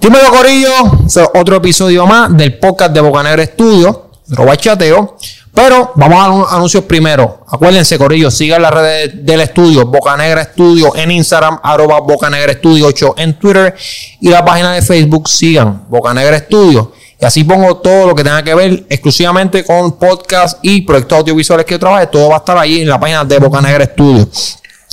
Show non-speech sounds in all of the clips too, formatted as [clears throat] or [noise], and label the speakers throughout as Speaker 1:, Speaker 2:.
Speaker 1: Dímelo, Corillo. So, otro episodio más del podcast de Bocanegra Estudio, Robachateo. Pero vamos a los anuncios primero. Acuérdense, Corillo, sigan las redes del estudio, Bocanegra Estudio en Instagram, arroba Bocanegra Estudio 8 en Twitter y la página de Facebook, sigan Bocanegra Estudio. Y así pongo todo lo que tenga que ver exclusivamente con podcast y proyectos audiovisuales que yo trabaje. Todo va a estar ahí en la página de Bocanegra Estudio.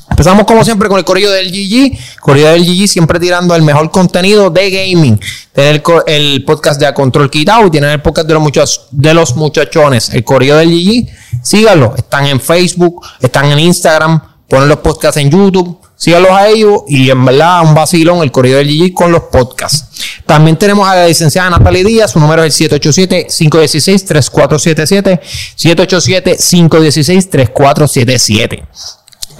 Speaker 1: Empezamos como siempre con el corrillo del GG. Corrillo del GG siempre tirando el mejor contenido de gaming. Tener el, co- el podcast de A Control Quitado y tienen el podcast de los, muchachos de los muchachones. El corrillo del GG, síganlo. Están en Facebook, están en Instagram, ponen los podcasts en YouTube. Síganlos a ellos y en verdad un vacilón el corrido del GG con los podcasts. También tenemos a la licenciada Natalie Díaz, su número es el 787-516-3477. 787-516-3477.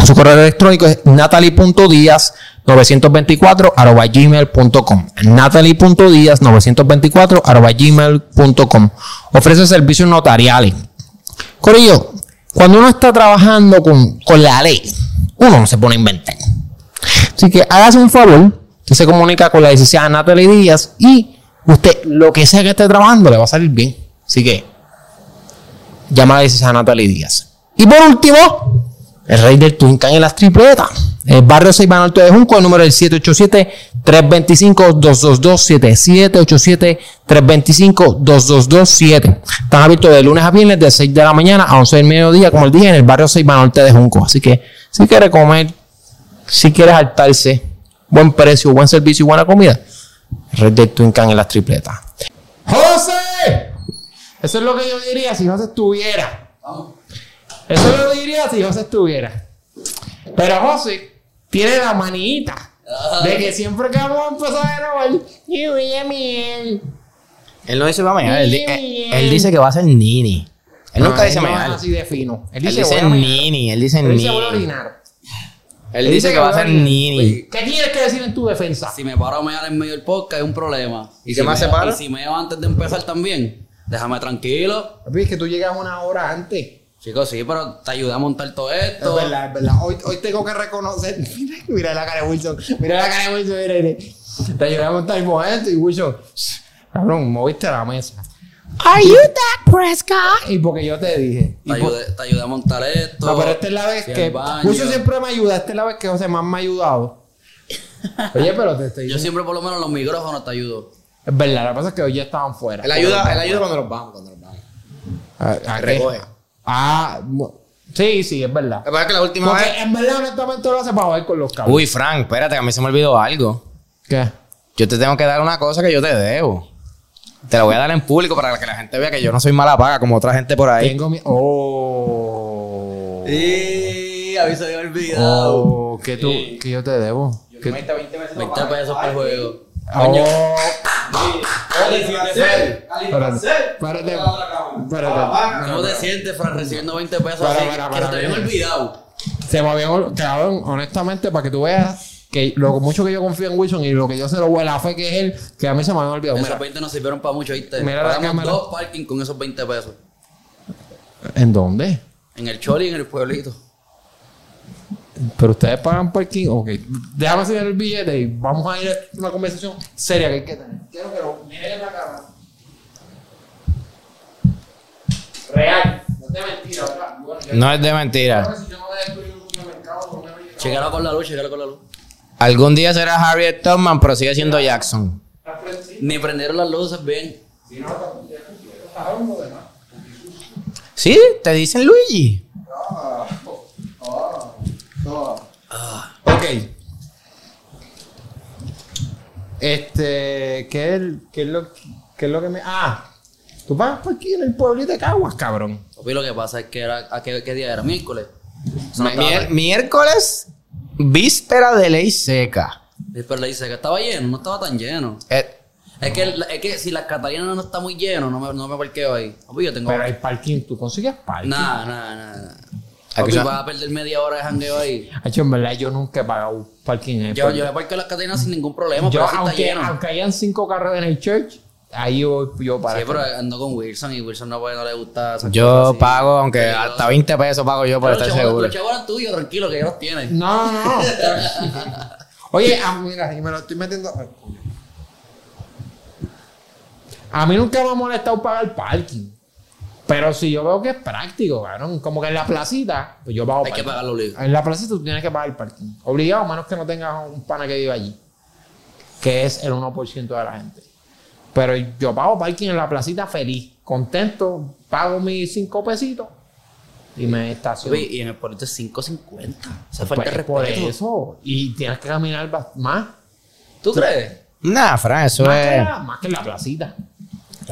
Speaker 1: Su correo electrónico es natalie.díaz924 arroba gmail.com. Natalie.díaz924 arroba gmail.com. Ofrece servicios notariales. Corillo, cuando uno está trabajando con, con la ley, uno no se pone a inventar. Así que hágase un favor, usted se comunica con la licenciada Natalie Díaz y usted, lo que sea que esté trabajando, le va a salir bien. Así que, llama a la licenciada Natalie Díaz. Y por último, el rey del Tuncán en las tripletas. El barrio 6 Alto de Junco, el número del 787-325-2227. 787-325-2227. Están abiertos de lunes a viernes, de 6 de la mañana a 11 del mediodía, como el día, en el barrio 6 Norte de Junco. Así que, si quiere comer, si quiere saltarse, buen precio, buen servicio y buena comida, el rey del Tuncán en las tripletas. ¡José! Eso es lo que yo diría si José estuviera. Eso lo diría si José estuviera. Pero José tiene la manita de que siempre que vamos a empezar a grabar, yo voy a miel.
Speaker 2: Él no dice va a mear, él, di- eh,
Speaker 1: Bien.
Speaker 2: él- él dice que va a ser nini. Él nunca dice
Speaker 1: no es
Speaker 2: mear.
Speaker 1: así de fino. Él
Speaker 2: Él
Speaker 1: dice,
Speaker 2: dice
Speaker 1: "Voy a mear".
Speaker 2: nini, él dice
Speaker 1: Él dice, "Voy a
Speaker 2: nini.
Speaker 1: orinar".
Speaker 2: Él dice que va a
Speaker 1: voy
Speaker 2: ser
Speaker 1: orinar.
Speaker 2: nini.
Speaker 1: ¿Qué tienes que decir en tu defensa?
Speaker 3: Si me paro a mear en medio del podcast es un problema.
Speaker 2: ¿Y qué
Speaker 3: si
Speaker 2: más
Speaker 3: me-
Speaker 2: se para?
Speaker 3: Y si meo antes de empezar también, déjame tranquilo.
Speaker 1: Papi, Es que tú llegas una hora antes.
Speaker 3: Chicos, sí, pero te ayuda a montar todo esto.
Speaker 1: es verdad. Hoy, hoy tengo que reconocer. [laughs] Mira, mira la cara de Wilson. Mira la cara de Wilson. Mira, mira. Te ayudé a montar el momento y Wilson. Cabrón, moviste la mesa.
Speaker 4: Are you that Prescott?
Speaker 1: Y porque yo te dije.
Speaker 3: Te ayuda, te ayuda a montar esto.
Speaker 1: No, pero esta es la vez
Speaker 3: Fui al
Speaker 1: que.
Speaker 3: baño.
Speaker 1: Mucho siempre me ayuda. Esta es la vez que José más me ha ayudado. Oye, pero te estoy
Speaker 3: Yo siempre por lo menos los micrófonos te ayudo.
Speaker 1: Es verdad, la cosa es que hoy ya estaban fuera.
Speaker 2: Él ayuda, él ayuda cuando nos vamos, cuando nos vamos.
Speaker 1: ¿A- a qué?
Speaker 2: Recoge.
Speaker 1: Ah, bu- sí, sí, es verdad.
Speaker 2: Lo que pasa es que la última
Speaker 1: Porque
Speaker 2: vez.
Speaker 1: en verdad, honestamente, lo hace para jugar con los cabros.
Speaker 2: Uy, Frank, espérate, que a mí se me olvidó algo.
Speaker 1: ¿Qué?
Speaker 2: Yo te tengo que dar una cosa que yo te debo. Te la voy a dar en público para que la gente vea que yo no soy mala paga como otra gente por ahí.
Speaker 1: Tengo mi. Oh.
Speaker 3: Y a mí se me había olvidado.
Speaker 1: Oh, que tú. Que yo te debo. Que-
Speaker 3: 20 pesos por juego.
Speaker 1: Oh.
Speaker 2: Oh,
Speaker 5: Calificel,
Speaker 1: Espérate.
Speaker 5: Calificel.
Speaker 1: Espérate.
Speaker 5: Papá.
Speaker 1: Espérate.
Speaker 3: ¿Cómo te sientes, Fran, recibiendo 20 pesos
Speaker 1: Para,
Speaker 3: así?
Speaker 1: para,
Speaker 3: que
Speaker 1: para,
Speaker 3: se
Speaker 1: para.
Speaker 3: te habían olvidado.
Speaker 1: Se me había ol- cabrón, honestamente, para que tú veas que lo mucho que yo confío en Wilson y lo que yo se lo voy a la fe que es él, que a mí se me había olvidado.
Speaker 3: Esos
Speaker 1: Mira,
Speaker 3: 20 no sirvieron para mucho, ¿viste?
Speaker 1: Mira la
Speaker 3: Pagamos
Speaker 1: cámara.
Speaker 3: dos parking con esos 20 pesos.
Speaker 1: ¿en dónde?
Speaker 3: En el Choli y en el pueblito.
Speaker 1: Pero ustedes pagan parking. Ok, déjame enseñar el billete y vamos a ir a una conversación seria que hay que tener. Quiero que lo mire la cámara. Real, no te mentira, ¿verdad? Bueno, yo
Speaker 2: No es de
Speaker 1: creo
Speaker 2: mentira.
Speaker 1: que si yo no voy a destruir un supermercado, no me voy a llegar.
Speaker 3: Chécalo con la luz, chécalo con la luz.
Speaker 2: Algún día será Harriet Tubman, pero sigue siendo Jackson.
Speaker 1: La frente, sí.
Speaker 3: Ni prendieron las luces bien.
Speaker 1: Si no, también ya quiero saber lo demás.
Speaker 2: Sí, te dicen Luigi.
Speaker 1: Ok. Este, ¿qué es, qué es lo, qué es lo que me... Ah, tú pagas por aquí en el pueblito de Caguas, cabrón.
Speaker 3: Papi, lo que pasa es que era. ¿a qué, qué día era? Miércoles. Eso Pues no
Speaker 2: Mi-
Speaker 3: estaba
Speaker 2: mier-
Speaker 3: lleno.
Speaker 2: miércoles, víspera de ley seca.
Speaker 3: Pero le dice que estaba lleno, no estaba tan lleno.
Speaker 2: Eh,
Speaker 3: Es que, el- es que si la Catalina no está muy lleno, no me, no me parqueo ahí. Papi, yo tengo.
Speaker 1: Pero el parking, tú consigues parking.
Speaker 3: Nada, nada, nada.
Speaker 2: Aquí
Speaker 3: Papi,
Speaker 2: ya-
Speaker 3: vas a perder media hora de jangueo ahí.
Speaker 1: Hacho, en verdad, yo nunca he pagado parking en el
Speaker 3: Yo, yo me parqueo en las Catalinas sin ningún problema,
Speaker 1: Yo,
Speaker 3: pero sí está
Speaker 1: aunque,
Speaker 3: lleno.
Speaker 1: aunque hayan cinco carros en el church, ahí yo, yo para...
Speaker 3: Sí, pero ando con Wilson y Wilson no, puede- no le gusta. esas cosas
Speaker 2: yo
Speaker 3: pues, así.
Speaker 2: pago, aunque
Speaker 3: Pero-
Speaker 2: hasta 20 pesos pago yo por
Speaker 3: pero
Speaker 2: estar
Speaker 3: los chavos-
Speaker 2: seguro.
Speaker 3: Los chavos eran tuyos, tranquilo, que ya los tienes. [laughs]
Speaker 1: No, no, no. Oye, ah, mira, y me lo estoy metiendo... A mí nunca me ha molestado pagar parking. Pero si yo veo que es práctico, cabrón, como que en la placita, pues yo pago
Speaker 3: Hay que
Speaker 1: parking.
Speaker 3: pagarlo obligado.
Speaker 1: En la placita tú tienes que pagar parking. Obligado, a menos que no tengas un pana que viva allí. Que es el 1% de la gente. Pero yo pago parking en la placita feliz, contento, pago mis 5 pesitos y me estaciono.
Speaker 3: Papi, Y en el pueblito es 5.50. Se falta
Speaker 1: Pues,
Speaker 3: el
Speaker 1: por
Speaker 3: respeto.
Speaker 1: eso. Y tienes que caminar bas- más.
Speaker 3: ¿Tú crees?
Speaker 2: Nah, Fran, eso
Speaker 1: Más que,
Speaker 2: es.
Speaker 1: la, más que en la placita.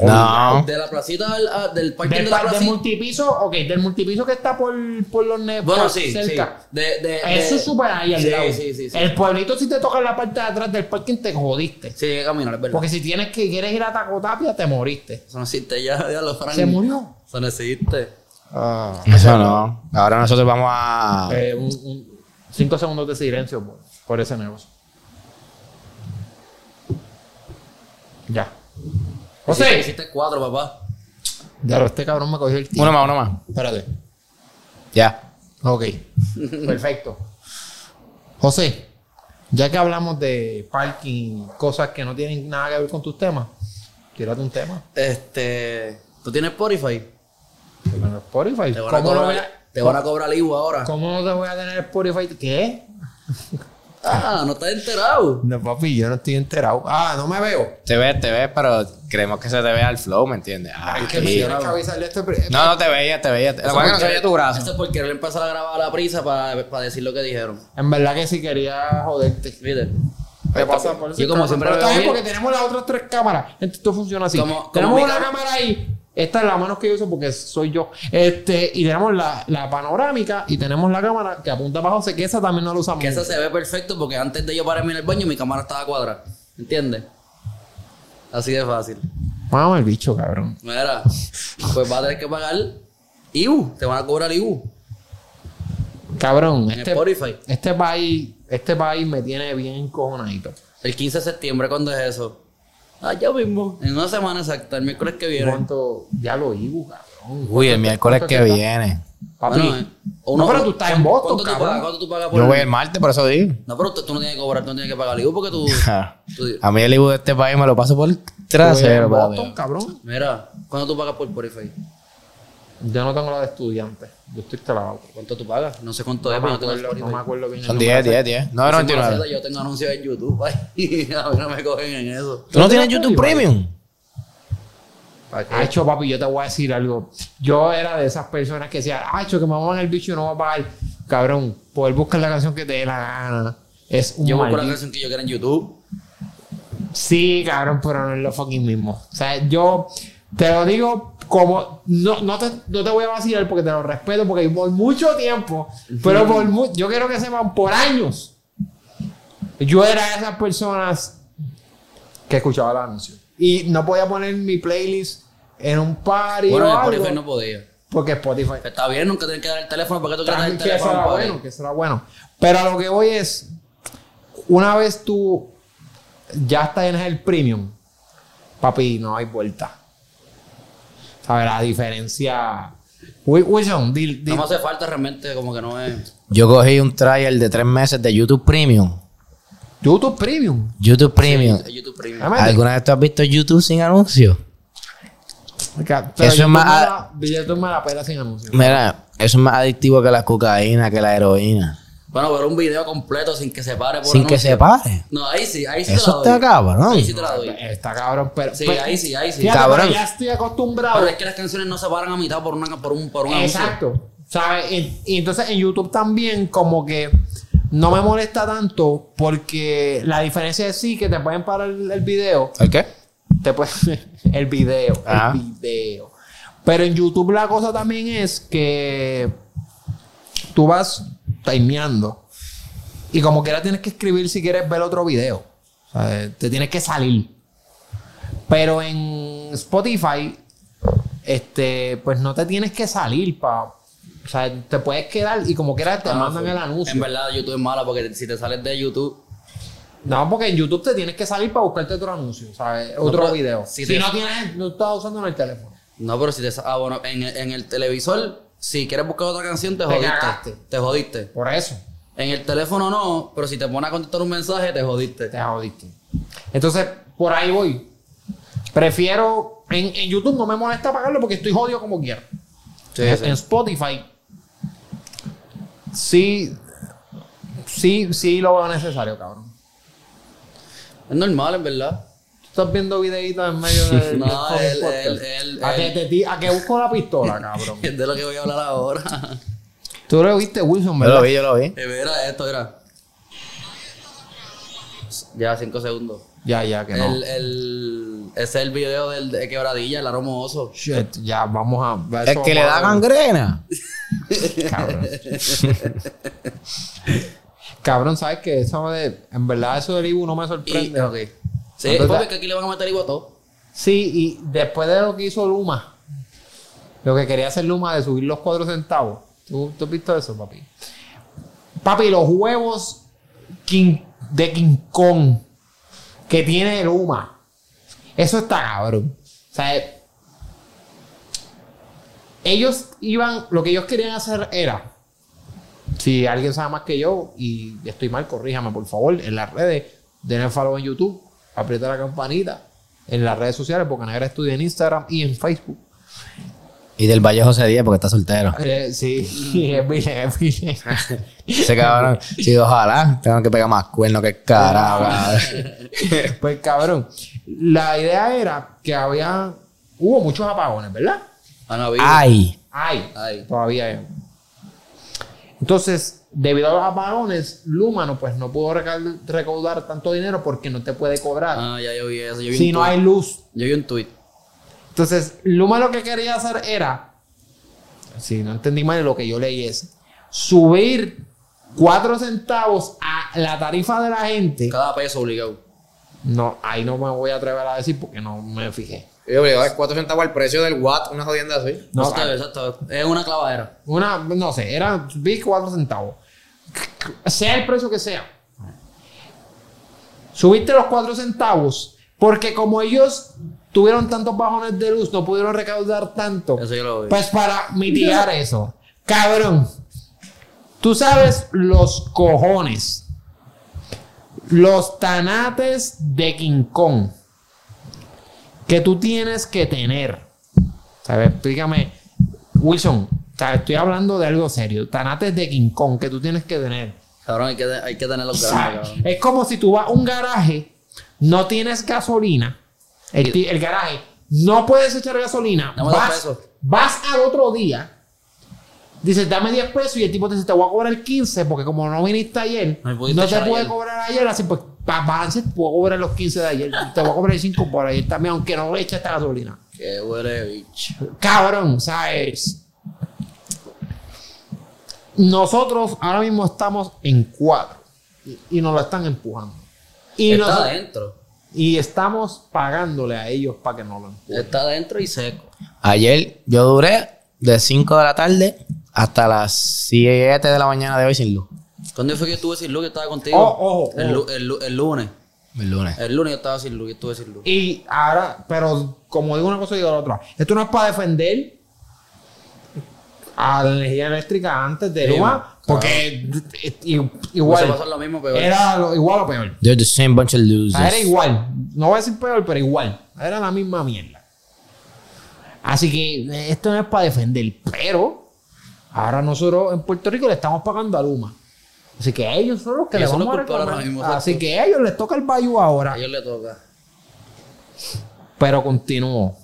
Speaker 2: No.
Speaker 3: De la placita al, a- del parking
Speaker 1: Ah. Del,
Speaker 3: de la
Speaker 1: pa- del
Speaker 3: placita.
Speaker 1: multipiso, ok, del multipiso que está por, por los ne-
Speaker 3: Bueno,
Speaker 1: por
Speaker 3: sí,
Speaker 1: cerca.
Speaker 3: sí. De, de,
Speaker 1: Eso
Speaker 3: de-
Speaker 1: es súper ahí al
Speaker 3: sí,
Speaker 1: lado.
Speaker 3: Sí, sí, sí.
Speaker 1: El pueblito, si te toca la parte de atrás del parking, te jodiste.
Speaker 3: Sí, hay que caminar, es verdad.
Speaker 1: Porque si tienes que quieres ir a Tacotapia, te moriste.
Speaker 3: Eso no existe ya, ya lo Fran.
Speaker 1: Se murió.
Speaker 3: Eso no existe. Ah,
Speaker 2: Eso no. Ahora nosotros vamos a.
Speaker 1: Eh, un- un- cinco segundos de silencio por, por ese negocio. Ya.
Speaker 3: Hiciste-
Speaker 1: José.
Speaker 3: Hiciste cuatro, papá.
Speaker 1: Ya lo, este cabrón me cogió el tío.
Speaker 2: Uno más, uno más.
Speaker 1: Espérate.
Speaker 2: Ya.
Speaker 3: [laughs]
Speaker 1: Ok. Perfecto. José, ya que hablamos de parking, cosas que no tienen nada que ver con tus temas, tírate un tema.
Speaker 3: Este. ¿Tú tienes Spotify?
Speaker 1: Pero en Spotify.
Speaker 3: Te van a
Speaker 1: ¿Cómo, no voy
Speaker 3: cobrar,
Speaker 1: a-
Speaker 3: te van a cobrar IVA ahora.
Speaker 1: ¿Cómo no te voy a tener Spotify? ¿Qué?
Speaker 3: Ah, no estás enterado.
Speaker 1: No, papi, yo no estoy enterado. Ah, no me veo.
Speaker 2: Te ves, te ves, pero queremos que se te vea el flow, ¿me entiendes? Ah,
Speaker 1: Hay que
Speaker 2: sí.
Speaker 1: me tienes que avisar de este. pre-
Speaker 2: No, no te veía, te veía. Lo bueno es que no se veía tu
Speaker 3: Eso
Speaker 2: brazo.
Speaker 3: es porque él empezó a grabar a la prisa para, para decir lo que dijeron.
Speaker 1: En verdad que sí quería joderte.
Speaker 3: ¿Viste?
Speaker 1: Me pasa por eso.
Speaker 3: Pues, Yo como siempre
Speaker 1: Pero
Speaker 3: veo
Speaker 1: está bien
Speaker 3: bien.
Speaker 1: porque tenemos las otras tres cámaras. Entonces todo funciona así.
Speaker 3: Como- como
Speaker 1: tenemos
Speaker 3: mi
Speaker 1: una
Speaker 3: cámara.
Speaker 1: cámara ahí. Esta es la mano que yo uso porque soy yo. Este, y tenemos la, la panorámica y tenemos la cámara que apunta para José, que esa también no la usamos.
Speaker 3: Que esa se ve perfecto porque antes de yo pararme en el baño mi cámara estaba cuadrada. ¿Entiendes? Así de fácil.
Speaker 1: Vamos el bicho, cabrón.
Speaker 3: Mira, pues vas a tener que pagar IVU. Te van a cobrar IVU
Speaker 1: Cabrón,
Speaker 3: en
Speaker 1: este,
Speaker 3: Spotify.
Speaker 1: este país, este país me tiene bien encojonadito.
Speaker 3: El 15 de septiembre, ¿cuándo es eso? Ah, ya mismo. En una semana exacta, el miércoles que viene.
Speaker 1: ¿Cuánto? Ya lo ibu, cabrón.
Speaker 2: Uy, el miércoles que
Speaker 1: ¿Cuánto
Speaker 2: viene.
Speaker 1: Papi.
Speaker 3: Bueno, eh, o
Speaker 1: no, pero tú estás en Boston,
Speaker 3: ¿cuánto tú pagas?
Speaker 1: cabrón.
Speaker 3: ¿Cuánto tú pagas por
Speaker 2: Yo voy el martes, por eso digo. [laughs]
Speaker 3: No, pero tú, tú no tienes que cobrar, tú no tienes que pagar IVU porque tú... tú-
Speaker 2: A mí el Ibu de este país me lo paso por el
Speaker 1: Tú vives
Speaker 2: trasero,
Speaker 1: en Boston,
Speaker 2: papi.
Speaker 1: cabrón.
Speaker 3: Mira, ¿cuánto tú pagas por Spotify?
Speaker 1: Yo no tengo la de estudiante. Yo estoy clavado.
Speaker 3: ¿Cuánto tú pagas? No sé cuánto
Speaker 1: No
Speaker 3: es,
Speaker 1: me
Speaker 3: pero no tengo
Speaker 1: acuerdo,
Speaker 3: Spotify.
Speaker 1: no me acuerdo bien. el
Speaker 2: Son
Speaker 1: número
Speaker 2: 10, 10, 10. No,
Speaker 3: Yo soy
Speaker 2: 99.
Speaker 3: conocido, Yo tengo anuncios en YouTube, [laughs] ay. A mí no me cogen en eso.
Speaker 2: ¿Tú no tienes YouTube Premium?
Speaker 3: ¿Para qué?
Speaker 1: Hacho, papi, yo te voy a decir algo. Yo era de esas personas que decían, Hacho, que me maman el bicho y no va a pagar. Cabrón, poder buscar la canción que te dé la gana. Es un
Speaker 3: Yo busco la
Speaker 1: maldito-
Speaker 3: canción que yo quiero en YouTube.
Speaker 1: Sí, cabrón, pero no es lo fucking mismo. O sea, yo te lo digo como. No, no, te, no te voy a vacilar porque te lo respeto, porque por mucho tiempo, pero por mu- yo quiero que sepan por años. Yo era de esas personas que escuchaba el anuncio. Y no podía poner mi playlist en un party
Speaker 3: Bueno,
Speaker 1: o
Speaker 3: en
Speaker 1: algo,
Speaker 3: Spotify no podía.
Speaker 1: porque Spotify.
Speaker 3: Pues Está bien, nunca tienes que dar el teléfono. ¿Para qué tú quieres dar
Speaker 1: También
Speaker 3: el
Speaker 1: que
Speaker 3: teléfono?
Speaker 1: será
Speaker 3: papi?
Speaker 1: bueno, que será bueno. Pero a lo que voy es, una vez tú ya estás en el premium, papi, no hay vuelta. ¿Sabes? La diferencia. Wi- Wilson, di, di-
Speaker 3: No me hace falta realmente, como que no es...
Speaker 2: Yo cogí un trial de tres meses de YouTube Premium.
Speaker 1: YouTube Premium.
Speaker 2: YouTube Premium.
Speaker 3: es YouTube Premium.
Speaker 1: Realmente.
Speaker 2: ¿Alguna vez tú has visto YouTube sin anuncio?
Speaker 1: Pero
Speaker 2: Eso es
Speaker 1: YouTube
Speaker 2: más-
Speaker 1: me la- YouTube me la pela sin anuncio.
Speaker 2: Mira, eso es más adictivo que la cocaína, que la heroína.
Speaker 3: Bueno, pero un video completo sin que se pare por
Speaker 2: Sin que
Speaker 3: anuncio.
Speaker 2: se pare.
Speaker 3: No, ahí sí, ahí sí te la
Speaker 2: Eso
Speaker 3: doy.
Speaker 2: está cabrón.
Speaker 3: Ahí sí te la doy.
Speaker 1: Está cabrón, pero.
Speaker 3: Sí,
Speaker 1: pero-
Speaker 3: ahí sí, ahí sí.
Speaker 1: Fíjate,
Speaker 2: Cabrón.
Speaker 1: pero ya estoy acostumbrado.
Speaker 3: Pero es que las canciones no se paran a mitad por, una, por un, por un anuncio.
Speaker 1: Exacto. ¿Sabes? Y, y entonces en YouTube también como que no me molesta tanto porque la diferencia es sí que te pueden parar el, el video.
Speaker 2: ¿El qué?
Speaker 1: Te pueden, [laughs] el video.
Speaker 2: Ajá.
Speaker 1: El video. Pero en YouTube la cosa también es que tú vas timeando y como quiera tienes que escribir si quieres ver otro video. O sea, eh, te tienes que salir. Pero en Spotify, este, pues no te tienes que salir para. O sea, te puedes quedar y como quiera te
Speaker 3: Ah,
Speaker 1: mandan
Speaker 3: sí.
Speaker 1: el anuncio.
Speaker 3: En verdad, YouTube es mala porque si te sales de YouTube,
Speaker 1: No, porque en YouTube te tienes que salir para buscarte otro anuncio, ¿sabes? Otro
Speaker 3: pero
Speaker 1: video. Si,
Speaker 3: si te-
Speaker 1: no tienes, no estás usando en el teléfono.
Speaker 3: No, pero si te. sa- Ah, bueno, en, el- en el televisor, si quieres buscar otra canción, te
Speaker 1: Te
Speaker 3: jodiste.
Speaker 1: cagaste.
Speaker 3: Te jodiste.
Speaker 1: Por eso.
Speaker 3: En el teléfono no, pero si te pones a contestar un mensaje, te jodiste.
Speaker 1: Te jodiste. Entonces, por ahí voy. Prefiero. En, en YouTube no me molesta pagarlo porque estoy jodido como quiera. en, en Spotify. Sí. Sí, sí lo veo necesario, cabrón.
Speaker 3: Es normal, en verdad.
Speaker 1: Tú estás viendo videitos en medio de. del
Speaker 3: No,
Speaker 1: fucking
Speaker 3: el-
Speaker 1: podcast.
Speaker 3: el- el-
Speaker 1: a, que,
Speaker 3: el-
Speaker 1: te ti- a que busco la
Speaker 3: [laughs]
Speaker 1: pistola, cabrón.
Speaker 3: Es de lo que voy a
Speaker 1: [laughs]
Speaker 3: hablar ahora.
Speaker 1: Tú lo viste, Wilson,
Speaker 2: Yo lo
Speaker 1: ¿verdad?
Speaker 2: vi, yo lo vi.
Speaker 3: Eh, Mira esto, mira. Ya, cinco segundos.
Speaker 1: Ya, ya, que no.
Speaker 3: El, el, ese es el video del de quebradilla, el aroma oso.
Speaker 1: Shit, ya vamos a.
Speaker 2: El que le da gangrena.
Speaker 1: Cabrón. [laughs] Cabrón, ¿sabes qué? Eso de, en verdad, eso del Ibu no me sorprende.
Speaker 3: Y-
Speaker 1: ok.
Speaker 3: Sí,
Speaker 1: Entonces,
Speaker 3: porque aquí le van a meter igual a todo.
Speaker 1: sí, y después de lo que hizo Luma, lo que quería hacer Luma de subir los cuatro centavos. ¿Tú, tú has visto eso, papi? Papi, los huevos King- de King Kong que tiene Luma. Eso está cabrón. O sea, eh, ellos iban, lo que ellos querían hacer era, si alguien sabe más que yo y estoy mal, corríjame por favor, en las redes, denle follow en YouTube, aprieta la campanita, en las redes sociales, porque Negra estudia en Instagram y en Facebook.
Speaker 2: Y del Valle José Díaz porque está soltero.
Speaker 1: Eh, sí, [laughs] es bien, es
Speaker 3: [laughs]
Speaker 1: bien.
Speaker 2: Ese cabrón. Sí, ojalá. Tengo que pegar más cuerno que carajo. cabrón.
Speaker 1: Pues cabrón, la idea era que había, hubo muchos apagones, ¿verdad?
Speaker 3: Ah, no, vivo.
Speaker 2: Ay.
Speaker 1: Hay,
Speaker 3: Ay.
Speaker 1: todavía hay. Entonces, debido a los apagones, Luma no, pues, no pudo recal- recaudar tanto dinero porque no te puede cobrar
Speaker 3: Ah, ya yo vi eso. Yo vi
Speaker 1: si
Speaker 3: un
Speaker 1: no
Speaker 3: tuit.
Speaker 1: hay luz.
Speaker 3: Yo vi un tweet.
Speaker 1: Entonces, Luma lo que quería hacer era, si no entendí mal lo que yo leí es, subir cuatro centavos a la tarifa de la gente.
Speaker 3: Cada peso obligado.
Speaker 1: No, ahí no me voy a atrever a decir porque no me fijé.
Speaker 2: Yo voy a dar 4 centavos al precio del watt, una jodienda así.
Speaker 1: No,
Speaker 3: Exacto, exacto. Es una clavadera.
Speaker 1: Una, no sé, era, vi cuatro centavos. Sea el precio que sea. Subiste los cuatro centavos porque como ellos tuvieron tantos bajones de luz, no pudieron recaudar tanto.
Speaker 3: Eso yo lo vi.
Speaker 1: Pues para mitigar eso. Cabrón, tú sabes los cojones. Los tanates de King Kong. Que tú tienes que tener. ¿Sabes? Explícame. Wilson, ¿sabes? estoy hablando de algo serio. Tanates de King Kong que tú tienes que tener.
Speaker 3: Cabrón, hay que, hay que tener los
Speaker 1: ¿Sabes?
Speaker 3: grandes, cabrón.
Speaker 1: Es como si tú vas a un garaje, no tienes gasolina. El, ti- el garaje, no puedes echar gasolina.
Speaker 3: Dame dos
Speaker 1: vas,
Speaker 3: pesos.
Speaker 1: vas al otro día, dices, dame 10 pesos y el tipo te dice, te voy a cobrar 15 porque como no viniste ayer,
Speaker 3: No me
Speaker 1: no,
Speaker 3: pudiste
Speaker 1: te
Speaker 3: echar
Speaker 1: pude
Speaker 3: ayer.
Speaker 1: cobrar ayer. Así pues, avance, puedo cobrar los 15 de ayer. Te voy a cobrar 5 por ayer también, aunque no eches esta gasolina.
Speaker 3: Que huele, bicho.
Speaker 1: Cabrón, ¿sabes? Nosotros ahora mismo estamos en cuatro y, y nos lo están empujando. Y, nos-
Speaker 3: Está adentro.
Speaker 1: y estamos pagándole a ellos para que no lo empujen.
Speaker 3: Está adentro y seco.
Speaker 2: Ayer yo duré de 5 de la tarde hasta las 7 de la mañana de hoy sin luz.
Speaker 3: ¿Cuándo fue que yo estuve sin luz? Yo estaba contigo.
Speaker 1: Oh, ojo,
Speaker 3: El,
Speaker 1: ojo.
Speaker 3: lu- el lu- el lunes.
Speaker 2: El lunes.
Speaker 3: El lunes yo estaba sin luz. Yo estuve sin luz.
Speaker 1: Y ahora, pero como digo una cosa, digo la otra. Esto no es para defender a la energía eléctrica antes de
Speaker 3: Sí, Pues
Speaker 1: Luma, porque eh, i- igual
Speaker 3: Se pasó lo mismo, pues. peor.
Speaker 1: era lo- igual o peor.
Speaker 2: They're the same bunch of
Speaker 1: O
Speaker 2: losers.
Speaker 1: sea, era igual. No voy a decir peor, pero igual. Era la misma mierda. Así que eh, esto no es para defender, pero ahora nosotros en Puerto Rico le estamos pagando a Luma. Así que ellos son los que
Speaker 3: Ellos
Speaker 1: le
Speaker 3: son
Speaker 1: vamos a
Speaker 3: los culpables
Speaker 1: reclamar.
Speaker 3: ahora mismo, exacto.
Speaker 1: Así que a ellos les toca el Bayou ahora.
Speaker 3: A ellos le toca.
Speaker 1: Pero continúo.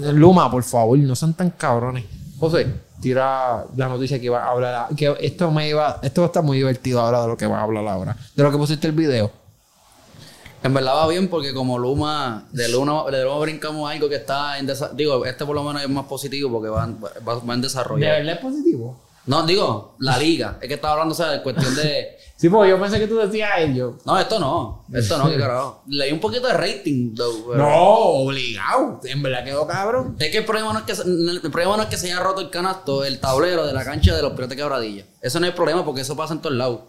Speaker 1: Luma, por favor, no sean tan cabrones. José, tira la noticia que va a hablar. Que esto me iba, esto va a estar muy divertido ahora de lo que va a hablar ahora. De lo que pusiste el video.
Speaker 3: En verdad va bien porque como Luma, de Luma, de Luma brincamos algo que está en desa- digo, este por lo menos es más positivo porque va, en- va- va en
Speaker 1: ¿De
Speaker 3: desarrollo.
Speaker 1: verdad es positivo?
Speaker 3: No, digo, la liga. Es que estaba hablando, o sea, de cuestión de.
Speaker 1: Sí, porque yo pensé que tú decías ellos.
Speaker 3: No, esto no.
Speaker 1: [laughs]
Speaker 3: Esto no, qué carajo. Leí un poquito de rating, though, pero-
Speaker 1: No, obligado. En verdad quedó cabrón.
Speaker 3: Es que el problema no es que se, el problema no es que se haya roto el canasto, el tablero de la cancha de los piratas de quebradilla. Eso no es el problema porque eso pasa en todos lados.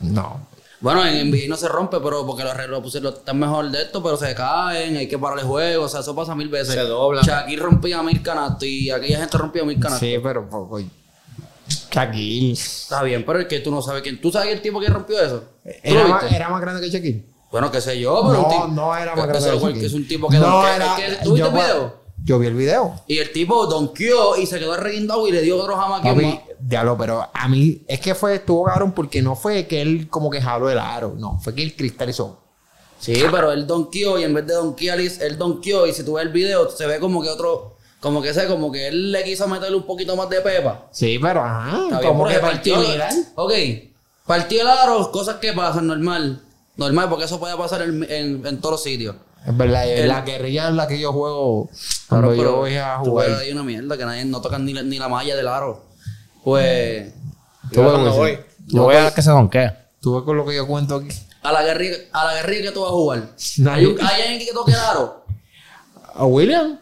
Speaker 1: No.
Speaker 3: Bueno, en NBA no se rompe, pero porque los arreglos pusieron están mejor de esto, pero se caen, hay que parar el juego, o sea, eso pasa mil veces.
Speaker 2: Se doblan.
Speaker 3: Shaquille rompía mil canastos y aquella gente rompía mil canastos.
Speaker 1: Sí, pero poco. Shaquille.
Speaker 3: Está bien, pero es que tú no sabes quién. ¿Tú sabes el tipo que rompió eso? ¿Tú
Speaker 1: Era
Speaker 3: lo
Speaker 1: más,
Speaker 3: viste?
Speaker 1: era más grande que Shaquille.
Speaker 3: Bueno, qué sé yo, pero un
Speaker 1: No,
Speaker 3: tipo.
Speaker 1: no era más
Speaker 3: que
Speaker 1: grande.
Speaker 3: eso
Speaker 1: que
Speaker 3: fue-
Speaker 1: Chucky.
Speaker 3: que es un tipo que donkea- es que- ¿tú viste
Speaker 1: eh, yo,
Speaker 3: el video?
Speaker 1: yo vi el video.
Speaker 3: Y el tipo donkeó y se quedó reguindado y le dio otro jamaqueo más.
Speaker 1: Papi, diablo, pero a mí es que fue, estuvo cabrón porque no fue que él como que jaló el aro, no, fue que él cristalizó.
Speaker 3: Sí, pero él donkeó y en vez de donkear, él donkeó y si tú ves el video, se ve como que otro, como que sé, como que él le quiso meterle un poquito más de pepa.
Speaker 1: Sí, pero ajá,
Speaker 3: Está bien,
Speaker 1: como
Speaker 3: porque
Speaker 1: que partió viral.
Speaker 3: Ok, partió el aro, cosas que pasan, normal. Normal, porque eso puede pasar en, en, en todos los sitios.
Speaker 1: Es verdad, eh,
Speaker 3: El-
Speaker 1: la guerrilla en la que yo juego, cuando
Speaker 3: Claro,
Speaker 1: yo
Speaker 3: pero
Speaker 1: voy a
Speaker 3: tú ves
Speaker 1: jugar.
Speaker 3: ahí una mierda que nadie, no tocan ni la, ni la malla del aro. Pues,
Speaker 1: Tú ves con
Speaker 2: no
Speaker 1: eso.
Speaker 2: voy. Yo voy a ver que se donkea.
Speaker 1: Tú ves con lo que yo cuento aquí.
Speaker 3: a la guerrilla, a la guerrilla que tú vas a jugar.
Speaker 1: Nadie-
Speaker 3: Hay, un- hay alguien que toque el aro.
Speaker 1: ¿A William?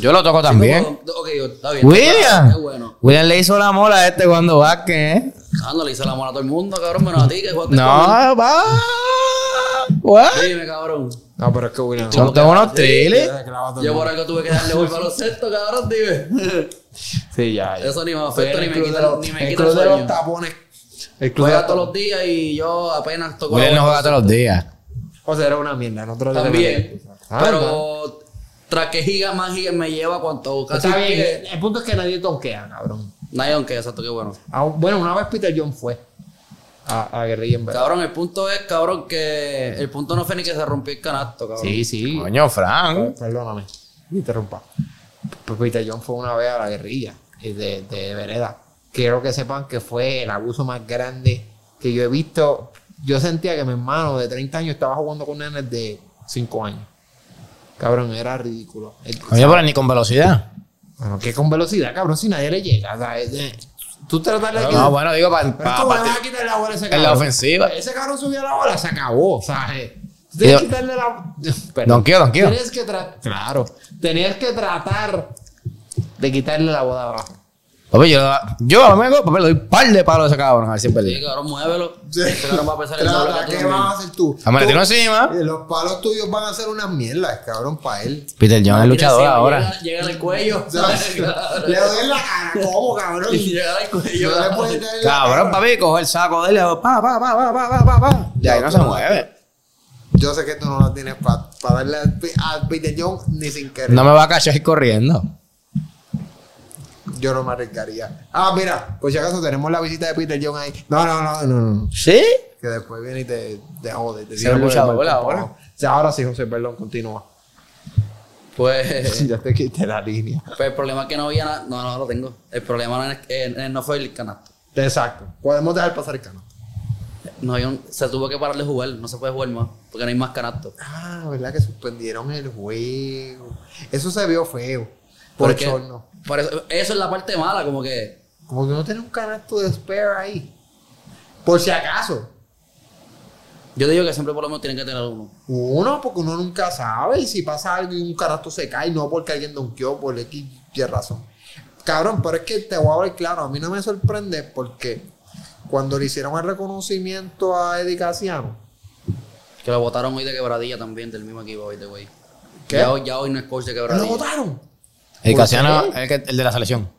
Speaker 2: Yo lo toco también.
Speaker 3: Ok, está bien.
Speaker 2: William.
Speaker 3: Qué bueno.
Speaker 2: William le hizo la mola a este cuando va, ¿eh?
Speaker 3: Ah, no le hice la mano a todo el mundo, cabrón, menos a ti que jugaste con-
Speaker 2: No, va. What?
Speaker 3: Dime, cabrón.
Speaker 1: No, pero es que William.
Speaker 2: Son todos unos triles.
Speaker 3: Yo por algo tuve
Speaker 1: [laughs]
Speaker 3: que darle golpe a los sextos, cabrón, dime. [laughs]
Speaker 1: Sí, ya. ya.
Speaker 3: Eso ni me
Speaker 1: Soy
Speaker 3: afecta ni
Speaker 1: el
Speaker 3: me
Speaker 1: club de
Speaker 3: quita,
Speaker 1: los-
Speaker 3: ni me
Speaker 1: el
Speaker 3: quita
Speaker 1: club
Speaker 3: el
Speaker 1: de los
Speaker 3: sueño.
Speaker 1: tapones. El club de
Speaker 3: Juega
Speaker 1: los
Speaker 3: todos
Speaker 1: tapones.
Speaker 3: los días y yo apenas toco
Speaker 2: William no
Speaker 3: la
Speaker 2: juega
Speaker 3: bola.
Speaker 2: todos los días.
Speaker 1: O sea, era una mierda. Nosotros
Speaker 3: También.
Speaker 1: Ah,
Speaker 3: Pero tras que giga más giga me lleva cuanto
Speaker 1: está.
Speaker 3: casi
Speaker 1: Está bien.
Speaker 3: que-
Speaker 1: El punto es que nadie tonquea, cabrón.
Speaker 3: Nadie aunque exacto, qué bueno.
Speaker 1: Ah, bueno, una vez Peter John fue a, a guerrilla en verdad.
Speaker 3: Cabrón, el punto es, cabrón, que el punto no fue ni que se rompió el canasto, cabrón.
Speaker 1: Sí, sí.
Speaker 2: Coño, Frank.
Speaker 1: Perdóname. Me interrumpa. P- Peter John fue una vez a la guerrilla eh, de, de vereda. Quiero que sepan que fue el abuso más grande que yo he visto. Yo sentía que mi hermano de 30 años estaba jugando con nenes de 5 años. Cabrón, era ridículo. El-
Speaker 2: Coño, pero ni con velocidad.
Speaker 1: Bueno, que con velocidad, cabrón, si nadie le llega. O sea, es de- tú tratas de quitar-
Speaker 2: No, bueno, digo, para.
Speaker 1: Pero tú le vas a quitar la bola a ese
Speaker 2: en la
Speaker 1: cabrón.
Speaker 2: ofensiva.
Speaker 1: Ese cabrón subió la bola, se acabó, ¿sabes? Tú Tienes que
Speaker 2: Yo-
Speaker 1: quitarle la. [laughs] Perdón.
Speaker 2: Donqueo, donqueo.
Speaker 1: Tenías que tra- Claro. Tenías que tratar de quitarle la bola abajo.
Speaker 2: Papi, yo, yo a mí me hago, papi, le doy un par de palos a ese cabrón, a ver si es
Speaker 3: Sí,
Speaker 2: verdad.
Speaker 3: cabrón, muévelo. Ese cabrón va a pesar el
Speaker 6: Claro,
Speaker 3: doble que tú
Speaker 6: ¿qué
Speaker 3: también.
Speaker 6: vas a hacer tú?
Speaker 2: Ah, me la
Speaker 6: Tú-
Speaker 2: tiro encima.
Speaker 6: eh, Los palos tuyos van a ser unas mierdas, cabrón, para
Speaker 1: [laughs]
Speaker 6: él.
Speaker 2: Peter John es luchador
Speaker 3: Mira, sí,
Speaker 2: ahora.
Speaker 3: Llega, llega al
Speaker 6: [laughs]
Speaker 3: cuello. [laughs]
Speaker 6: O sea, [laughs] le doy en la cara, ¿cómo,
Speaker 1: [laughs]
Speaker 6: cabrón?
Speaker 3: llega al cuello.
Speaker 6: Yo le puedo dar en la
Speaker 2: Cabrón,
Speaker 6: cara.
Speaker 2: papi, coge el saco de él, pa, pa, pa, pa, pa, pa, pa, pa. De ahí no se mueve.
Speaker 6: Yo sé que tú no la tienes para darle al Pe- al Peter John ni sin querer.
Speaker 2: No me va a cachar corriendo.
Speaker 6: Yo no me arriesgaría. Ah, mira, por si acaso tenemos la visita de Peter John ahí. No, no, no, no, no.
Speaker 2: ¿Sí?
Speaker 6: Que después viene y te, te jode. Te
Speaker 2: Se lo
Speaker 6: tira por el
Speaker 2: luchador,
Speaker 6: balcón
Speaker 2: ahora.
Speaker 6: para abajo. O sea, ahora sí, José, perdón, [laughs] continúa.
Speaker 3: Pues,
Speaker 6: ya te quité la línea.
Speaker 3: pues el problema es que no había nada. No, no lo tengo. El problema no, es- eh, eh, no fue el canasto.
Speaker 6: Exacto. Podemos dejar pasar el cano.
Speaker 3: No había un- se tuvo que parar de jugar. No se puede jugar más. Porque no hay más canasto.
Speaker 6: Ah, ¿verdad que suspendieron el juego? Eso se vio feo. Por
Speaker 3: Porque-
Speaker 6: chorno.
Speaker 3: por eso, eso es la parte mala, como que.
Speaker 6: Como que no tiene un canasto de spare ahí. Por si acaso.
Speaker 3: Yo digo que siempre por lo menos tienen que tener uno.
Speaker 6: Uno, porque uno nunca sabe. Y si pasa algo y un canasto se cae, no porque alguien donkeó por X y razón. Cabrón, pero es que te voy a hablar claro. A mí no me sorprende porque cuando le hicieron el reconocimiento a Eddie Casiano,
Speaker 3: Que lo votaron hoy de quebradilla también, del mismo equipo hoy de güey.
Speaker 6: ¿Qué?
Speaker 3: Ya, hoy- ya hoy no es coach de
Speaker 6: lo
Speaker 3: quebradilla.
Speaker 6: votaron.
Speaker 2: El
Speaker 6: ¿Por
Speaker 2: Casiano,
Speaker 6: qué?
Speaker 2: el, que- el de la selección.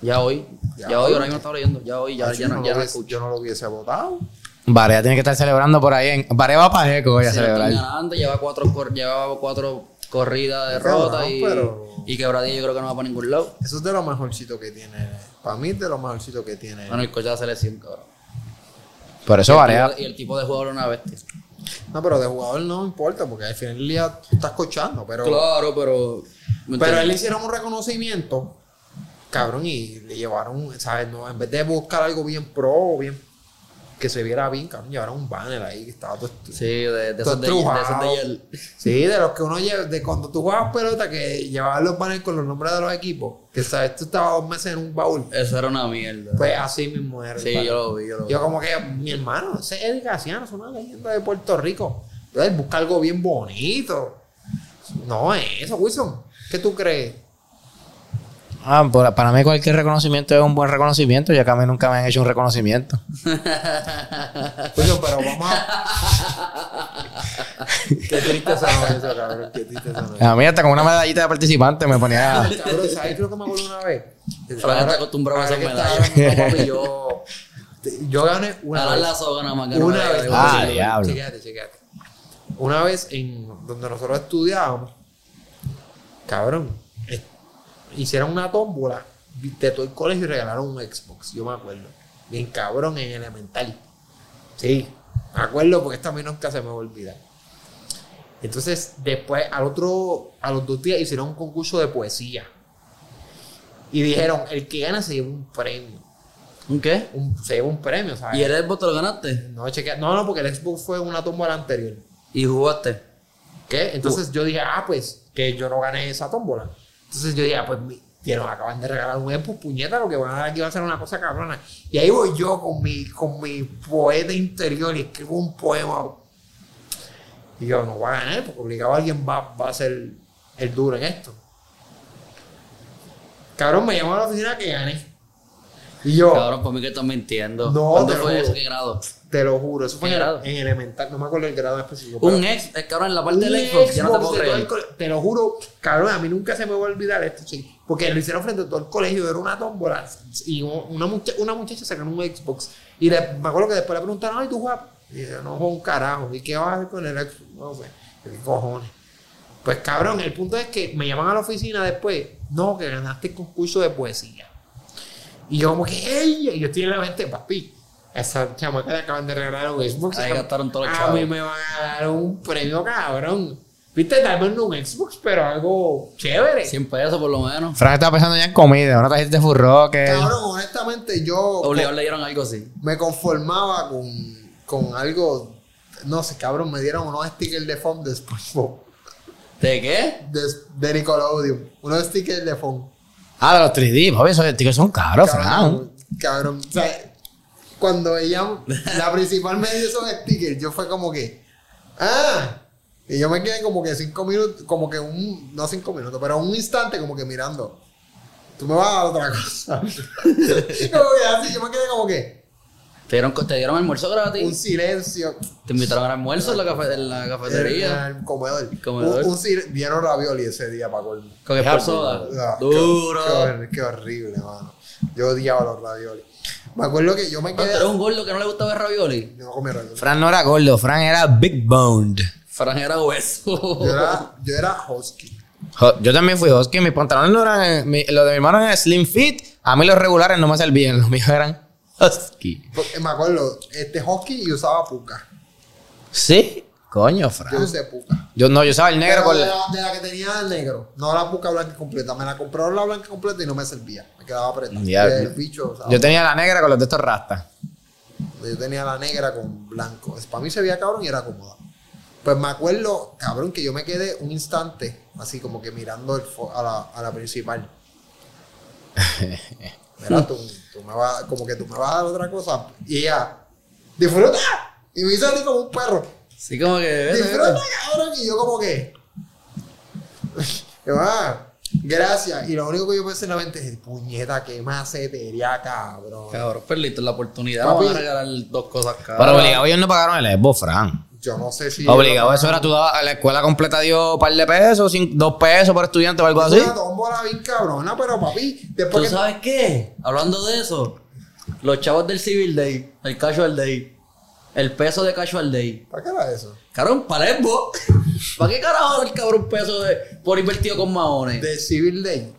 Speaker 3: Ya hoy. Ya,
Speaker 6: Ya
Speaker 3: hoy,
Speaker 6: hoy.
Speaker 3: ahora mismo estaba leyendo. Ya hoy, ya,
Speaker 6: Ay,
Speaker 3: ya,
Speaker 6: yo,
Speaker 3: no,
Speaker 6: no
Speaker 3: ya
Speaker 6: lo
Speaker 3: no es
Speaker 6: hubiese,
Speaker 3: coach.
Speaker 6: yo no lo hubiese votado.
Speaker 2: Varea tiene que estar celebrando por ahí. En, Varea va para Jeco hoy a
Speaker 3: Sí, lo están
Speaker 2: celebrar.
Speaker 3: ganando, lleva cuatro, cor- llevaba cuatro corridas derrotas
Speaker 6: Cabrón,
Speaker 3: y,
Speaker 6: pero-
Speaker 3: y quebradilla yo creo que no va para ningún lado.
Speaker 6: Eso es de lo mejorcito que tiene. Para mí es de lo mejorcito que tiene.
Speaker 3: Bueno, el coach de la selección, cabrón.
Speaker 2: Por eso Varea.
Speaker 3: Y el tipo de jugador es una bestia.
Speaker 6: No, pero de jugador no importa, porque al final del día tú estás cochando. Pero,
Speaker 3: Claro, pero... ¿me
Speaker 6: pero a él le
Speaker 3: entiendes?
Speaker 6: hicieron un reconocimiento, cabrón, y le llevaron, ¿sabes? No, en vez de buscar algo bien pro, bien que se viera bien, cabrón, llevaron un banner ahí que estaba todo.
Speaker 3: Sí, de, de
Speaker 6: todo
Speaker 3: esos de, de esos
Speaker 6: estrujado.
Speaker 3: de hiel.
Speaker 6: Sí, de los que uno lleva, de cuando tú jugabas pelota, que llevabas los banners con los nombres de los equipos, que sabes, tú estabas dos meses en un baúl.
Speaker 3: Eso era una mierda.
Speaker 6: Pues así mismo era. el
Speaker 3: Sí,
Speaker 6: banner.
Speaker 3: yo lo vi, yo lo vi.
Speaker 6: Yo como que, mi hermano, ese es Eddie Casiano, es una leyenda de Puerto Rico. Él busca algo bien bonito. No es eso, Wilson. ¿Qué tú crees?
Speaker 2: Ah, por- para mí cualquier reconocimiento es un buen reconocimiento, ya que a mí nunca me han hecho un reconocimiento.
Speaker 6: Wilson, pero vamos a... Qué triste sonó eso, cabrón. Qué triste sonó eso.
Speaker 2: A mí hasta con una medallita de participante me ponía...
Speaker 6: Cabrón, ¿sabes lo que me acuerdo una vez?
Speaker 3: Ahora está acostumbrado a
Speaker 6: ahora
Speaker 3: esas
Speaker 6: que
Speaker 3: medallas.
Speaker 6: está grabando, papi, yo... Yo gané
Speaker 3: Ahora
Speaker 6: una
Speaker 3: la
Speaker 6: vez.
Speaker 3: soga nada más. que no
Speaker 6: Una
Speaker 3: me da
Speaker 6: vez.
Speaker 3: igual.
Speaker 2: Ah,
Speaker 6: Sí,
Speaker 2: diablo.
Speaker 6: Chequéate, chequéate. una vez en donde nosotros estudiábamos, cabrón, eh, hicieron una tómbola de todo el colegio y regalaron un Xbox, yo me acuerdo. Bien cabrón en elemental. Sí, me acuerdo porque esta a mí nunca se me va a olvidar. Entonces, después, al otro, a los dos días hicieron un concurso de poesía. Y dijeron, el que gana se lleva un premio.
Speaker 3: ¿Un qué?
Speaker 6: Un- se lleva un premio, ¿sabes?
Speaker 3: ¿Y el Xbox te lo ganaste?
Speaker 6: No, chequea- no, no, porque el Xbox fue una tómbola anterior.
Speaker 3: ¿Y jugaste?
Speaker 6: ¿Qué? Entonces yo dije, ah, pues, que yo no gané esa tómbola. Entonces yo dije, ah, pues, mi- que nos acaban de regalar un Xbox, puñeta, lo que van a dar aquí va a ser una cosa cabrona. Y ahí voy yo con mi, con mi poeta interior y escribo un poema. Y yo, no voy a ganar, porque obligado alguien va, va a ser el duro en esto. Cabrón, me llamó a la oficina que gané. Y yo,
Speaker 3: Cabrón, por mí que estás mintiendo.
Speaker 6: No,
Speaker 3: ¿Cuándo
Speaker 6: te lo
Speaker 3: fue
Speaker 6: juro.
Speaker 3: eso? ¿Qué grado?
Speaker 6: te lo juro, eso fue en,
Speaker 3: ¿Qué
Speaker 6: el-
Speaker 3: grado?
Speaker 6: en elemental, no me acuerdo el grado específico. pero-
Speaker 3: Un ex, es cabrón, en la parte
Speaker 6: Un
Speaker 3: del Xbox, yo no te
Speaker 6: Xbox
Speaker 3: puedo
Speaker 6: de todo
Speaker 3: creer.
Speaker 6: el cole- Te lo juro, cabrón, a mí nunca se me va a olvidar esto, sí. Porque lo hicieron frente a todo el colegio, era una tómbola. Y u- una, mucha- una muchacha sacó un Xbox. Y le- me acuerdo que después le preguntaron, ay, tú guapo. Y yo, no, juego un carajo. ¿Y qué vas a hacer con el Xbox? No sé. Yo, ¿Qué cojones? Pues cabrón, el punto es que me llaman a la oficina después. No, que ganaste el concurso de poesía. Y yo como que, ¡ey! Y yo estoy en la mente, papi. Esa chamaca le acaban de regalar un Xbox.
Speaker 3: Ahí gastaron todos los
Speaker 6: A
Speaker 3: chavos.
Speaker 6: mí me van a dar un premio, cabrón. Viste, tal vez no un Xbox, pero algo chévere.
Speaker 3: 100 pesos por lo menos.
Speaker 2: Frank estaba pensando ya en comida, ahora trajiste furroque.
Speaker 6: Cabrón, honestamente, yo
Speaker 3: Obligado le dieron algo así.
Speaker 6: me conformaba con, con algo. No sé, cabrón, me dieron unos stickers de fondo de SpongeBob,
Speaker 3: ¿De qué?
Speaker 6: de, de Nickelodeon. Unos stickers de fondo.
Speaker 2: Ah, de los 3D, papi, esos stickers son caros, Frank.
Speaker 6: Cabrón, cabrón, o sea, cuando ella, la principal me dio esos stickers, yo fue como que, ah, y yo me quedé como que cinco minutos, como que un, no cinco minutos, pero un instante como que mirando. Tú me vas a dar otra cosa. [laughs] como que así, yo me quedé como que,
Speaker 3: ¿Te dieron, co- te dieron almuerzo
Speaker 6: un
Speaker 3: gratis?
Speaker 6: silencio.
Speaker 3: ¿Te invitaron al almuerzo en la, cafe- en la cafetería?
Speaker 6: El, el comedor.
Speaker 3: Comedor.
Speaker 6: Un, un sil- dieron ravioli ese día para colmo.
Speaker 3: ¿Con el por soda?
Speaker 6: Ah, qué-
Speaker 3: Duro.
Speaker 6: Qué, hor- qué horrible, mano. Yo odiaba los raviolis. Me acuerdo que yo me
Speaker 3: Pero tú
Speaker 6: quedé.
Speaker 3: eres un gordo que no le gustaba el ravioli.
Speaker 6: Yo no comía raviolis.
Speaker 2: Frank no era gordo, Frank era big boned.
Speaker 3: Fran era hueso. [laughs]
Speaker 6: Yo era, yo era husky.
Speaker 2: Jo- Yo también fui husky, mis pantalones no eran, mi- los de mi hermano eran slim fit, a mí los regulares no me servían, los míos eran husky.
Speaker 6: Porque me acuerdo, este husky y usaba puca.
Speaker 2: Sí, coño,
Speaker 6: Yo
Speaker 2: Frank.
Speaker 6: usé puca.
Speaker 2: Yo no, yo usaba el negro
Speaker 6: Pero
Speaker 2: con
Speaker 6: de,
Speaker 2: la...
Speaker 6: la, de la que tenía el negro. No la puca blanca completa. Me la compraron la blanca completa y no me servía. Me quedaba preta.
Speaker 2: Ya,
Speaker 6: el
Speaker 2: yo-
Speaker 6: bicho, o sea,
Speaker 2: Yo tenía la negra con los de estos rastas.
Speaker 6: yo tenía la negra con blanco. Para mí se veía cabrón y era cómoda. Pues me acuerdo, cabrón, que yo me quedé un instante así como que mirando el fo- a, la, a
Speaker 2: [laughs]
Speaker 6: la principal. Mira, tú, tú me vas, como que tú me vas a dar otra cosa. Y ella, disfruta. Y me hizo así como un perro.
Speaker 3: Sí, como que. vete, vete.
Speaker 6: disfruta, cabrón. Y yo como que... [laughs] yo, ah, gracias. Y lo único que yo pensé en la mente es, puñeta, qué macetería, cabrón.
Speaker 3: Cabrón, perdiste la oportunidad.
Speaker 6: Papi.
Speaker 3: Vamos a regalar dos cosas
Speaker 6: Ah.
Speaker 3: cada.
Speaker 2: Pero obligado ellos no pagaron el Xbox, Frank.
Speaker 6: Yo no sé si...
Speaker 2: Obligado, eso era tú dabas, a la escuela completa dio un par de pesos, cin- dos pesos por estudiante o algo
Speaker 6: Es
Speaker 2: así.
Speaker 6: Una tómbola bien cabrona, pero papi,
Speaker 3: ¿Tú
Speaker 6: después que...
Speaker 3: sabes qué? Hablando de eso, los chavos del Civil Day, el Casual Day, el peso de Casual Day.
Speaker 6: ¿Para qué era eso?
Speaker 3: Cabrón, para el bo- [laughs] ¿Para qué carajo el cabrón peso de, por invertido con maones?
Speaker 6: De Civil Day.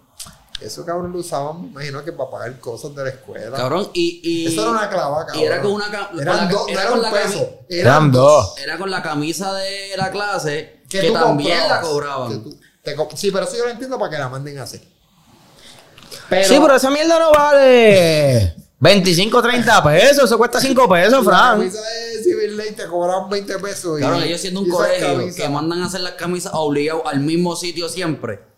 Speaker 6: Eso cabrón lo usaban, me imagino que para pagar cosas de la escuela.
Speaker 3: Cabrón, y, y.
Speaker 6: Eso era una clava, cabrón.
Speaker 3: Y era con una. ca- con
Speaker 6: Eran
Speaker 3: la-
Speaker 6: dos, no
Speaker 3: era
Speaker 6: era
Speaker 3: con
Speaker 6: un
Speaker 3: la
Speaker 6: peso.
Speaker 3: cami-
Speaker 2: Eran dos.
Speaker 3: Era con la camisa de la clase que,
Speaker 6: tú
Speaker 3: también la
Speaker 6: comprabas,
Speaker 3: cobraban.
Speaker 6: que tú- te co- sí, pero eso yo lo entiendo para que la manden a hacer.
Speaker 2: sí, pero esa mierda no vale 25, 30 pesos, eso cuesta 5 pesos,
Speaker 6: La
Speaker 2: Frank.
Speaker 6: camisa de Civil Day te cobraban 20 pesos. y-
Speaker 3: Cabrón, ellos siendo un
Speaker 6: y esas
Speaker 3: colegio
Speaker 6: camisas.
Speaker 3: que mandan a hacer las camisas obligados al mismo sitio siempre.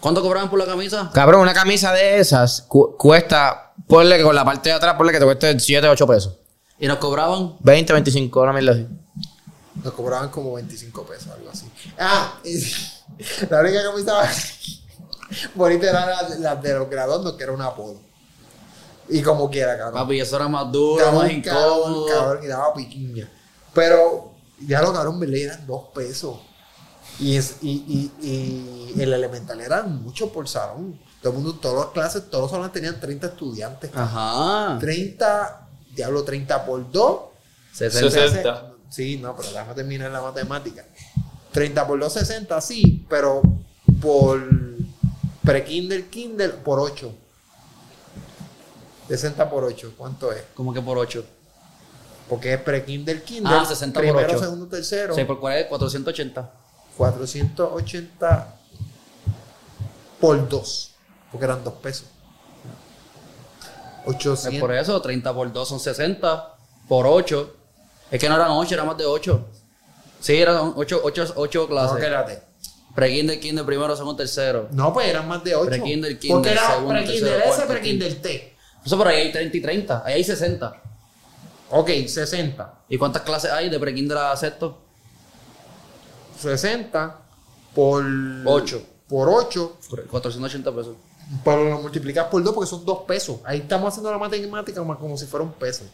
Speaker 3: ¿Cuánto cobraban por la camisa?
Speaker 2: Cabrón, una camisa de esas cu- cuesta, ponle que con la parte de atrás, ponle que te cueste 7, 8 pesos.
Speaker 3: Y nos cobraban.
Speaker 2: 20, 25, una mierda así.
Speaker 6: Nos cobraban como 25 pesos, algo así. Ah, es- [laughs] la única camisa [laughs] bonita era la, la de los graduandos, que era un apodo. Y como quiera, cabrón.
Speaker 3: Papi, eso era más duro,
Speaker 6: Cabrón,
Speaker 3: más
Speaker 6: cabrón,
Speaker 3: incómodo.
Speaker 6: cabrón, y daba piquiña. Pero ya lo cabrón me le eran dos pesos. Y, es, y, y, y el elemental eran mucho por salón. Todo el mundo, todas las clases, todos los salones tenían 30
Speaker 3: Ah,
Speaker 6: estudiantes.
Speaker 3: Ajá.
Speaker 6: 30, diablo, 30 por 2.
Speaker 3: 60.
Speaker 6: Entonces, Sí, no, pero déjame terminar la matemática. 30 por 2, 60, sí, pero por pre-Kindle, Kindle, por 8. 60 por 8, ¿cuánto es?
Speaker 3: Como que por 8.
Speaker 6: Porque es pre-Kindle, Kindle.
Speaker 3: Ah, 60 por
Speaker 6: primero,
Speaker 3: ocho.
Speaker 6: segundo, tercero.
Speaker 3: 6 por 40 es 480.
Speaker 6: 480 por 2, porque eran 2 pesos.
Speaker 3: Es por
Speaker 6: 800.
Speaker 3: eso, 30 por 2 son 60. Por 8. Es que no eran 8, eran más de 8. Sí, eran 8, 8, 8
Speaker 6: No,
Speaker 3: clases.
Speaker 6: quédate.
Speaker 3: Pre-Kindle, Kindle, primero, segundo, tercero.
Speaker 6: No, pues eran más de 8.
Speaker 3: Pre-Kindle, Kindle,
Speaker 6: Porque era
Speaker 3: segundo,
Speaker 6: pre-Kindle
Speaker 3: tercero,
Speaker 6: S,
Speaker 3: cuarto,
Speaker 6: pre-Kindle T.
Speaker 3: Eso por ahí hay 30 y 30. Ahí hay 60.
Speaker 6: Ok, 60.
Speaker 3: ¿Y cuántas clases hay de pre-Kindle a sexto?
Speaker 6: 60 por
Speaker 3: Ocho.
Speaker 6: Por 8,
Speaker 3: Por 480 pesos.
Speaker 6: pero lo multiplicas por 2 porque son 2 pesos. Ahí estamos haciendo la matemática como, como si fuera un peso.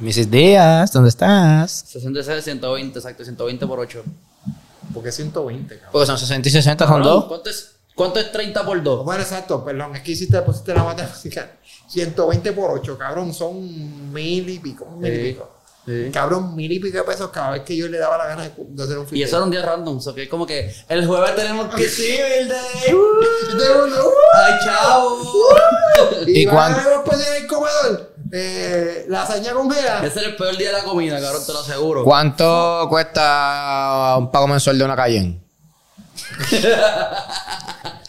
Speaker 2: Mrs. Díaz, ¿dónde estás?
Speaker 3: 60 es 120, exacto, 120 por 8.
Speaker 6: Porque es 120, cabrón.
Speaker 2: Porque son 60 y 60, son dos.
Speaker 3: ¿Cuánto es, ¿Cuánto es 30 por 2?
Speaker 6: Bueno, exacto, perdón, es que hiciste, pusiste la matemática. [laughs] 120 por 8, cabrón, son mil y pico, mil y
Speaker 3: Sí,
Speaker 6: pico. Cabrón, mil y pico de pesos cada vez que yo le daba la gana de, de hacer un
Speaker 3: Y eso
Speaker 6: [laughs]
Speaker 3: era un día random, so que es como que el jueves tenemos que sí, el day. ¡Ay,
Speaker 6: [laughs]
Speaker 3: chao!
Speaker 6: ¿Y,
Speaker 2: ¿Y
Speaker 6: uh, ¿Y
Speaker 2: cuánto?
Speaker 6: cuándo? Pues en el comedor, eh, lasaña
Speaker 3: [laughs]
Speaker 6: con vela.
Speaker 3: Ese era el peor día de la comida, cabrón, te lo aseguro.
Speaker 2: ¿Cuánto cuesta un pago mensual de una calle?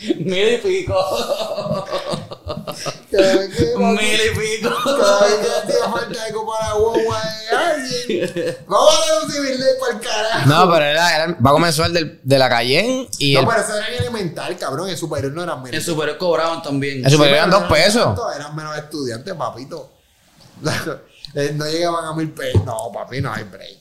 Speaker 3: Mil y pico.
Speaker 6: Cada vez que-
Speaker 3: Mil y pico.
Speaker 6: Cada
Speaker 2: [laughs]
Speaker 6: vez que hacía falta de comprar la guagua
Speaker 2: [laughs]
Speaker 6: de alguien, vamos a deducirle por carajo.
Speaker 2: No, pero era, era el pago mensual del- de la calle y
Speaker 6: No, pues.
Speaker 2: el,
Speaker 6: pero eso era en elemental, cabrón. En superior no eran
Speaker 3: En
Speaker 6: menos.
Speaker 3: superior cobraban también.
Speaker 2: el superior eran dos
Speaker 6: Pero eran
Speaker 2: pesos.
Speaker 6: tanto, Eran menos estudiantes, papito. [laughs] Eh, No llegaban a mil pesos. No, papi, no hay break.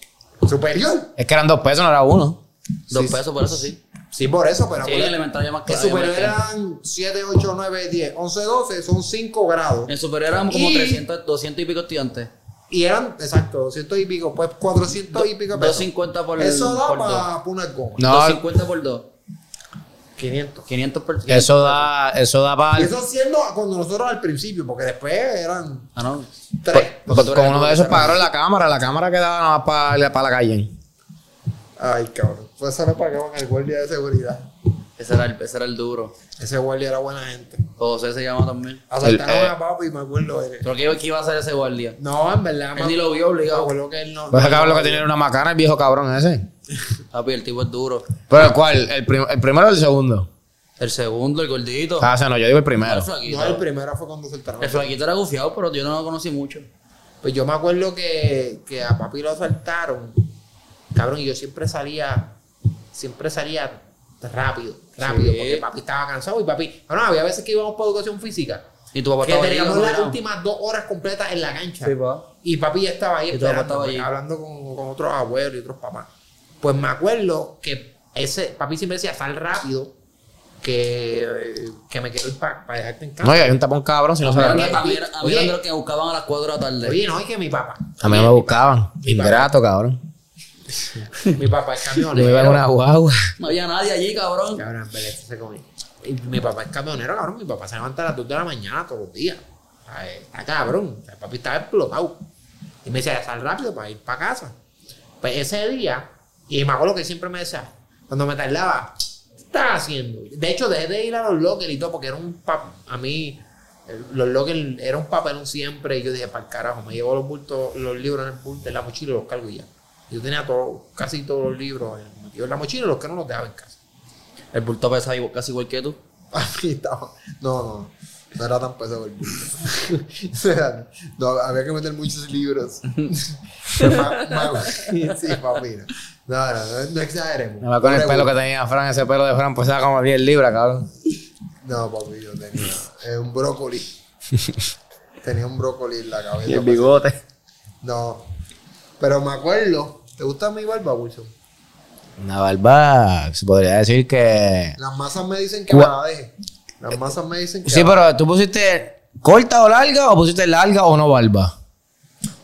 Speaker 6: Superior.
Speaker 2: Es que eran dos pesos, no era uno.
Speaker 3: Dos
Speaker 6: Sí, sí.
Speaker 3: pesos, por eso sí.
Speaker 6: Sí, por eso, pero.
Speaker 3: Sí,
Speaker 6: por-
Speaker 3: elemental ya más
Speaker 6: en
Speaker 3: claro. ya más
Speaker 6: superior
Speaker 3: claro.
Speaker 6: eran 7, 8, 9, 10, 11, 12, son 5 grados.
Speaker 3: En superior eran como
Speaker 6: Y-
Speaker 3: 300, 200 y pico estudiantes.
Speaker 6: Y eran, exacto, 200 y pico, pues 400 y pico pesos.
Speaker 3: 250 por
Speaker 6: Eso da
Speaker 3: por
Speaker 6: para
Speaker 3: dos.
Speaker 6: una goma.
Speaker 2: No.
Speaker 3: 250 por 2.
Speaker 6: 500.
Speaker 3: 500 por
Speaker 2: Eso da, eso da para.
Speaker 6: Y eso siendo cuando nosotros al principio, porque después eran
Speaker 3: Ah, no.
Speaker 6: tres.
Speaker 2: Porque con uno de esos pagaron la cámara, la cámara quedaba nada más para, para la calle.
Speaker 6: Ay, cabrón. Pues eso lo pagaban al guardia de seguridad.
Speaker 3: Ese era el, ese era el duro.
Speaker 6: Ese guardia era buena gente.
Speaker 3: José se llama también.
Speaker 6: Asaltaron
Speaker 2: El, eh,
Speaker 6: a papi, me acuerdo de él.
Speaker 3: Pero que yo que iba a hacer ese guardia.
Speaker 6: No, en verdad.
Speaker 3: Él
Speaker 6: me-
Speaker 3: ni lo vio
Speaker 6: me
Speaker 3: obligado.
Speaker 6: acuerdo que él no.
Speaker 2: Pues
Speaker 6: no-
Speaker 2: acá lo que tenía era una macana, el viejo cabrón ese.
Speaker 3: Papi, el tipo es duro.
Speaker 2: Pero el cual, el, prim- el primero o el segundo.
Speaker 3: El segundo, el gordito.
Speaker 2: Ah, o sea, no, yo digo el
Speaker 3: No,
Speaker 2: primero.
Speaker 3: el flaquito.
Speaker 6: No, el primero fue cuando asaltaron.
Speaker 2: [laughs]
Speaker 3: el flaquito era gufiado, pero yo no lo conocí mucho.
Speaker 6: Pues yo me acuerdo que, que a papi lo asaltaron. Cabrón, y yo siempre salía, siempre salía rápido, rápido,
Speaker 3: Sí.
Speaker 6: porque papi estaba cansado y papi. No, no, había veces que íbamos para educación física.
Speaker 3: Y tu papá
Speaker 6: Que
Speaker 3: estaba
Speaker 6: teníamos
Speaker 3: allí,
Speaker 6: las
Speaker 3: ¿no?
Speaker 6: últimas dos horas completas en la cancha.
Speaker 3: Sí, pa.
Speaker 6: Y papi ya estaba ahí
Speaker 3: Y tu papá
Speaker 6: esperando,
Speaker 3: estaba
Speaker 6: porque
Speaker 3: allí.
Speaker 6: hablando con, con otros abuelos y otros papás. Pues me acuerdo que ese papi siempre decía, sal rápido, que, eh, que me quiero ir para dejarte en
Speaker 2: No,
Speaker 6: casa.
Speaker 2: y hay un tapón cabrón si no se
Speaker 3: A mí
Speaker 2: agarra.
Speaker 3: era- a mí era- a mí
Speaker 6: Oye.
Speaker 3: eran de los que buscaban a las 4 de la tarde.
Speaker 6: Oye, no, es que mi papá,
Speaker 2: A mí no me buscaban. Ingrato, cabrón.
Speaker 6: mi papá es
Speaker 2: Yo me iba en
Speaker 6: camionero.
Speaker 2: una guagua.
Speaker 3: No había nadie allí, cabrón.
Speaker 6: Cabrón, pero esto se comió. Y Mi papá es camionero, cabrón. Mi papá se levanta a las 2 de la mañana todos los días. Ay, Está cabrón. O sea, papi estaba explotado. Y me decía, sal rápido para ir para casa. Pues ese día, y me acuerdo que siempre me decía, cuando me tardaba, ¿qué estás haciendo? De hecho, dejé de ir a los lockers y todo, porque era un pa- a mí, el- los lockers era un papelón siempre. Y yo dije, para el carajo, me llevo los bultos, los libros en el bulto, en la mochila y los cargo y ya. Yo tenía todo, casi todos los libros metidos en la mochila y los que no los dejaba en casa.
Speaker 3: El bulto pesaba igual- casi igual que tú.
Speaker 6: Papi, estaba- No, no. No era tan pesado el bulto. [laughs] O sea, no, había que meter muchos libros.
Speaker 2: [laughs]
Speaker 6: [laughs] Pero ma- ma- sí, papi. No, no, no, no exageremos.
Speaker 2: Me va con el
Speaker 6: Pobre
Speaker 2: pelo que
Speaker 6: bulto.
Speaker 2: tenía Fran, ese pelo de Fran pesaba como 10 libras, cabrón.
Speaker 6: No, papi, yo tenía eh, un
Speaker 2: [laughs]
Speaker 6: brócoli. tenía un brócoli en la cabeza.
Speaker 2: bigote.
Speaker 6: No. Pero me acuerdo. ¿Te gusta mi barba, Wilson?
Speaker 2: Una barba. Se podría decir que.
Speaker 6: Las masas me dicen que
Speaker 2: Gua-
Speaker 6: me la deje. Las masas me dicen que
Speaker 2: Sí,
Speaker 6: la-
Speaker 2: pero tú pusiste corta o larga o pusiste larga o no barba.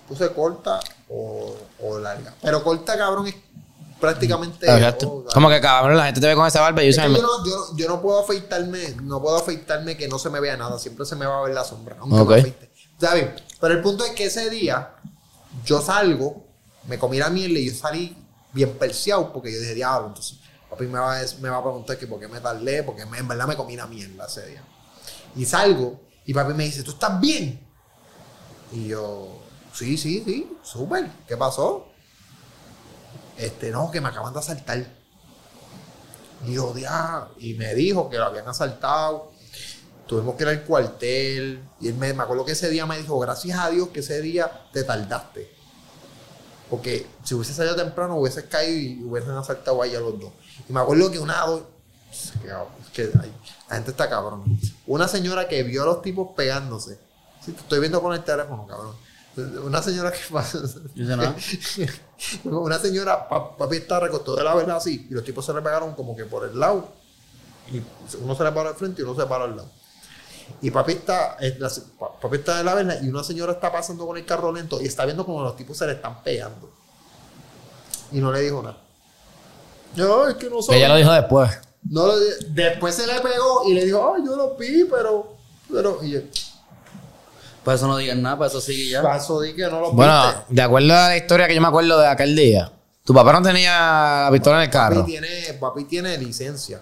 Speaker 6: puse corta o, o larga. Pero corta, cabrón, es prácticamente.
Speaker 2: Ah, Exacto.
Speaker 6: oh,
Speaker 2: Como que cabrón, la gente te ve con esa barba y yo
Speaker 6: Es que
Speaker 2: se
Speaker 6: yo,
Speaker 2: me-
Speaker 6: no, yo, no- yo no puedo afeitarme, no puedo afeitarme que no se me vea nada, siempre se me va a ver la sombra, aunque
Speaker 2: Ok.
Speaker 6: me afeite. ¿Sabes? Pero el punto es que ese día yo salgo me comí la mierda y yo salí bien perseado porque yo dije, diablo, entonces papi me va, a, des- me va a preguntar que por qué me tardé, porque me- en verdad me comí la mierda ese día. Y salgo y papi me dice, ¿tú estás bien? Y yo, sí, sí, sí, súper, ¿qué pasó? Este, no, que me acaban de asaltar. Y yo, "Dia-". y me dijo que lo habían asaltado. Tuvimos que ir al cuartel. Y él me, me acuerdo que ese día me dijo, gracias a Dios que ese día te tardaste. Porque si hubiese salido temprano, hubieses caído y hubiesen asaltado ahí a los dos. Y me acuerdo que una... do- Que, que- ay, la gente está cabrón. Una señora que vio a los tipos pegándose. Sí, te estoy viendo con el teléfono, cabrón. Una señora que pasa.
Speaker 3: Dice nada.
Speaker 6: [laughs] Una señora, pa- papi está recostado de la verdad así, y los tipos se le pegaron como que por el lado. Y uno se le paró al frente y uno se paró al lado. Y papi está, eh, la se- pa- papi está de la verga y una señora está pasando con el carro lento y está viendo como los tipos se le están pegando. Y no le dijo nada. No, es que no sabe.
Speaker 2: Ella lo dijo después.
Speaker 6: No, lo di- después se le pegó y le dijo, ay, yo lo vi, pero, pero, y yo,
Speaker 3: Pues eso no digan nada, pues eso sigue ya.
Speaker 6: paso, di que no lo
Speaker 2: Bueno, ah,
Speaker 6: viste.
Speaker 2: de acuerdo a la historia que yo me acuerdo de aquel día, tu papá no tenía la pistola en el
Speaker 6: Papi
Speaker 2: carro.
Speaker 6: tiene, papi tiene licencia.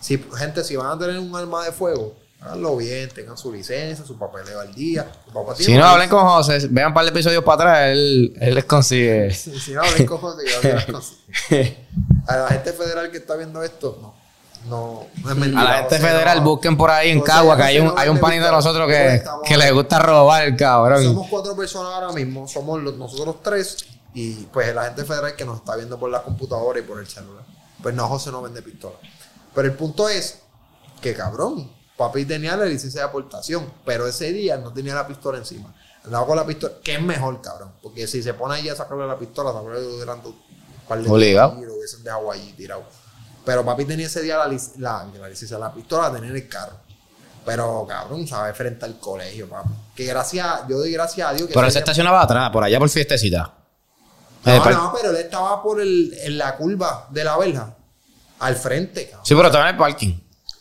Speaker 6: Si, gente, si van a tener un arma de fuego, háganlo bien, tengan su licencia, su papeleo al día. Tu papá tiene
Speaker 2: Si no,
Speaker 6: una
Speaker 2: hablen con José, vean un par de episodios para atrás, él, él les consigue.
Speaker 6: [laughs] Si, si no, hablen con José, yo hablo
Speaker 2: [laughs]
Speaker 6: las cosas. A la gente federal que está viendo esto, no. No, no es mentira.
Speaker 2: A la gente
Speaker 6: José,
Speaker 2: federal,
Speaker 6: no.
Speaker 2: busquen por ahí en
Speaker 6: José,
Speaker 2: Cagua, que
Speaker 6: José
Speaker 2: hay un,
Speaker 6: no
Speaker 2: hay
Speaker 6: le
Speaker 2: un
Speaker 6: gusta-
Speaker 2: panito de nosotros
Speaker 6: no le
Speaker 2: que,
Speaker 6: estamos-
Speaker 2: que le gusta robar, cabrón.
Speaker 6: Somos cuatro personas ahora mismo, somos los- nosotros tres y pues la gente federal que nos está viendo por la computadora y por el celular. Pues no, José no vende pistola. Pero el punto es que cabrón, papi tenía la licencia de aportación, pero ese día no tenía la pistola encima. Andaba con la pistola, que es mejor, cabrón, porque si se pone ahí a sacarle la pistola, sacarle durante un par de
Speaker 2: Obligado.
Speaker 6: tiros, lo hubiesen dejado ahí tirado. Pero papi tenía ese día la, lic- la, la licencia, la pistola, la tenía en el carro. Pero cabrón, sabe frente al colegio, papi. Que gracias, yo doy gracias a Dios que.
Speaker 2: Pero él se
Speaker 6: ese día-
Speaker 2: estacionaba atrás, por allá por fiestecita. Eh,
Speaker 6: No,
Speaker 2: par-
Speaker 6: no, pero él estaba por el, en la curva de la verja. Al frente, cabrón.
Speaker 2: Sí, pero estaba en el parking.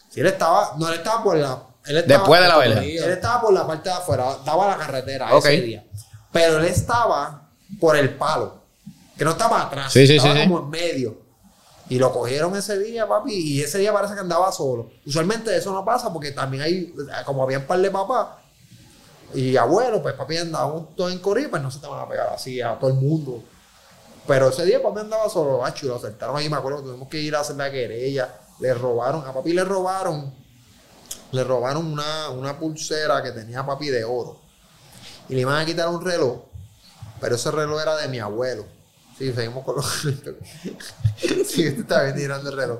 Speaker 6: Si él estaba, no, él estaba por la. él estaba-
Speaker 2: Después de la verja.
Speaker 6: Él estaba por la parte de afuera, daba la carretera
Speaker 2: Ok.
Speaker 6: ese día. Pero él estaba por el palo. Que no estaba atrás.
Speaker 2: Sí, sí,
Speaker 6: estaba
Speaker 2: sí, sí.
Speaker 6: como en medio. Y lo cogieron ese día, papi, y ese día parece que andaba solo. Usualmente eso no pasa porque también hay, como había un par de papás y abuelos, pues papi andaba todos en corrido, pues no se te van a pegar así a todo el mundo. Pero ese día papi andaba solo, macho, y lo acertaron ahí, me acuerdo, tuvimos que ir a hacer la querella, le robaron, a papi le robaron, le robaron una, una pulsera que tenía papi de oro. Y le iban a quitar un reloj, pero ese reloj era de mi abuelo. Sí, seguimos con los... [laughs] sí, este está bien tirando el reloj.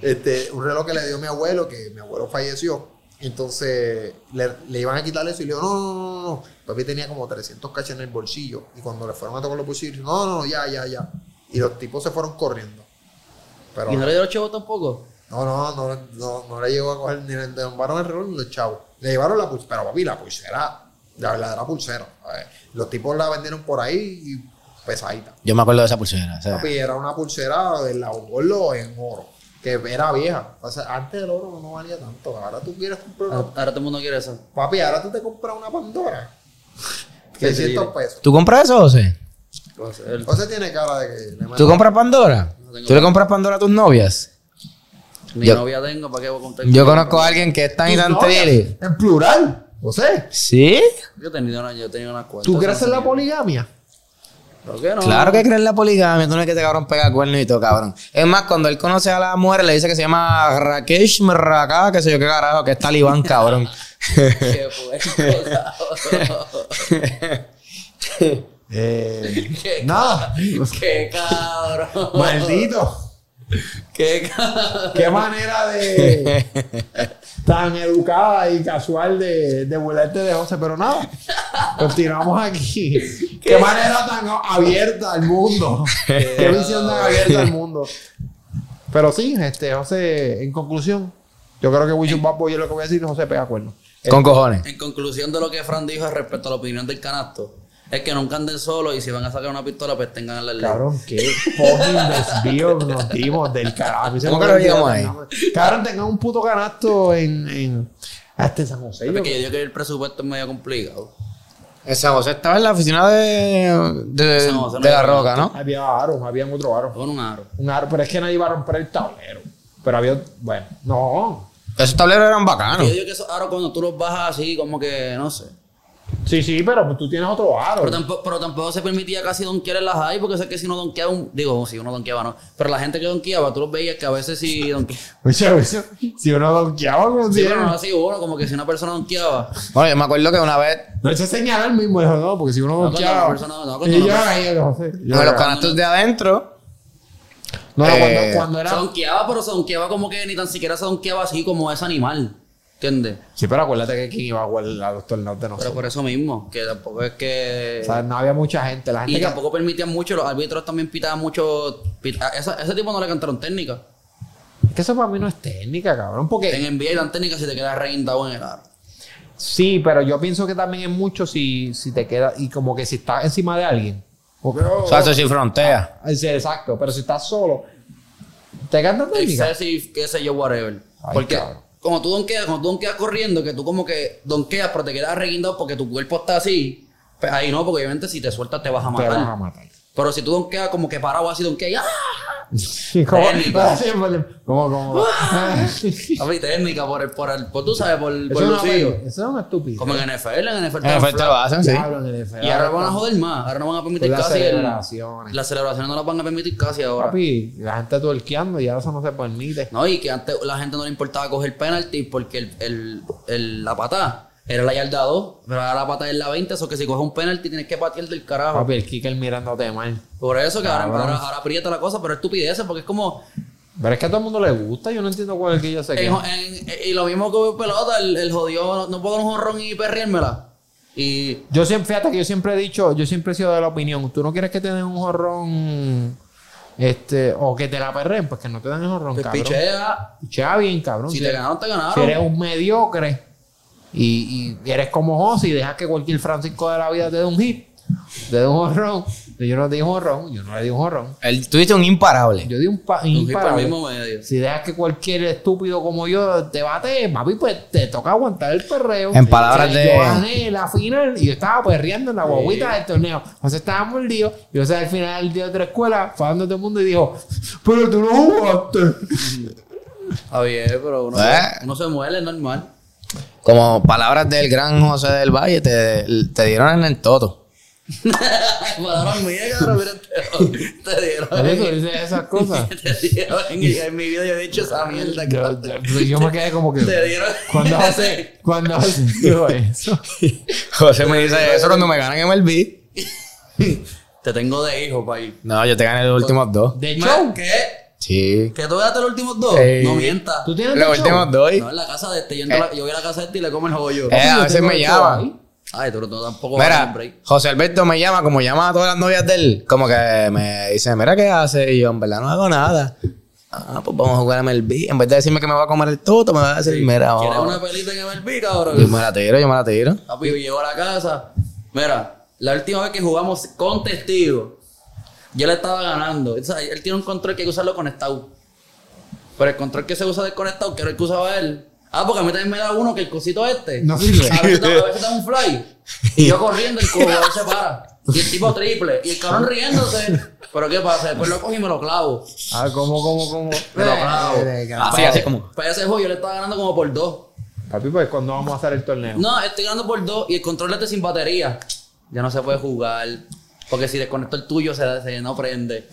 Speaker 6: Este, un reloj que le dio mi abuelo, que mi abuelo falleció. Entonces le, le iban a quitar eso y le dijo, no, no, no, no, no. Papi tenía como 300 cachas en el bolsillo. Y cuando le fueron a tocar los bolsillos, no, no, no, ya, ya, ya. Y los tipos se fueron corriendo. Pero
Speaker 3: ¿Y no le dieron chavo tampoco?
Speaker 6: no, no, no, no, no le llegó a coger ni le tumbaron el reloj ni los chavos. Le llevaron la pulsera, pero papi, la pulsera, la verdadera pulsera. A ver, Los tipos la vendieron por ahí y pesadita.
Speaker 2: Yo me acuerdo de esa pulsera. o sea,
Speaker 6: Papi, era una pulsera de la Gorlo en oro, que era vieja. O sea, antes el oro no valía tanto. Ahora tú quieres comprar
Speaker 3: Ahora
Speaker 6: una...
Speaker 3: ahora todo el mundo quiere eso.
Speaker 6: Papi, ahora tú te compras una Pandora.
Speaker 3: Qué
Speaker 6: 600
Speaker 3: triste.
Speaker 6: pesos.
Speaker 2: ¿Tú compras eso, José?
Speaker 3: Pues
Speaker 6: O sea, tiene cara de que... le meten-
Speaker 2: ¿Tú compras Pandora?
Speaker 3: No tengo
Speaker 2: ¿Tú le compras Pandora a tus novias?
Speaker 3: Ni
Speaker 2: Yo-
Speaker 3: novia tengo, ¿para qué voy a contar?
Speaker 2: Yo conozco a alguien que es tan y
Speaker 6: Tus
Speaker 2: tan
Speaker 6: novias,
Speaker 2: triste.
Speaker 6: En plural, José.
Speaker 2: ¿Sí?
Speaker 3: Yo he tenido una, yo he tenido una cuarta.
Speaker 6: ¿Tú crees en la poligamia?
Speaker 3: ¿Por qué no?
Speaker 2: Claro que creen la poligamia, tú no es que te cabrón pega cuerno y todo, cabrón. Es más, cuando él conoce a la mujer, le dice que se llama Rakesh Mraka, que sé yo qué carajo, que es [laughs] talibán, cabrón.
Speaker 3: [laughs] Qué puerco,
Speaker 6: Eh, [laughs]
Speaker 3: Qué
Speaker 6: nada.
Speaker 3: Qué cabrón.
Speaker 6: Maldito.
Speaker 3: [laughs] Qué cabrón.
Speaker 6: [laughs] Qué manera [laughs] de. tan educada y casual de, de burlarte de José, pero nada. Continuamos aquí. Qué, manera tan abierta al [laughs] mundo. Qué visión tan abierta al mundo. Pero sí, este, José, en conclusión, yo creo que Wichon va a apoyar lo que voy a decir, José pega cuerno.
Speaker 2: Con cojones.
Speaker 3: En conclusión de lo que Fran dijo respecto a la opinión del canasto, es que nunca anden solos y si van a sacar una pistola, pues tengan la ley.
Speaker 6: Cabrón, qué fucking desvío nos dimos del carajo. A mí se
Speaker 2: ¿Cómo
Speaker 6: me
Speaker 2: que lo
Speaker 6: olvidó
Speaker 2: llamamos
Speaker 6: que
Speaker 2: ahí?
Speaker 6: teníamos- Cabrón, tengan un puto canasto en. en hasta en San José.
Speaker 3: Porque
Speaker 6: yo
Speaker 3: yo digo que el presupuesto es medio complicado.
Speaker 2: En San José estaba en la oficina de, de,
Speaker 3: San José no
Speaker 2: de La
Speaker 3: había
Speaker 2: Roca, ¿no?
Speaker 1: Había aros, había otro aro.
Speaker 3: Con un aro.
Speaker 1: Un aro, pero es que nadie iba a romper el tablero. Pero había, bueno, no.
Speaker 2: Esos tableros eran bacanos.
Speaker 3: Yo digo que esos aros cuando tú los bajas así, como que, no sé.
Speaker 1: Sí, sí, pero pues tú tienes otro aro.
Speaker 3: Pero tampoco, pero tampoco se permitía casi donkear en las high, porque sé que si uno donkeaba, un, digo, si uno donkeaba, no. Pero la gente que donkeaba, tú los veías que a veces [laughs] si donkeaba.
Speaker 1: Oye, oye, si uno donkeaba como
Speaker 3: Sí,
Speaker 1: si
Speaker 3: pero no
Speaker 1: era-
Speaker 3: así uno, como que si una persona donkeaba.
Speaker 2: Bueno, yo me acuerdo que una vez
Speaker 1: No, se señala el mismo, dijo, no, porque si uno
Speaker 3: No, cuando la
Speaker 1: donkeaba.
Speaker 3: persona- no, cuando
Speaker 1: Y
Speaker 3: la
Speaker 1: yo,
Speaker 3: persona-
Speaker 1: ahí, José. yo-
Speaker 2: en los canastos de adentro,
Speaker 1: No, no,
Speaker 2: Eh,
Speaker 1: cuando, cuando
Speaker 3: Se
Speaker 1: era.
Speaker 3: donkeaba, pero se donkeaba como que ni tan siquiera se donkeaba así como ese animal. ¿Entiendes?
Speaker 1: Sí, pero acuérdate que quién iba a jugar a los torneos de
Speaker 3: Pero
Speaker 1: nosotros.
Speaker 3: por eso mismo, que tampoco es que.
Speaker 1: O sea, no había mucha gente. La gente
Speaker 3: Y
Speaker 1: que-
Speaker 3: tampoco permitían mucho, los árbitros también pitaban mucho. pit- a esa- a ese tipo no le cantaron técnica.
Speaker 1: Es que eso para mí no es técnica, cabrón. Porque
Speaker 3: En NBA dan técnica si te quedas reindado en el aro.
Speaker 1: sí, pero yo pienso que también es mucho si, si te queda. Y como que si estás encima de alguien. Porque,
Speaker 2: o sea, eso sin frontera.
Speaker 1: Ah, sí, exacto, pero si estás solo, te cantan técnica.
Speaker 3: Excessive, qué sé yo, whatever.
Speaker 1: Ay,
Speaker 3: porque
Speaker 1: cabrón.
Speaker 3: como tú donkeas, cuando tú donkeas corriendo, que tú como que donkeas, pero te quedas reguindado porque tu cuerpo está así. Pues ahí no, porque obviamente si te sueltas te vas a
Speaker 1: Te
Speaker 3: matar.
Speaker 1: vas a matar.
Speaker 3: Pero si tú donkeas como que parado
Speaker 1: [laughs]
Speaker 3: así, donkeas, ¡ah!
Speaker 1: Sí, como,
Speaker 3: Técnica.
Speaker 1: Sí, como, como.
Speaker 3: Papi, técnica por el, por el, por tú sabes, por,
Speaker 1: Eso
Speaker 3: por
Speaker 1: es una
Speaker 3: lucido.
Speaker 1: peli- eso es una estúpida.
Speaker 3: Como en NFL, en NFL.
Speaker 2: En efecto lo hacen, sí.
Speaker 1: Diablo, en el NFL.
Speaker 3: Y ahora van a joder más, ahora no van a permitir
Speaker 1: Con las
Speaker 3: casi. el-
Speaker 1: celebraciones.
Speaker 3: las celebraciones no las van a permitir casi ahora.
Speaker 1: Papi, la gente tuerqueando y ahora eso no se permite.
Speaker 3: No, y que antes la gente no le importaba coger penalti porque el, el, el- la patada era la yarda 2, pero ahora la patada es la 20, eso que si coges un penalti tienes que patear del carajo.
Speaker 1: Papi, el kicker mirándote mal.
Speaker 3: Por eso que ahora, ahora, ahora aprieta la cosa, pero estupideces, porque es como...
Speaker 1: Pero es que a todo el mundo le gusta, yo no entiendo cuál es el que yo sé que.
Speaker 3: en- en- en- y lo mismo que pelota, el, el jodido, no, no puedo dar un jonrón y perreármela. Y...
Speaker 1: Yo siempre, fíjate que yo siempre he dicho, yo siempre he sido de la opinión, tú no quieres que te den un jorrón este, o que te la perren, pues que no te den el jorrón,
Speaker 3: Pues
Speaker 1: cabrón.
Speaker 3: pichea,
Speaker 1: Pichea bien, cabrón.
Speaker 3: si
Speaker 1: Si
Speaker 3: te
Speaker 1: eres-
Speaker 3: ganaron, te
Speaker 1: si eres
Speaker 3: ganaron.
Speaker 1: un mediocre y, y eres como José y dejas que cualquier Francisco de la vida te dé un hit, te dé un jorrón, yo no te di un jorrón, yo no le di un jorrón.
Speaker 2: El, tuviste un imparable.
Speaker 1: Yo di un pa
Speaker 3: Un hit para
Speaker 1: imparable.
Speaker 3: el pues, mismo medio.
Speaker 1: Si dejas que cualquier estúpido como yo te bate, papi, pues te toca aguantar el perreo.
Speaker 2: En palabras
Speaker 1: O sea,
Speaker 2: de-
Speaker 1: Yo gané la final y yo estaba perreando en la guaguita del torneo. Entonces estábamos lío. Y o sea, al final el día de otra escuela fue dando todo el mundo y dijo, pero tú no jugaste.
Speaker 3: Está bien, pero uno,
Speaker 2: ¿Eh?
Speaker 3: uno se muere, es normal.
Speaker 2: Como palabras del gran José del Valle, te, te dieron en el toto. [laughs]
Speaker 3: Palabras mías, cabrón, mira, te, te
Speaker 1: Por eso
Speaker 3: dieron.
Speaker 1: dices esas cosas.
Speaker 3: Te dieron en, en mi vida yo he dicho esa mierda.
Speaker 1: Yo,
Speaker 3: cabrón.
Speaker 1: pues, yo- yo me quedé como que.
Speaker 3: Te dieron. [laughs]
Speaker 1: Cuando José, cuando José dijo eso.
Speaker 2: José me dice eso cuando me ganan en MLB.
Speaker 3: Te tengo de hijo, país.
Speaker 2: No, yo te gané los últimos dos.
Speaker 1: De show.
Speaker 3: Man, ¿Qué?
Speaker 2: Sí.
Speaker 3: ¿Que tú ganaste los últimos dos?
Speaker 2: Ey.
Speaker 3: No mientas.
Speaker 1: ¿Tú tienes
Speaker 2: Los
Speaker 1: de show?
Speaker 2: últimos dos.
Speaker 3: No, en la casa de este. Yo, entro a la- yo voy a la casa de este y le como el joyo.
Speaker 2: Eh, a
Speaker 1: Yo
Speaker 2: veces
Speaker 1: tengo
Speaker 2: me
Speaker 1: el show
Speaker 2: llaman.
Speaker 1: ahí.
Speaker 3: Ay, tú no tampoco vas a dar un
Speaker 2: Mira,
Speaker 3: break.
Speaker 2: José Alberto me llama, como llama a todas las novias de él, como que me dice, mira qué hace, y yo en verdad no hago nada. Ah, pues vamos a jugar a MLB. En vez de decirme que me voy a comer el toto, me va a decir, mira, vamos.
Speaker 3: ¿Quieres
Speaker 2: a-
Speaker 3: una pelita que me el
Speaker 2: Yo
Speaker 3: cabrón?
Speaker 2: me la tiro, yo me la tiro.
Speaker 3: Papi, yo llego a la casa. Mira, la última vez que jugamos con testigo, yo le estaba ganando. O sea, él tiene un control que hay que usarlo conectado. Pero el control que se usa desconectado, que era el que usaba él. Ah, porque a mí también me da uno que el cosito este.
Speaker 1: No sirve.
Speaker 3: A veces, da- a veces da un fly.
Speaker 1: [laughs]
Speaker 3: Y yo corriendo, el jugador se para. Y el tipo triple. Y el cabrón riéndose. Pero ¿qué pasa? Después lo cojo y me lo clavo.
Speaker 1: Ah, ¿cómo, cómo, cómo?
Speaker 3: Me lo clavo.
Speaker 2: Así, así como.
Speaker 3: Para ese juego yo le estaba ganando como por dos.
Speaker 1: Papi, pues cuando vamos a hacer el torneo.
Speaker 3: No, estoy ganando por dos y el control este sin batería. Ya no se puede jugar. Porque si desconecto el tuyo, se, se no prende.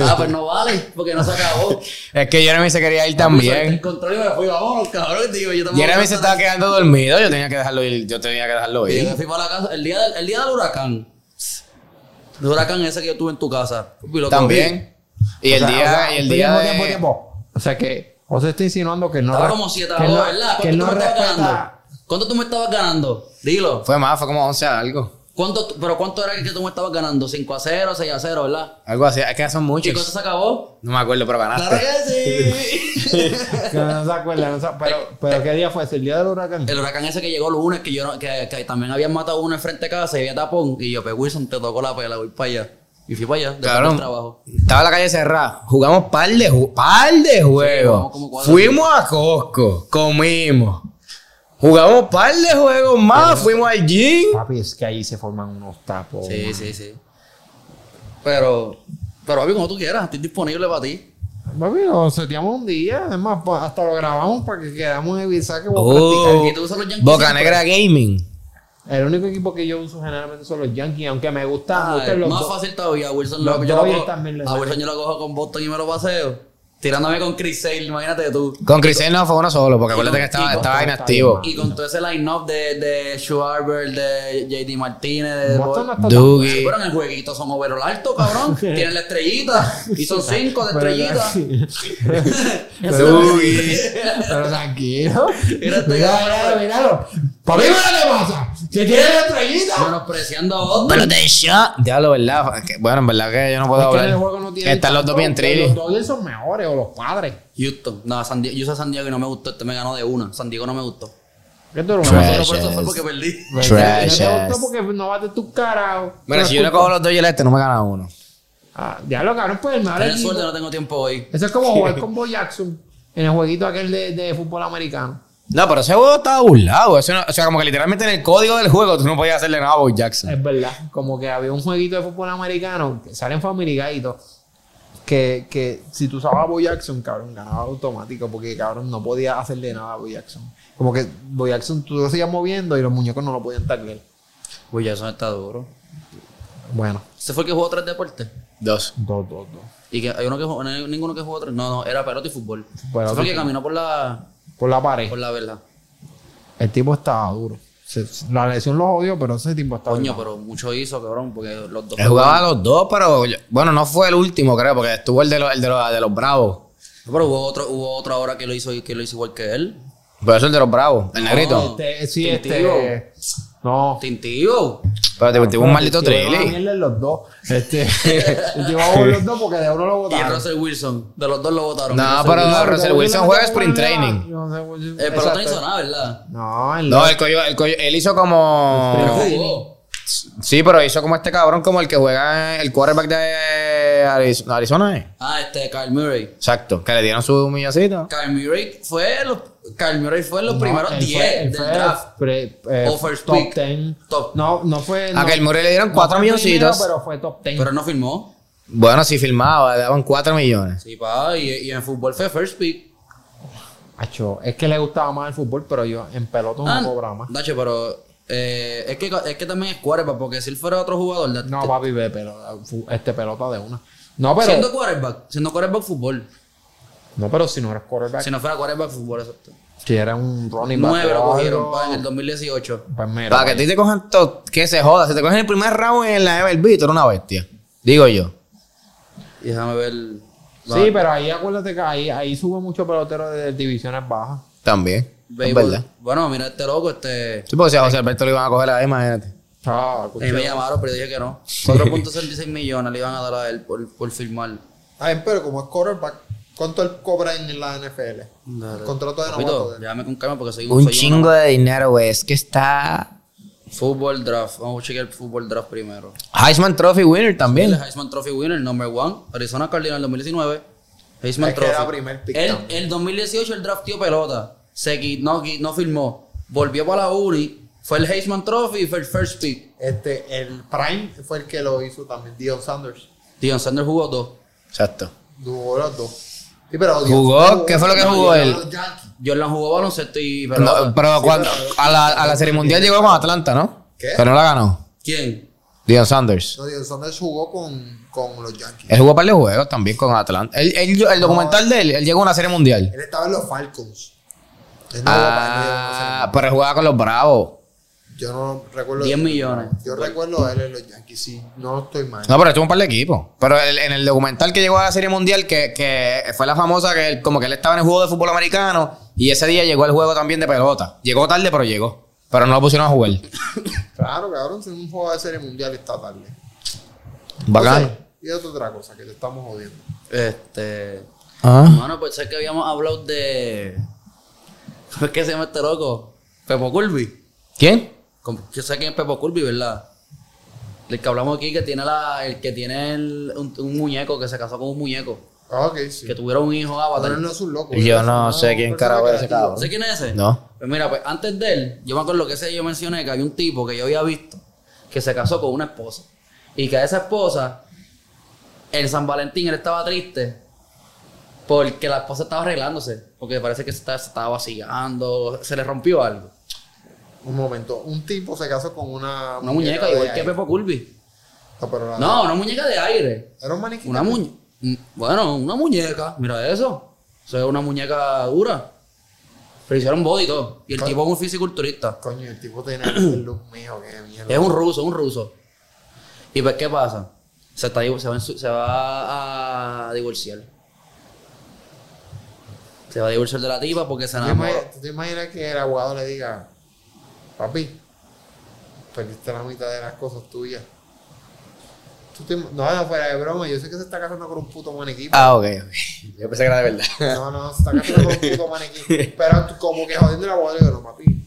Speaker 3: Ah, pues no vale, porque no se acabó.
Speaker 2: Es que Jeremy se quería ir
Speaker 3: Solté El
Speaker 2: también.
Speaker 3: control y me fui, vamos, cabrón. Digo, yo tampoco.
Speaker 2: Jeremy se estaba quedando dormido, yo tenía que dejarlo ir, yo tenía que dejarlo
Speaker 3: Y yo me
Speaker 2: ir.
Speaker 3: fui para la casa. El día, del, el día del huracán. El huracán ese que yo tuve en tu casa. Y lo cogí.
Speaker 2: También. Y el
Speaker 1: O sea, o
Speaker 2: día,
Speaker 1: sea,
Speaker 2: y el
Speaker 1: tiempo,
Speaker 2: día
Speaker 1: tiempo,
Speaker 2: de-
Speaker 1: tiempo. O sea que José está insinuando que no.
Speaker 3: Estaba
Speaker 1: re-
Speaker 3: como 7 a
Speaker 1: que
Speaker 3: 2,
Speaker 1: no-
Speaker 3: ¿verdad?
Speaker 1: Que
Speaker 3: ¿Cuánto
Speaker 1: no
Speaker 3: tú me estabas ganando?
Speaker 1: respeta.
Speaker 3: ¿Cuánto tú me estabas ganando? Dilo.
Speaker 2: fue más, fue como 11 a algo.
Speaker 3: ¿Cuánto, tú- ¿Pero cuánto era que tú me estabas ganando? ¿5 a 0, 6 a 0, verdad?
Speaker 2: Algo así, es que son
Speaker 3: ¿Y cuánto
Speaker 2: muchos.
Speaker 3: se acabó?
Speaker 2: No me acuerdo, pero
Speaker 3: Claro
Speaker 2: ganaste.
Speaker 1: [laughs]
Speaker 3: que sí.
Speaker 1: Que no se acuerda, no se- pero, pero ¿qué día fue ese? ¿El día del huracán?
Speaker 3: El huracán ese que llegó el lunes, que yo no- que, que también habían matado uno enfrente de casa y había tapón. Y yo, pues Wilson, te tocó la pela, voy para allá. Y fui para allá, después del
Speaker 2: Cabrón,
Speaker 3: trabajo.
Speaker 2: estaba la calle cerrada. Jugamos par de, ju- par de
Speaker 3: jugamos
Speaker 2: juegos.
Speaker 3: como cuatro
Speaker 2: Fuimos a Costco, comimos. Jugamos un par de juegos más, fuimos al gym.
Speaker 1: Papi, es que ahí se forman unos tapos.
Speaker 3: Sí, sí, sí. Pero, pero, papi, como tú quieras, estoy disponible para ti.
Speaker 6: Papi, lo seteamos un día. Es más, pa- hasta lo grabamos para que quedamos en evidencia que voy a
Speaker 2: Oh,
Speaker 3: Aquí tú usas los Yankees
Speaker 2: Boca
Speaker 3: siempre.
Speaker 2: Negra Gaming.
Speaker 6: practicar. El único equipo que yo uso generalmente son los Yankees, aunque me gustan, me
Speaker 3: Ah,
Speaker 6: gustan los
Speaker 3: más
Speaker 6: dos.
Speaker 3: fácil todavía. A Wilson,
Speaker 6: los
Speaker 3: lo, yo lo
Speaker 6: Dodgers
Speaker 3: cojo-
Speaker 6: también les
Speaker 3: a
Speaker 6: sale.
Speaker 3: Wilson yo lo cojo con Boston y me lo paseo. Tirándome con Chris Sale, imagínate tú.
Speaker 2: Con Crisel no fue uno solo, porque acuérdate que
Speaker 3: Y
Speaker 2: estaba,
Speaker 3: con-
Speaker 2: estaba
Speaker 6: está
Speaker 2: inactivo.
Speaker 3: Y con todo ese line-up de, de Schwarber, de JD Martínez, de
Speaker 6: Boston
Speaker 3: Bol-
Speaker 6: no está tan-
Speaker 2: Dougie.
Speaker 3: Pero en el jueguito son overall alto,
Speaker 6: [laughs]
Speaker 3: cabrón. Tienen la estrellita. Y son cinco de estrellita.
Speaker 6: Pero tranquilo.
Speaker 3: Mira, estoy-
Speaker 6: Mira, míralo, míralo. Papi, mira qué pasa. Que tiene la estrellita.
Speaker 3: Menospreciando a otro.
Speaker 2: Pero te shot. Diablo, ¿verdad? Que- Bueno, en verdad que yo no puedo
Speaker 6: Es que en el
Speaker 2: hablar.
Speaker 6: juego no tiene
Speaker 2: Están los dos
Speaker 6: tanto,
Speaker 2: bien
Speaker 6: pero
Speaker 2: trillis.
Speaker 6: Los Dodgers son mejores o los padres.
Speaker 3: Houston. No, San Diego. Yo usé San Diego y no me gustó. Este me ganó de una. San Diego no me gustó.
Speaker 6: ¿Qué tú lo
Speaker 1: Ah,
Speaker 2: Trash.
Speaker 6: vas a
Speaker 3: Pero
Speaker 6: hacer?
Speaker 3: por eso fue
Speaker 2: Yes.
Speaker 3: porque perdí.
Speaker 6: No
Speaker 2: Trash
Speaker 6: te gustó
Speaker 2: ass.
Speaker 6: porque no bate tus caras.
Speaker 2: Mira, si yo no cojo los dos y el este, no me gana uno.
Speaker 6: Ah, ya lo cabrón, pues el mejor
Speaker 3: Tenés
Speaker 6: equipo.
Speaker 3: suerte, no tengo tiempo hoy.
Speaker 6: Eso es como jugar con Bo Jackson en el jueguito aquel de, de fútbol americano.
Speaker 2: No, pero ese juego estaba burlado. Eso no- o sea, como que literalmente en el código del juego tú no podías hacerle nada a Bo Jackson.
Speaker 6: Es verdad. Como que había un jueguito de fútbol americano que sale en Family Guy y todo, Que, que si tú usabas a Bo Jackson, cabrón, ganaba automático porque, cabrón, no podía hacerle nada a Bo Jackson. Como que Bo Jackson tú lo seguías moviendo y los muñecos no lo podían taclear.
Speaker 3: Uy, ya eso está duro.
Speaker 6: Bueno,
Speaker 3: ¿Se fue el que jugó tres deportes?
Speaker 2: Dos.
Speaker 6: dos, dos, dos.
Speaker 3: Y que hay uno que jugó, no hay ninguno que jugó tres. No, no, era pelota y fútbol.
Speaker 6: Pelota
Speaker 3: Ese fue
Speaker 6: y
Speaker 3: el que
Speaker 6: fútbol.
Speaker 3: caminó por la,
Speaker 6: Por la pared.
Speaker 3: por la verdad.
Speaker 6: El tipo estaba duro. Se- la lesión los odió, pero ese tipo estaba
Speaker 3: Coño, pero mucho hizo, cabrón, porque los dos.
Speaker 2: Él jugaba a los dos, pero yo- bueno, no fue el último, creo, porque estuvo el de los, el de los, de los Bravos.
Speaker 3: Pero hubo otro, hubo otra hora que lo hizo que lo hizo igual que él.
Speaker 2: Pero eso es el de los Bravos, el negrito.
Speaker 6: Este, sí,
Speaker 3: Tintivo.
Speaker 6: este. No.
Speaker 3: Tintivo.
Speaker 2: Pero te tuvo un maldito
Speaker 6: Tintivo era una
Speaker 2: trilly.
Speaker 6: mierda en los dos.
Speaker 2: [laughs]
Speaker 6: Este. [laughs] Llevamos los dos porque de uno
Speaker 3: Y
Speaker 6: lo
Speaker 3: el
Speaker 6: votaron.
Speaker 3: Russell Wilson. De los dos lo votaron.
Speaker 2: No,
Speaker 3: Russell Wilson.
Speaker 2: pero
Speaker 6: Pero
Speaker 2: Russell
Speaker 6: Wilson
Speaker 2: Wilson
Speaker 6: le
Speaker 2: juega
Speaker 6: metió
Speaker 2: sprint
Speaker 6: una-
Speaker 2: training.
Speaker 6: no sé, Wilson-
Speaker 3: Eh, pero no
Speaker 6: Exacto.
Speaker 3: hizo nada, ¿verdad?
Speaker 6: No, el
Speaker 2: No, el coño, el coño- él hizo como.
Speaker 6: Sí.
Speaker 3: Jugó.
Speaker 2: Sí, pero hizo como este cabrón, como el que juega en el quarterback de Arizona, Arizona ¿eh?
Speaker 3: Ah, este, Kyle Murray.
Speaker 2: Exacto, que le dieron su milloncito.
Speaker 3: Kyle Murray fue los, Kyle Murray fue los
Speaker 6: no,
Speaker 3: primeros
Speaker 6: él
Speaker 3: 10
Speaker 6: fue- él
Speaker 3: del
Speaker 6: fue
Speaker 3: draft.
Speaker 6: pre- eh,
Speaker 3: O first
Speaker 6: top
Speaker 3: pick.
Speaker 6: 10.
Speaker 3: Top.
Speaker 6: No, no fue.
Speaker 2: A
Speaker 6: no-
Speaker 2: Kyle Murray le dieron
Speaker 6: no
Speaker 2: cuatro
Speaker 6: fue primero,
Speaker 2: milloncitos.
Speaker 6: Pero fue top 10.
Speaker 3: Pero no firmó.
Speaker 2: Bueno, si filmaba, le daban 4 millones.
Speaker 3: Sí, pa, y, y en fútbol fue first pick.
Speaker 6: Acho, es que le gustaba más el fútbol, pero yo en pelota
Speaker 3: Ah,
Speaker 6: no cobraba más.
Speaker 3: Nacho, pero eh, es, que, es que también es quarterback, porque si él fuera otro jugador, de-
Speaker 6: No, papi, ve, pero fu- este pelota de una. No, pero.
Speaker 3: siendo quarterback, siendo quarterback fútbol.
Speaker 6: No, pero si no eres quarterback,
Speaker 3: Si no fuera quarterback fútbol, exacto.
Speaker 6: si eres un running back.
Speaker 3: Nueve lo
Speaker 6: o
Speaker 3: cogieron
Speaker 6: algo,
Speaker 3: pa, en el 2018.
Speaker 6: Pues mira.
Speaker 2: Para que a ti te cojan to- que se joda. Si te cogen el primer round en la MLB, tú eres una bestia. Digo yo.
Speaker 3: Y déjame ver.
Speaker 6: Sí, pero ahí acuérdate que ahí, ahí sube mucho pelotero de divisiones bajas.
Speaker 2: También. Es
Speaker 3: Béisbol.
Speaker 2: verdad.
Speaker 3: Bueno, mira este loco, este.
Speaker 2: Sí, porque si a José Alberto le iban a coger ahí, imagínate.
Speaker 6: Ah,
Speaker 3: A mí
Speaker 6: escuché.
Speaker 3: me llamaron, pero yo dije que no. 4.66 millones le iban a dar a él por, por firmar.
Speaker 6: Ay, Ah, pero como es quarterback, ¿cuánto él cobra en la NFL?
Speaker 3: Dale.
Speaker 6: contrato de novato
Speaker 3: Papito,
Speaker 6: de-
Speaker 3: llámame con calma porque soy
Speaker 2: Un
Speaker 3: soy
Speaker 2: chingo de dinero, güey. Es que está.
Speaker 3: Fútbol draft. Vamos a chequear el fútbol draft primero.
Speaker 2: Heisman Trophy winner
Speaker 3: El
Speaker 2: también.
Speaker 3: Heisman Trophy winner, number one. Arizona Cardinals 2019. Heisman
Speaker 6: Es que
Speaker 3: Trophy.
Speaker 6: era primer pick
Speaker 3: el,
Speaker 6: también.
Speaker 3: el 2018 el draftió pelota. Se qui- no, qui- no firmó. Volvió para la uni. Fue el Heisman Trophy y fue el first pick.
Speaker 6: Este, el Prime fue el que lo hizo también, Dion Sanders.
Speaker 3: Dion Sanders jugó dos.
Speaker 2: Exacto.
Speaker 6: Jugó los dos. Sí, pero Dion
Speaker 2: ¿Jugó?
Speaker 6: Sanders
Speaker 2: ¿Qué fue lo que
Speaker 6: no,
Speaker 2: jugó
Speaker 6: y
Speaker 2: él?
Speaker 6: los Yankees.
Speaker 3: Jordan jugó baloncesto y pelota.
Speaker 2: No, pero cuando, a, la, a la Serie Mundial llegó con Atlanta, ¿no?
Speaker 6: ¿Qué?
Speaker 2: Pero no la ganó.
Speaker 3: ¿Quién?
Speaker 2: Dion Sanders.
Speaker 6: No, Dion Sanders jugó con, con los Yankees.
Speaker 2: Él jugó para par de juegos también con Atlanta. Él- él- el documental de él, él llegó a una Serie Mundial.
Speaker 6: Él estaba en los Falcons. Él no jugó para-
Speaker 2: Ah, pero él jugaba con los Bravos.
Speaker 6: Yo no recuerdo.
Speaker 3: 10 millones.
Speaker 6: Yo recuerdo a él en los Yankees, sí. No estoy mal.
Speaker 2: No, pero estuvo un par de equipos. Pero el- en el documental que llegó a la Serie Mundial, que, que fue la famosa, que él- como que él estaba en el juego de fútbol americano y ese día llegó al juego también de pelota. Llegó tarde, pero llegó. Pero no lo pusieron a jugar.
Speaker 6: Claro, cabrón, si un juego de serie mundial está tarde.
Speaker 2: Bacano.
Speaker 6: Entonces, Y es otra cosa que te estamos jodiendo.
Speaker 3: Este.
Speaker 2: Ah.
Speaker 3: Mano, pues es que habíamos hablado de. ¿Cómo es que se llama este loco? Pepo Curby.
Speaker 2: ¿Quién?
Speaker 3: Como- Yo sé quién es Pepo Curby, ¿verdad? El que hablamos aquí que tiene la. El que tiene el- un, un muñeco, que se casó con un muñeco.
Speaker 6: Ah, Ok, sí.
Speaker 3: que tuvieron un hijo ah, Avatar.
Speaker 6: Pero él no es un loco.
Speaker 2: Yo
Speaker 6: él es
Speaker 2: no
Speaker 6: una
Speaker 2: sé quién
Speaker 6: persona
Speaker 2: carajo
Speaker 6: que
Speaker 2: es ese
Speaker 6: la activa.
Speaker 2: cabrón.
Speaker 3: ¿Sé quién es ese?
Speaker 2: No.
Speaker 3: Pues mira, pues antes de él, yo me acuerdo que ese yo mencioné que había un tipo que yo había visto que se casó con una esposa. Y que a esa esposa, en San Valentín, él estaba triste porque la esposa estaba arreglándose. Porque parece que se estaba, se estaba vacillando, se le rompió algo.
Speaker 6: Un momento. Un tipo se casó con una.
Speaker 3: Una muñeca,
Speaker 6: de
Speaker 3: igual que
Speaker 6: aire.
Speaker 3: Pepo Culbi.
Speaker 6: No, pero la-
Speaker 3: No, una muñeca de aire.
Speaker 6: Era un maniquí.
Speaker 3: Una muñeca. Bueno, una muñeca. Mira eso. Eso es una muñeca dura. Pero hicieron body y todo. Y el tipo es un fisiculturista.
Speaker 6: Coño, el tipo tenía el look mío, qué mierda.
Speaker 3: Es un ruso, un ruso. Y pues, ¿qué pasa? Se, está divo- se va, en su- se va a divorciar. Se va a divorciar de la tipa porque se
Speaker 6: ¿Tú te
Speaker 3: enamoró.
Speaker 6: imaginas- tú te imaginas que el abogado le diga, papi, perdiste la mitad de las cosas tuyas? Tú te- No, no, fuera de broma, yo sé que se está casando con un
Speaker 3: [laughs]
Speaker 6: puto maniquí.
Speaker 2: Ah, ok, ok. [laughs] Yo pensé que era de verdad. Este
Speaker 6: No, no, se está casando con un puto maniquí. Pero tú como que jodiendo el abogado le digo, no, papi,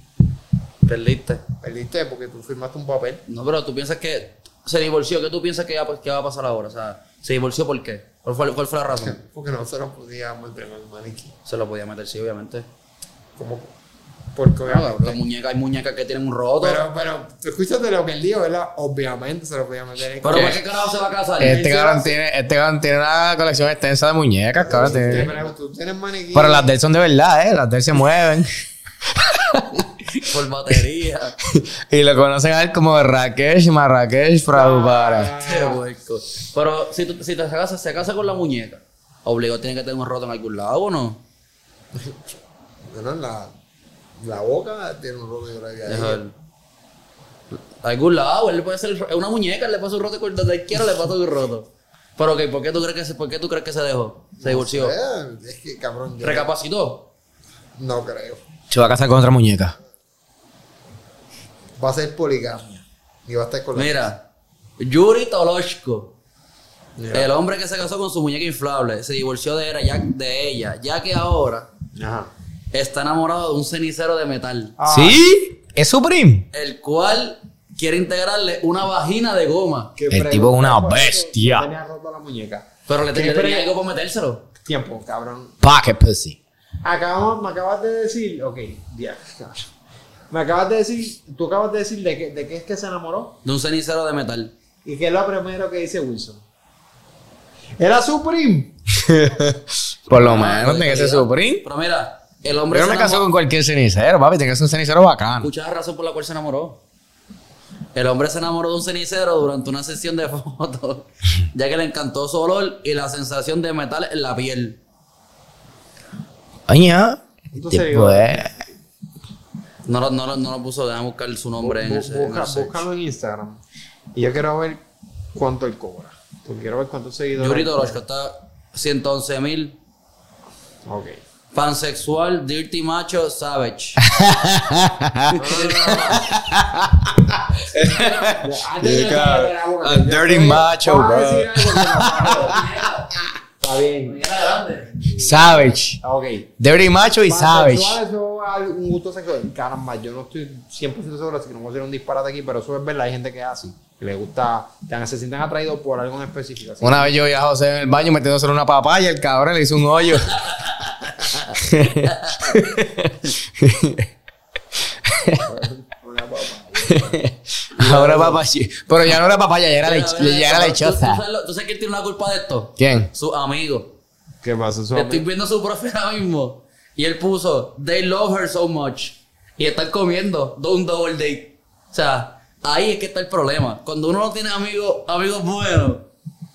Speaker 3: Perdiste.
Speaker 6: perdiste porque tú firmaste un papel.
Speaker 3: No, pero tú piensas que se divorció. ¿Qué tú piensas que va, que va a pasar ahora? O sea, ¿se divorció por qué? ¿Cuál fue, cuál fue la
Speaker 6: [laughs]
Speaker 3: razón?
Speaker 6: Porque nosotros podíamos entregar un maniquí.
Speaker 3: Se lo podía meter, sí, obviamente.
Speaker 6: Como, porque
Speaker 3: Claro,
Speaker 6: obviamente-
Speaker 3: las muñecas, hay muñecas que tienen un roto. Pero,
Speaker 6: Pero, pero, tú escuchaste lo que él dijo, ¿verdad? Obviamente se lo podía meter en
Speaker 3: ¿por
Speaker 2: ¿Qué?
Speaker 3: qué carajo se va a casar?
Speaker 2: Este cabrón tiene, este cabrón tiene una colección extensa de muñecas, cabrón.
Speaker 6: Te
Speaker 2: tiene-
Speaker 6: pregunto, ¿Tú tienes maniquí?
Speaker 2: Pero las de él son de verdad, eh. Las de él se mueven.
Speaker 3: [laughs]
Speaker 2: [laughs]
Speaker 3: Por batería.
Speaker 2: Y lo conocen a él como Rakesh Marrakesh Prabhupada.
Speaker 3: Qué puerco. Pero si, tú- si te casas, se casa con la muñeca, obligado tiene que tener un roto en algún lado o no.
Speaker 6: Bueno, en la, la boca tiene un rollo de la vida.
Speaker 3: Deja ver. Algún lado, él le puede hacer el ro- es una muñeca, él le pasa un roto y donde él quiera le pasa un roto. Pero ok, ¿por qué tú crees que se, por qué tú crees que se dejó? Se divorció.
Speaker 6: Eh, es que cabrón, yo
Speaker 3: Recapacitó.
Speaker 6: no creo.
Speaker 2: Se va a casar con otra muñeca.
Speaker 6: Va a ser poligamia. Y va a estar con [laughs] la-
Speaker 3: Mira, Yuri Toloshko.
Speaker 6: Mira.
Speaker 3: El hombre que se casó con su muñeca inflable se divorció de, era- ya- de ella, ya que ahora
Speaker 6: Ajá.
Speaker 3: está enamorado de un cenicero de metal.
Speaker 2: ¿Sí? ¿Es Supreme?
Speaker 3: el cual quiere integrarle una vagina de goma.
Speaker 6: ¿Qué
Speaker 2: El
Speaker 6: pregunta
Speaker 2: tipo es una
Speaker 6: fue esa que
Speaker 2: bestia.
Speaker 6: Tenía roto la muñeca.
Speaker 3: Pero le,
Speaker 6: ¿Qué
Speaker 3: le tenía
Speaker 6: pre-
Speaker 3: algo para metérselo.
Speaker 6: Tiempo, cabrón.
Speaker 2: Pocket pussy.
Speaker 6: Acabamos, me acabas de decir. Ok, ya. Me acabas de decir. Tú acabas de decir de qué, de qué es que se enamoró.
Speaker 3: De un cenicero de metal.
Speaker 6: Y qué es lo primero que dice Wilson. Era Supreme.
Speaker 2: Por lo
Speaker 3: Ah,
Speaker 2: menos
Speaker 3: de
Speaker 2: tiene que ser
Speaker 3: calidad.
Speaker 2: Supreme.
Speaker 3: Pero mira, el hombre
Speaker 2: Yo no me
Speaker 3: se
Speaker 2: caso
Speaker 3: enamoró.
Speaker 2: con cualquier cenicero, papi. Tiene que ser un cenicero bacano.
Speaker 3: Escucha la razón por la cual se enamoró. El hombre se enamoró de un cenicero durante una sesión de [laughs] fotos, ya que le encantó su olor y la sensación de metal en la piel.
Speaker 2: Oña.
Speaker 6: Entonces, digo,
Speaker 2: Después.
Speaker 3: No lo, no, lo- no lo puso, déjame buscar su nombre en
Speaker 6: Bu-
Speaker 3: ese. en
Speaker 6: busca-
Speaker 3: el search.
Speaker 6: búscalo en Instagram. Y yo quiero ver cuánto él cobra. Porque quiero ver cuántos seguidores.
Speaker 3: Yuri
Speaker 6: él
Speaker 3: Toroshko está 111 mil.
Speaker 6: tiene. Ok.
Speaker 3: Pansexual, dirty macho, savage.
Speaker 2: A dirty macho,
Speaker 6: Vamos a
Speaker 2: bro.
Speaker 6: decir algo que no
Speaker 2: [laughs]
Speaker 6: paro. Está bien.
Speaker 2: Savage.
Speaker 6: Ah, Ok.
Speaker 2: Dirty macho y savage.
Speaker 6: Pansexual, Eso es un gusto sexual. Caramba, yo no estoy 100% seguro, así que no voy a hacer un disparate aquí, pero eso es verdad. Hay gente que es así. que Le gusta, tan- se sienten atraídos por algo en específico. así.
Speaker 2: Una vez yo vi a José en el baño metiéndose en una papaya el cabrón le hizo un [laughs] hoyo. Ahora papaya. Pero ya no era papaya, ya era,
Speaker 3: Mira,
Speaker 2: lech-
Speaker 3: mira,
Speaker 2: ya era
Speaker 3: pero tú- ¿Tú
Speaker 2: lechosa.
Speaker 3: sabes, lo- tú sabes quién tiene la culpa de esto?
Speaker 2: ¿Quién?
Speaker 3: Su amigo.
Speaker 6: ¿Qué pasa? Su
Speaker 3: Le Estoy
Speaker 6: amigo?
Speaker 3: viendo su profe ahora mismo. Y él puso, they love her so much. Y están comiendo do- un double date. O sea, ahí es que está el problema. Cuando uno no tiene amigos, amigos buenos,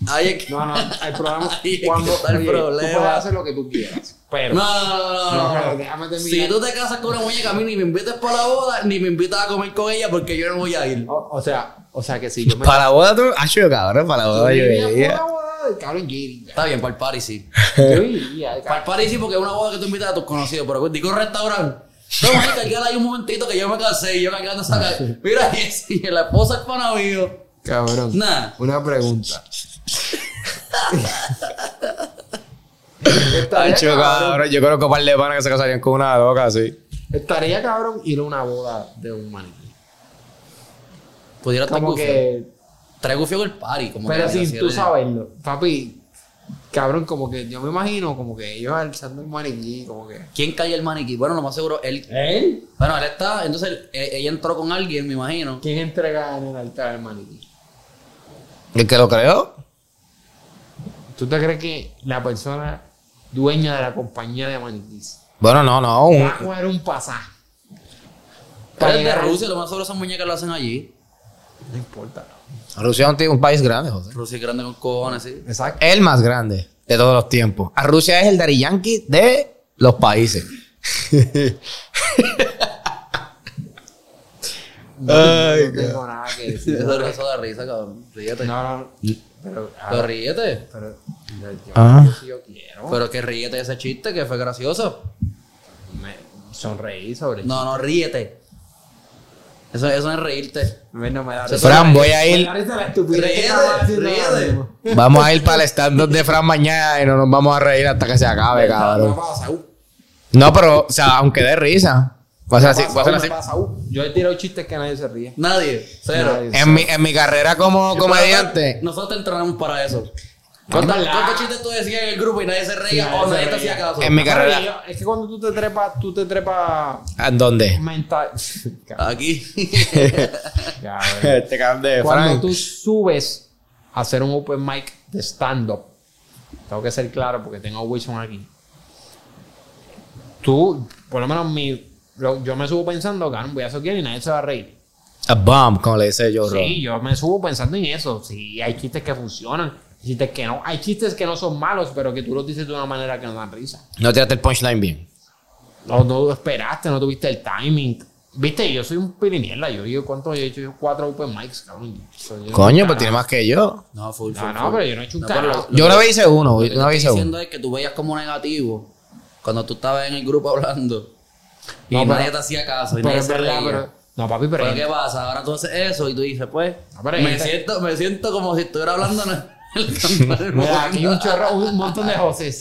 Speaker 3: ahí [laughs] es que...
Speaker 6: No, no, el problema
Speaker 3: Ahí es
Speaker 6: es
Speaker 3: que
Speaker 6: cuando
Speaker 3: está el
Speaker 6: oye, tú puedes
Speaker 3: problema.
Speaker 6: hacer lo que tú quieras.
Speaker 3: No,
Speaker 6: Pero
Speaker 3: no, no, no, no,
Speaker 6: No,
Speaker 3: no.
Speaker 6: no, déjame terminar.
Speaker 3: Si tú te casas con una muñeca, a mí ni me invites para la boda, ni me invitas a comer con ella porque yo no voy a ir.
Speaker 6: O, o sea, o sea que si yo me.
Speaker 2: Para la boda tú. Ah, yo cabrón, para la boda yo
Speaker 6: iría.
Speaker 2: veía.
Speaker 6: Cabrón, yo iría.
Speaker 3: Está bien, para el party sí. [laughs]
Speaker 6: Yo iría.
Speaker 3: Para el party sí, porque es una boda que tú invitas a tus conocidos, pero digo un restaurante. No, me cargala ahí un momentito que yo me cansé y yo cargando esa
Speaker 6: Ah,
Speaker 3: ca- Mira, y es- y la esposa es pana mío.
Speaker 6: Cabrón.
Speaker 3: Nada.
Speaker 6: Una pregunta.
Speaker 2: Ah,
Speaker 6: estaría,
Speaker 2: yo,
Speaker 6: cabrón,
Speaker 2: cabrón, yo conozco un par de panas que se casarían con una loca así.
Speaker 6: estaría cabrón ir a una boda de un maniquí.
Speaker 3: Pudiera estar
Speaker 6: Como
Speaker 3: gufio.
Speaker 6: que.
Speaker 3: Trae gufio el party. Como
Speaker 6: Pero
Speaker 3: que
Speaker 6: sin
Speaker 3: así
Speaker 6: tú
Speaker 3: de-
Speaker 6: saberlo. Papi,
Speaker 1: Cabrón, como que yo me imagino como que ellos alzando el maniquí, como que.
Speaker 3: ¿Quién cae el maniquí? Bueno, lo más seguro, él.
Speaker 1: ¿Él?
Speaker 3: Bueno, él está. Entonces, él- eh, ella entró con alguien, me imagino.
Speaker 1: ¿Quién entrega en el altar el maniquí?
Speaker 2: ¿El que lo creó?
Speaker 1: ¿Tú te crees que la persona dueña de la compañía de maniquís
Speaker 2: Bueno, no, no. un-
Speaker 1: va a coger un pasaje?
Speaker 3: Él
Speaker 1: Para
Speaker 3: es Eh, de
Speaker 1: llegar a-
Speaker 3: Rusia, lo más seguro esas muñecas lo hacen allí.
Speaker 1: No importa.
Speaker 2: Rusia es un, tío- un país grande, José.
Speaker 3: Rusia es grande con cojones, sí.
Speaker 1: Exacto.
Speaker 2: El más grande de todos los tiempos. A Rusia es el Daddy Yankee de los países.
Speaker 1: No,
Speaker 2: [laughs] Ay,
Speaker 1: no tengo nada que decir.
Speaker 3: Eso, Eh, eso da risa, cabrón. Ríete.
Speaker 1: No, no. Pero, ah,
Speaker 3: Pero ríete.
Speaker 1: pero yo, yo-
Speaker 2: Ah.
Speaker 1: yo sí yo quiero.
Speaker 3: Pero que ríete de ese chiste, que fue gracioso.
Speaker 1: Me sonreí sobre
Speaker 3: No, no, ríete. Eso, eso es reírte.
Speaker 1: No, no me da
Speaker 3: Eso
Speaker 1: risa.
Speaker 2: Fran, voy a
Speaker 1: Me
Speaker 2: ir.
Speaker 1: da risa la estupidez que estaba haciendo
Speaker 3: Ríete,
Speaker 1: ahora
Speaker 3: ríete.
Speaker 1: mismo.
Speaker 2: [laughs] Vamos a ir para el stand-up de Fran mañana y no nos vamos a reír hasta que se acabe,
Speaker 1: No
Speaker 2: cabrón.
Speaker 1: pasa, uh,
Speaker 2: No, pero, o sea, aunque dé risa. Va a ser así.
Speaker 1: pasa,
Speaker 2: Va a ser
Speaker 1: uh,
Speaker 2: así.
Speaker 1: pasa, uh. Yo he tirado chistes que nadie se ríe.
Speaker 3: Nadie. Cero. Eh,
Speaker 1: Nadie.
Speaker 2: En mi, en mi carrera como comediante.
Speaker 3: Nosotros te entrenamos para eso. ¿Cuántos
Speaker 1: mala.
Speaker 3: cuántos chistes tú decías en el grupo y nadie se reía
Speaker 1: Sí,
Speaker 3: o
Speaker 1: nadie se
Speaker 3: nadie te
Speaker 1: reía. Em-
Speaker 3: hacía caso?
Speaker 2: En mi
Speaker 1: Ay,
Speaker 2: carrera.
Speaker 1: yo- Es que cuando tú te trepas, tú te trepas
Speaker 2: ¿En dónde?
Speaker 1: mental. [laughs] Cabrón. [laughs]
Speaker 3: Aquí.
Speaker 1: Cabrón.
Speaker 2: [laughs] Este cabrón de
Speaker 1: Cuando
Speaker 2: Fran.
Speaker 1: tú subes a hacer un open mic de stand-up, tengo que ser claro porque tengo a Wilson aquí. Tú, por lo menos mi, lo- yo me subo pensando, cabrón, voy a soquear y nadie se va a reír.
Speaker 2: A bomb, como le dice yo,
Speaker 1: Sí, yo me subo pensando en eso. Sí, hay chistes que funcionan, hay chistes que no. Hay chistes que no son malos, pero que tú los dices de una manera que no dan risa.
Speaker 2: No tiraste el punchline bien.
Speaker 1: No, no esperaste, no tuviste el timing. Viste, yo soy un pirinierla. Yo digo, ¿cuánto yo he hecho? Yo cuatro open mics, cabrón. Soy- yo-
Speaker 2: Coño, pues tiene más que yo.
Speaker 3: No, full,
Speaker 1: No,
Speaker 3: full,
Speaker 1: no,
Speaker 3: full.
Speaker 1: pero yo no he hecho un
Speaker 3: pero
Speaker 1: carajo.
Speaker 2: Yo una vez hice uno,
Speaker 3: Lo que te
Speaker 2: una vez hice
Speaker 3: estoy
Speaker 2: uno.
Speaker 3: diciendo es que tú veías como negativo cuando tú estabas en el grupo hablando y
Speaker 1: No, pero-
Speaker 3: nadie te hacía caso y
Speaker 1: Pero
Speaker 3: nadie
Speaker 1: es
Speaker 3: se
Speaker 1: verdad,
Speaker 3: reía.
Speaker 1: pero. No, papi, pero.
Speaker 3: Pero ¿qué pasa? Ahora tú haces eso y tú dices, pues,
Speaker 1: No, pero hay
Speaker 3: me
Speaker 1: gente-
Speaker 3: siento, me siento como si estuviera hablando en el campo
Speaker 1: [laughs]
Speaker 3: del
Speaker 1: Mira, aquí hay un
Speaker 3: mundo.
Speaker 1: chorro, un montón de Josés.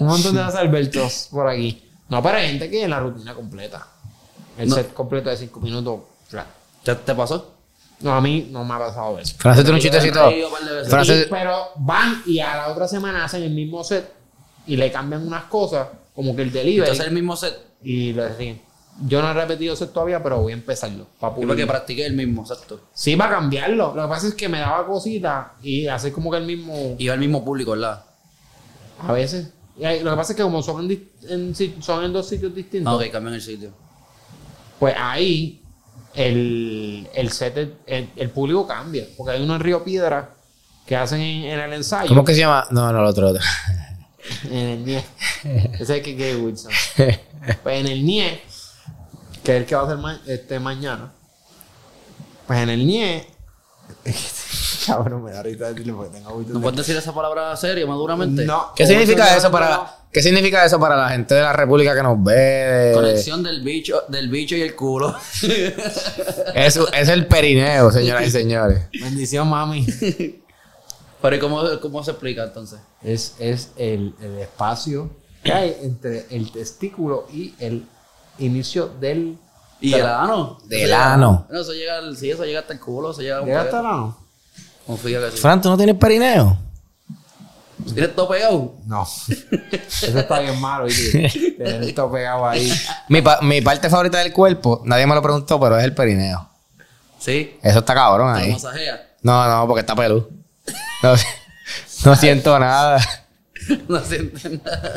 Speaker 1: Un montón de José Albertos por aquí. No, pero hay gente que en la rutina completa. El
Speaker 3: No.
Speaker 1: set completo de cinco minutos. claro.
Speaker 3: ¿Te, te pasó?
Speaker 1: No, a mí no me ha pasado eso.
Speaker 2: Fran, hazte un
Speaker 3: Yo me he
Speaker 2: chistecito.
Speaker 3: reído un par de veces.
Speaker 2: Fran,
Speaker 1: Y-
Speaker 2: hazte-
Speaker 1: pero van y a la otra semana hacen el mismo set y le cambian unas cosas, como que el delivery.
Speaker 3: Entonces el mismo set.
Speaker 1: y lo siguen. Yo no he repetido set todavía, pero voy a empezarlo. pa'
Speaker 3: Yo
Speaker 1: pulirlo.
Speaker 3: porque practiqué el mismo, exacto.
Speaker 1: Sí, para cambiarlo. Lo que pasa es que me daba cosita y hacer como que el mismo.
Speaker 3: Iba al mismo público, ¿verdad?
Speaker 1: A veces. Y ahí- Lo que pasa es que como son en, dis- en si- son en dos sitios distintos,
Speaker 3: Ah, ok, cambian el sitio.
Speaker 1: pues ahí el, el set, el, el- el público cambia. Porque hay uno en Río Piedra que hacen en, en el ensayo.
Speaker 2: ¿Cómo que se llama? No, no, el otro, el otro.
Speaker 1: En el
Speaker 2: [laughs]
Speaker 1: NIE. Ese es que que Wilson. Pues en el NIE, que es el que va a hacer ma- este, mañana. Pues en el NIE. [laughs] Cabrón, me da risa decirlo
Speaker 6: "Pues,
Speaker 1: porque tengo
Speaker 3: ¿No puedes decir esa palabra seria, maduramente?
Speaker 1: No,
Speaker 2: ¿Qué
Speaker 1: o
Speaker 2: significa
Speaker 1: Wilson
Speaker 2: eso
Speaker 1: no, no, no.
Speaker 2: para qué significa eso para la gente de la República que nos ve?
Speaker 3: Conexión del bicho, del bicho y el culo. [laughs]
Speaker 2: Es, es el perineo, señoras y señores.
Speaker 1: Bendición, mami.
Speaker 3: Pero ¿y cómo, cómo se explica entonces?
Speaker 1: es, es el, el espacio que hay entre el testículo y el inicio del.
Speaker 3: ¿Y el ano?
Speaker 2: Del ano.
Speaker 3: No, eso llega, al- sí, eso llega hasta el culo, eso llega,
Speaker 1: ¿Llega hasta
Speaker 3: hasta
Speaker 1: el ano?
Speaker 3: Confía que sí.
Speaker 2: Fran, ¿tú no tienes perineo?
Speaker 3: ¿Tienes todo pegado?
Speaker 1: No. [laughs] Eso está bien malo, ¿viste? Tener esto pegado ahí.
Speaker 2: Mi, pa- mi parte favorita del cuerpo, nadie me lo preguntó, pero es el perineo.
Speaker 3: Sí.
Speaker 2: Eso está cabrón
Speaker 3: ¿Te lo
Speaker 2: ahí.
Speaker 3: masajea? [laughs]
Speaker 2: No, no, porque está pelú. No, [laughs] no siento nada.
Speaker 3: No sientes nada.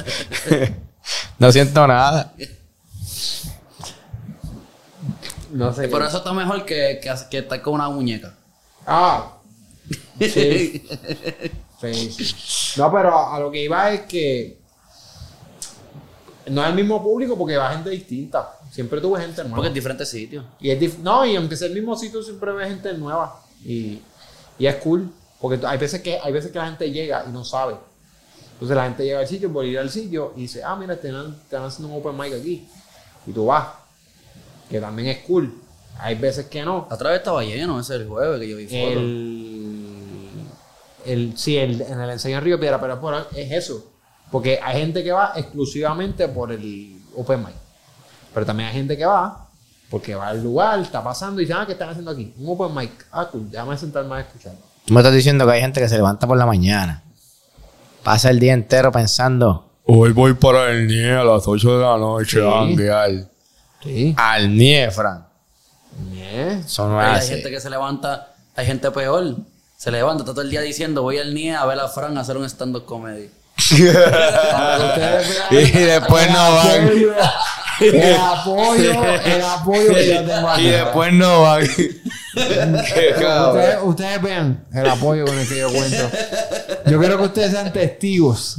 Speaker 2: No siento nada.
Speaker 1: No
Speaker 2: [laughs]
Speaker 1: sé.
Speaker 3: Pero eso está mejor que, que, que estar con una muñeca.
Speaker 1: Ah, Sí. sí, sí. No, pero a, a lo que iba es que. No es el mismo público porque va gente distinta. Siempre tuve gente nueva.
Speaker 3: Porque es diferentes sitios.
Speaker 1: Y es dif- no, y aunque sea el mismo sitio, siempre ve gente nueva. Y, y es cool. Porque t- hay veces, que, hay veces que la gente llega y no sabe. Entonces la gente llega al sitio, por ir al sitio, y dice, ah, mira, te están, te están haciendo un open mic aquí. Y tú vas. Que también es cool. Hay veces que no.
Speaker 3: La otra vez estaba lleno, ese es el jueves que yo vi fotos.
Speaker 1: El, el, sí, el, en el ensayo en Río Piedra, pero por, es eso. Porque hay gente que va exclusivamente por el open mic. Pero también hay gente que va porque va al lugar, está pasando y dice, ah, ¿qué están haciendo aquí? Un open mic. Ah, cool, déjame sentarme a escuchar.
Speaker 2: Tú me estás diciendo que hay gente que se levanta por la mañana. Pasa el día entero pensando.
Speaker 7: Hoy voy para el NIE a las 8 de la noche a janguear.
Speaker 1: Sí.
Speaker 2: Al nie, Fran. Eso no es
Speaker 3: hay
Speaker 2: así.
Speaker 3: gente que se levanta, hay gente peor. Se levanta está todo el día diciendo, voy al NIE a ver a Fran a hacer un stand-up comedy.
Speaker 2: [laughs] y después no van.
Speaker 1: [laughs] El apoyo, el
Speaker 6: [laughs]
Speaker 1: apoyo [laughs] que yo tengo
Speaker 7: Y
Speaker 1: aquí.
Speaker 7: después no va.
Speaker 2: [laughs]
Speaker 1: Ustedes,
Speaker 6: eh.
Speaker 1: ustedes vean el apoyo con el que yo cuento.
Speaker 3: [laughs]
Speaker 1: Yo quiero que ustedes sean testigos.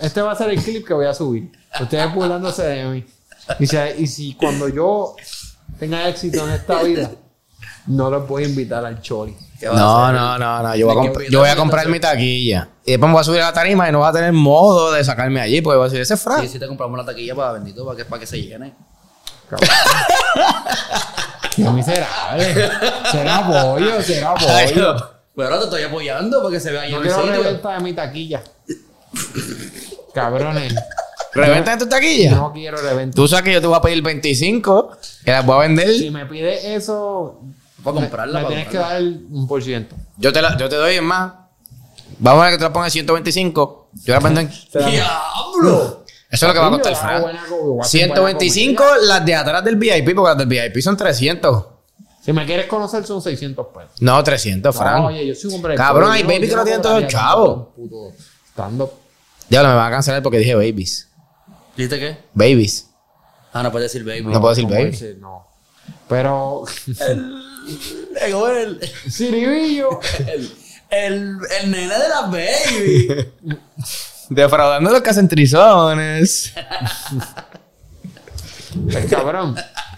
Speaker 1: Este va a ser el clip que voy a subir. Ustedes burlándose de mí. Y si, y si cuando yo tenga éxito en esta vida, no los voy a invitar al Choli.
Speaker 2: No, no, no, no. Yo voy, a comp- yo voy a comprar mi taquilla. Y después me voy a subir a la tarima y no voy a tener modo de sacarme allí porque voy a decir, ese es Fran.
Speaker 3: Y si te compramos la taquilla para bendito, para que, para que se llene.
Speaker 1: Qué miserable. Será apoyo, será
Speaker 2: [laughs] Ay,
Speaker 1: apoyo.
Speaker 2: no.
Speaker 3: Pero ahora te estoy apoyando para que se vea ahí
Speaker 1: No
Speaker 3: en el
Speaker 1: quiero
Speaker 3: sitio.
Speaker 1: reventa de mi taquilla. Cabrones.
Speaker 2: ¿Reventa en tu taquilla?
Speaker 1: No quiero reventar.
Speaker 2: Tú sabes que yo te voy a pedir 25, que las voy a vender.
Speaker 1: Si me pides eso,
Speaker 3: Para comprarla,
Speaker 1: me
Speaker 3: para
Speaker 1: tienes que
Speaker 3: comprarla.
Speaker 1: dar un por ciento.
Speaker 2: Yo, te la- yo te doy en más. Vamos a ver que te la pongas 125. Yo la vendo en... Eso
Speaker 3: ¡Diablo!
Speaker 2: es lo que va a costar el
Speaker 1: Yo
Speaker 2: Fran.
Speaker 1: hago buena co- yo voy a hacer buena
Speaker 2: 125 las de atrás del VIP, porque las del VIP son 300.
Speaker 1: comida. Si me quieres conocer son 600 pesos.
Speaker 2: No, 300, Fran.
Speaker 1: No, oye, yo soy un hombre. de
Speaker 2: Cabrón,
Speaker 1: pueblo,
Speaker 2: hay
Speaker 1: yo
Speaker 2: baby que
Speaker 1: yo
Speaker 2: lo tienen
Speaker 1: cobraría
Speaker 2: todos chavos.
Speaker 1: tanto por un puto stand-up.
Speaker 2: Diablo, me van a cancelar porque dije babies.
Speaker 3: ¿Viste qué?
Speaker 2: Babies.
Speaker 3: Ah, no puedes decir baby.
Speaker 2: No puedo decir
Speaker 1: No,
Speaker 2: baby.
Speaker 1: ese pues, eh, no. Pero, [laughs]
Speaker 3: Llegó el,
Speaker 1: Siribillo.
Speaker 3: el, el, el nene de la baby.
Speaker 2: Defraudando los casentrizones.
Speaker 1: el pues, cabrón.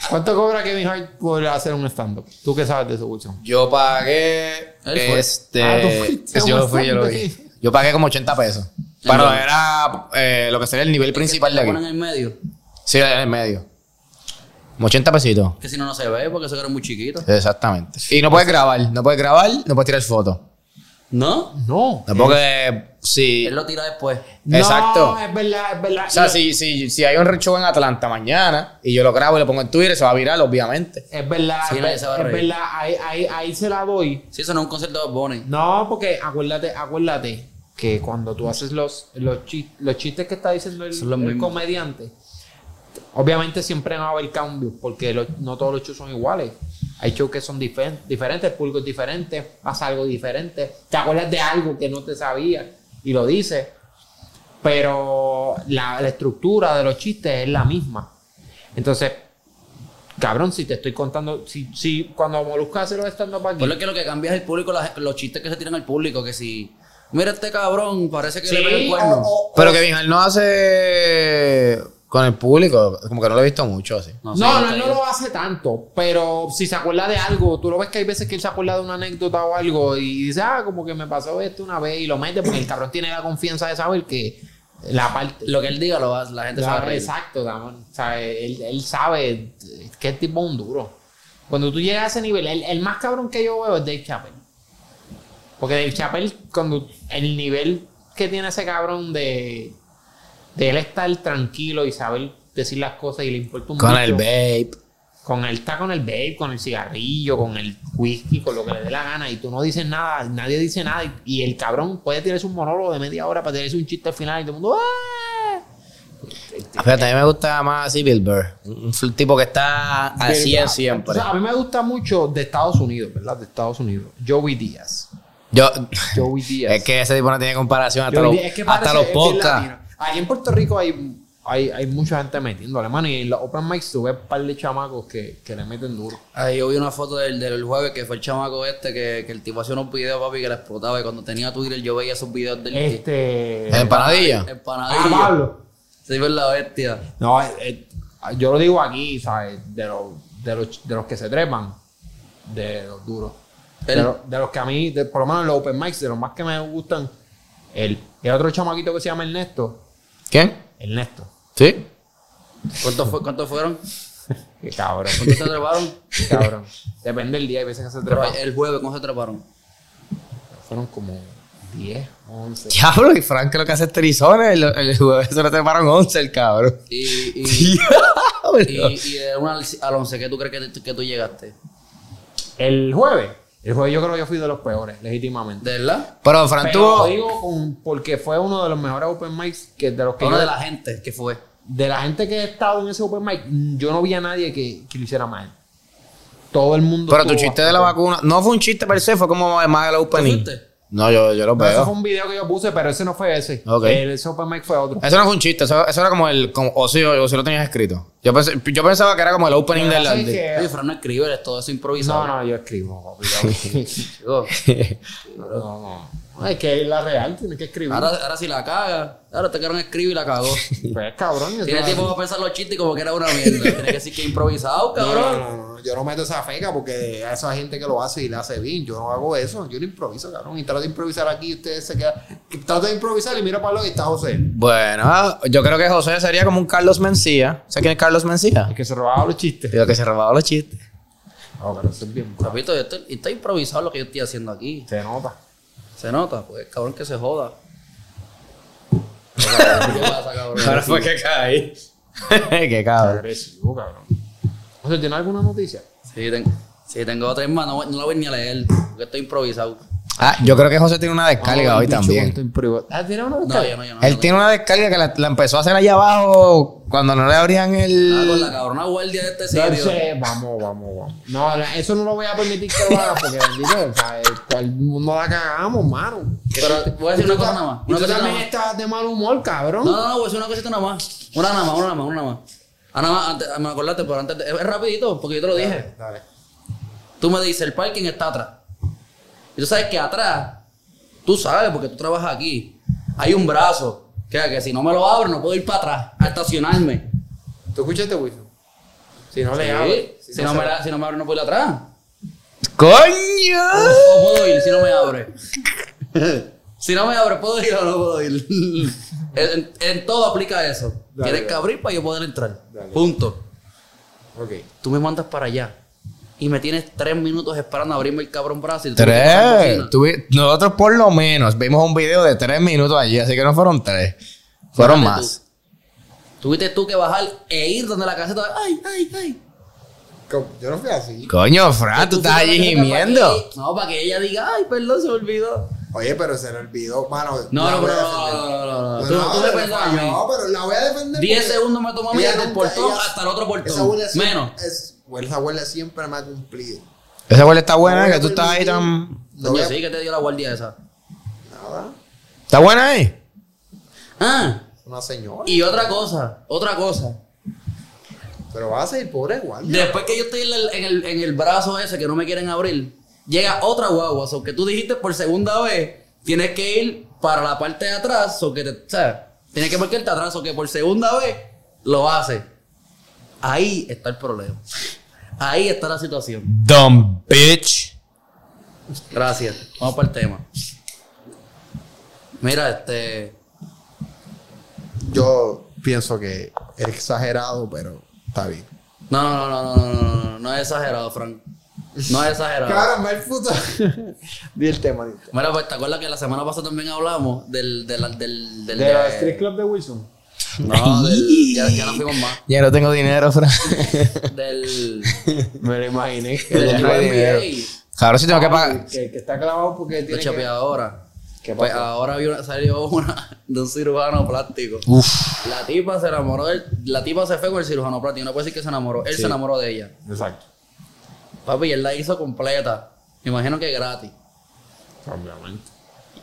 Speaker 1: ¿Cuánto cobra Kevin Hart por hacer un stand-up? Tú que sabes de su cuestión.
Speaker 2: Yo pagué.
Speaker 3: Él fue.
Speaker 2: Este.
Speaker 1: Ah, tú fuiste
Speaker 2: es- yo lo fui, yo lo
Speaker 1: bastante.
Speaker 2: vi. Yo pagué como 80 pesos. Pero era eh, lo que sería [laughs] el nivel principal de
Speaker 3: Lo
Speaker 2: aquí.
Speaker 3: ponen en medio.
Speaker 2: Sí, en el medio. Como 80 pesitos.
Speaker 3: Que si no, no se ve porque eso que era muy chiquito.
Speaker 2: Exactamente. Y no puedes grabar, no puedes grabar, no puedes tirar fotos.
Speaker 3: ¿No?
Speaker 1: No.
Speaker 2: Tampoco que si.
Speaker 3: Él lo tira después.
Speaker 2: Exacto.
Speaker 1: No, es verdad, es verdad.
Speaker 2: O sea,
Speaker 1: Y-
Speaker 2: si, si, si hay un show en Atlanta mañana y yo lo grabo y lo pongo en Twitter, se va a virar, obviamente.
Speaker 1: Es verdad,
Speaker 3: Sí,
Speaker 1: es,
Speaker 3: nadie se va a
Speaker 1: es
Speaker 3: reír.
Speaker 1: verdad. Ahí, ahí, ahí se la doy.
Speaker 3: Sí, eso no es un concierto de Bonnie.
Speaker 1: No, porque acuérdate, acuérdate que cuando tú haces los, los, chis- los chistes que está diciendo el,
Speaker 3: Son los
Speaker 1: el
Speaker 3: mismos.
Speaker 1: comediante, obviamente siempre va a haber cambios, porque los- no todos los shows son iguales. Hay shows que son difer- diferentes, el público es diferente, pasa algo diferente, te acuerdas de algo que no te sabías y lo dices, pero la, la estructura de los chistes es la misma. Entonces, cabrón, si te estoy contando, si, si cuando Molusca hace los stand-up aquí,
Speaker 3: Pues lo que lo que cambia es el público, las- los chistes que se tiran al público, que si. Mira este cabrón, parece que le pega el
Speaker 1: Sí,
Speaker 3: cuerno.
Speaker 1: o- o-
Speaker 2: Pero que Vinjal no hace con el público, como que no lo he visto mucho así.
Speaker 1: No,
Speaker 3: sé,
Speaker 1: no,
Speaker 3: te
Speaker 1: él no
Speaker 3: digo.
Speaker 1: lo hace tanto, pero si se acuerda de algo, tú lo ves que hay veces que él se acuerda de una anécdota o algo y dice, ah, como que me pasó esto una vez y lo mete porque el cabrón tiene la confianza de saber que la parte...
Speaker 3: Lo que él diga, lo va- la gente
Speaker 1: la-
Speaker 3: sabe. reír.
Speaker 1: exacto, cabrón. O sea, él, él sabe que es tipo un duro. Cuando tú llegas a ese nivel, el, el más cabrón que yo veo es Dave Chappelle. Porque Dave Chappelle, cuando el nivel que tiene ese cabrón de, de él estar tranquilo y saber decir las cosas y le importa un
Speaker 2: Con
Speaker 1: bicho.
Speaker 2: el vape.
Speaker 1: Con él está con el vape, con el cigarrillo, con el whisky, con lo que le dé la gana. Y tú no dices nada, nadie dice nada. y- Y el cabrón puede tirarse un monólogo de media hora para tirarse un chiste al final y todo el mundo. ¡Ah!
Speaker 2: Fíjate, a mí me gusta más así Bill Burr. Un fl- tipo que está al 100
Speaker 1: O
Speaker 2: siempre.
Speaker 1: sea, a mí me gusta mucho de Estados Unidos, ¿verdad? De Estados Unidos. Joey Díaz.
Speaker 2: Yo, [laughs]
Speaker 1: Joey Díaz.
Speaker 2: es que ese tipo no tiene comparación hasta,
Speaker 1: Joey
Speaker 2: los,
Speaker 1: Díaz, es que
Speaker 2: hasta
Speaker 1: parece-
Speaker 2: los
Speaker 1: es bien
Speaker 2: podcasts.
Speaker 1: latino. Ahí en Puerto Rico hay, hay, hay mucha gente metiéndole, mano. Y en los open mics tú ves un par de chamacos que, que le meten duro.
Speaker 3: Ahí yo vi una foto del, del jueves que fue el chamaco este que, que el tipo hacía unos videos, papi, que le explotaba. Y cuando tenía Twitter, yo veía esos videos del.
Speaker 1: Este.
Speaker 2: Eh, Empanadilla.
Speaker 3: Empanadilla.
Speaker 1: Ah, Pablo.
Speaker 3: Se fue la bestia.
Speaker 1: No, eh, eh, yo lo digo aquí, ¿sabes? De los, de los, de los que se trepan, de los duros. De,
Speaker 3: El-
Speaker 1: los- de los que a mí, de- por lo menos los open mics, de los más que me gustan, él. Y hay otro chamaquito que se llama Ernesto.
Speaker 2: ¿Quién?
Speaker 1: Ernesto.
Speaker 2: ¿Sí?
Speaker 3: ¿Cuántos, fue- cuántos fueron? ¿Cuántos
Speaker 1: Qué cabrón, [laughs]
Speaker 3: se treparon? [laughs]
Speaker 1: qué cabrón. Depende del día, hay veces que se
Speaker 3: Pero eh,
Speaker 1: trepan.
Speaker 3: el jueves, ¿cómo se treparon?
Speaker 1: Fueron como 10, 11.
Speaker 2: Diablo, y Frank lo que hace es trizones. El, el jueves se lo treparon 11, el cabrón.
Speaker 3: Y, y,
Speaker 2: Diablo.
Speaker 3: y, y de 1 al 11, ¿qué tú crees que, que tú llegaste?
Speaker 1: El jueves, El juego yo creo que yo fui de los peores, legítimamente.
Speaker 3: ¿De verdad?
Speaker 2: Pero Fran
Speaker 1: Pero
Speaker 2: tuvo.
Speaker 1: lo digo con- porque fue uno de los mejores open mics que de los que
Speaker 3: Uno
Speaker 1: yo-
Speaker 3: de la gente que fue.
Speaker 1: de la gente que he estado en ese open mic, mm, yo no vi a nadie que, que lo hiciera mal. Todo el mundo.
Speaker 2: Pero tu
Speaker 1: estuvo
Speaker 2: chiste de la
Speaker 1: bastante-
Speaker 2: vacuna. No fue un chiste per se, fue como más el opening.
Speaker 3: fuiste?
Speaker 2: No, yo, yo lo
Speaker 1: No, Ese fue
Speaker 2: veo.
Speaker 1: un video que yo puse, pero ese no fue ese.
Speaker 2: Ok.
Speaker 1: El, ese open mic fue
Speaker 2: [laughs]
Speaker 1: otro.
Speaker 2: Eso no fue un chiste, eso, eso era como el. Como, o, si, o si lo tenías escrito. Yo, pensé- yo pensaba que era como el opening
Speaker 1: Pero
Speaker 2: del.
Speaker 1: no sé
Speaker 2: del-
Speaker 1: qué-
Speaker 3: Oye, Fran no escribe, eres todo eso improvisado.
Speaker 1: No, no, yo escribo. papi, yo-
Speaker 2: [laughs]
Speaker 3: Digo,
Speaker 1: no, no. Es que es la real, tiene que escribir.
Speaker 3: ahora, ahora si la caga, ahora te quedaron escribir y la cagó.
Speaker 1: Pues cabrón. eso
Speaker 3: Tiene
Speaker 1: es
Speaker 3: tiempo
Speaker 1: así.
Speaker 3: para pensar los chistes como que era una mierda. Tiene que decir que improvisado,
Speaker 6: No,
Speaker 3: cabrón.
Speaker 6: no, no, no, yo no meto esa feca porque a esa gente que lo hace y le hace bien, yo no hago eso, yo no improviso, cabrón. Y trato de improvisar aquí, ustedes se quedan. Trato de improvisar y mira para lo y está José.
Speaker 2: Bueno, yo creo que José sería como un Carlos Mencía. ¿Sabes quién es Carlos Mencía?
Speaker 1: El que se robaba los chistes.
Speaker 2: Digo que se robaba los chistes.
Speaker 1: No, pero eso es bien.
Speaker 3: Papito, yo estoy, está improvisado lo que yo estoy haciendo aquí.
Speaker 1: Se nota.
Speaker 3: Se nota, pues, cabrón, que se joda. ¿Qué pasa, cabrón?
Speaker 2: Ahora fue que caí. [laughs] Qué cabrón.
Speaker 1: Agresivo, cabrón. José, ¿tiene alguna noticia?
Speaker 3: Sí, tengo, sí, tengo otra más, no, no la voy ni a leer, porque estoy improvisado.
Speaker 2: Ah, yo creo que José tiene una descarga
Speaker 1: Ah,
Speaker 2: hoy
Speaker 1: bicho,
Speaker 2: también.
Speaker 1: cuánto en privado. Ah, ¿tiene una
Speaker 3: No,
Speaker 1: noticia?
Speaker 3: yo no, yo no. yo
Speaker 2: Él
Speaker 3: no.
Speaker 2: tiene una descarga que la, la empezó a hacer allá abajo cuando no le abrían
Speaker 3: Ah, con la
Speaker 2: el.
Speaker 3: cabrona guardia de este sitio.
Speaker 1: Entonces, vamos, vamos, vamos. No, la- eso no lo voy a permitir que lo haga porque [laughs] bendito, o sea, el- todo el mundo la cagamos, mano.
Speaker 3: Pero voy a decir una cosa nada más.
Speaker 1: Y
Speaker 3: Una
Speaker 1: tú
Speaker 3: cosa nada
Speaker 1: también
Speaker 3: más.
Speaker 1: estás de mal humor, cabrón.
Speaker 3: No, no, no, voy a decir una cosita nada más. Una nada más, una nada más, una nada más. Ah, nada más, antes, me acordaste, pero antes. de- es rapidito, porque yo te lo dije.
Speaker 6: Dale.
Speaker 3: Tú me dices, el parking está atrás. Y tú sabes que atrás, tú sabes, porque tú trabajas aquí, hay un brazo. Que, que si no me lo abro, no puedo ir para atrás a estacionarme.
Speaker 6: ¿Tú escuchaste, Wilson?
Speaker 1: Si no
Speaker 3: Sí,
Speaker 1: le hago.
Speaker 3: Si, no me la- si no me abro, no puedo ir atrás.
Speaker 2: ¡Coño!
Speaker 3: ¿O puedo ir si no me abre? Si no me abre, ¿puedo ir o no puedo ir? en, en todo aplica eso.
Speaker 6: Dale,
Speaker 3: Tienes que
Speaker 6: dale.
Speaker 3: abrir para yo poder entrar.
Speaker 6: Dale.
Speaker 3: Punto.
Speaker 6: Ok.
Speaker 3: Tú me mandas para allá. Y me tienes tres minutos esperando a abrirme el cabrón brazo. y tú tienes que pasar
Speaker 2: Tres.
Speaker 3: bocina.
Speaker 2: Tuvi- nosotros por lo menos vimos un video de tres minutos allí, así que no fueron tres. Fueron
Speaker 3: Fíjate
Speaker 2: más.
Speaker 3: tú. Tuviste tú que bajar e ir donde la caseta. ¡Ay, ay, ay!
Speaker 6: ¿Cómo? Yo no fui así.
Speaker 2: Coño, Fran, tú estás allí
Speaker 3: fuiste a la caseta para
Speaker 2: gimiendo.
Speaker 3: que- No, para que ella diga, ¡ay, perdón, se me olvidó!
Speaker 6: Oye, pero se le olvidó, mano.
Speaker 3: No,
Speaker 6: la
Speaker 3: no,
Speaker 6: voy
Speaker 3: pero
Speaker 6: a
Speaker 3: no,
Speaker 6: defender.
Speaker 3: no, no, no, no.
Speaker 6: No,
Speaker 3: Tú,
Speaker 6: no,
Speaker 3: tú me
Speaker 6: pero
Speaker 3: perdonas. a mí.
Speaker 6: No, pero la voy a defender.
Speaker 3: 10
Speaker 6: porque
Speaker 3: segundos me tomó a mí
Speaker 6: ella
Speaker 3: desde el
Speaker 6: nunca-
Speaker 3: portón
Speaker 6: ella-
Speaker 3: hasta el otro
Speaker 6: Esa
Speaker 3: portón.
Speaker 6: abuela siempre-
Speaker 3: Menos.
Speaker 6: Es, esa abuela siempre me ha cumplido.
Speaker 2: Esa huele está buena,
Speaker 6: No
Speaker 2: que tú estás ahí
Speaker 6: voy a
Speaker 2: tan.
Speaker 6: permitir- No
Speaker 3: Coño,
Speaker 6: voy a-
Speaker 3: sí, que te dio la guardia esa.
Speaker 6: Nada.
Speaker 2: ¿Está buena ahí?
Speaker 3: Ah,
Speaker 6: Una señora.
Speaker 3: y otra cosa, otra cosa.
Speaker 6: Pero vas a seguir pobre igual.
Speaker 3: Después que yo estoy en el, en el- en el brazo ese que no me quieren abrir, llega otra guagua. O so que tú dijiste por segunda vez, tienes que ir para la parte de atrás. O que te, o sea, tienes que marcarte atrás. O que por segunda vez lo hace. Ahí está el problema. Ahí está la situación.
Speaker 2: Dumb bitch.
Speaker 3: Gracias. Vamos para el tema. Mira, este.
Speaker 6: Yo pienso que es exagerado, pero está bien.
Speaker 3: No, no, no, no, no, no, no, no, no es exagerado, Frank. No es exagerado.
Speaker 6: Cabrón, ve el puto. Di el tema, di el tema.
Speaker 3: Mira, pues te acuerdas que la semana pasada también hablamos del. del. del. del.
Speaker 1: De la
Speaker 3: de-
Speaker 1: Street Club de
Speaker 3: [laughs]
Speaker 1: Wilson.
Speaker 3: no, del. ya, ya no fuimos más.
Speaker 2: Ya no tengo dinero, [laughs] Fran.
Speaker 3: Del.
Speaker 1: Me lo [laughs] imaginé.
Speaker 3: [laughs]
Speaker 2: Ya
Speaker 3: del
Speaker 2: no hay dinero.
Speaker 3: NBA.
Speaker 2: Cabrón, si tengo que pagar.
Speaker 1: Que, que está clavado porque
Speaker 3: Lo
Speaker 1: tiene
Speaker 3: chapé
Speaker 1: que...
Speaker 3: ahora.
Speaker 1: ¿Qué
Speaker 3: Pues
Speaker 1: pasó?
Speaker 3: ahora vi una- salió una [laughs] de un cirujano plástico. La tipa se enamoró del, La tipa se fue con el cirujano plástico. No puede decir que se enamoró. Él se enamoró de ella.
Speaker 1: Exacto.
Speaker 3: Papi, y él la hizo completa. Me imagino que gratis.
Speaker 1: Obviamente.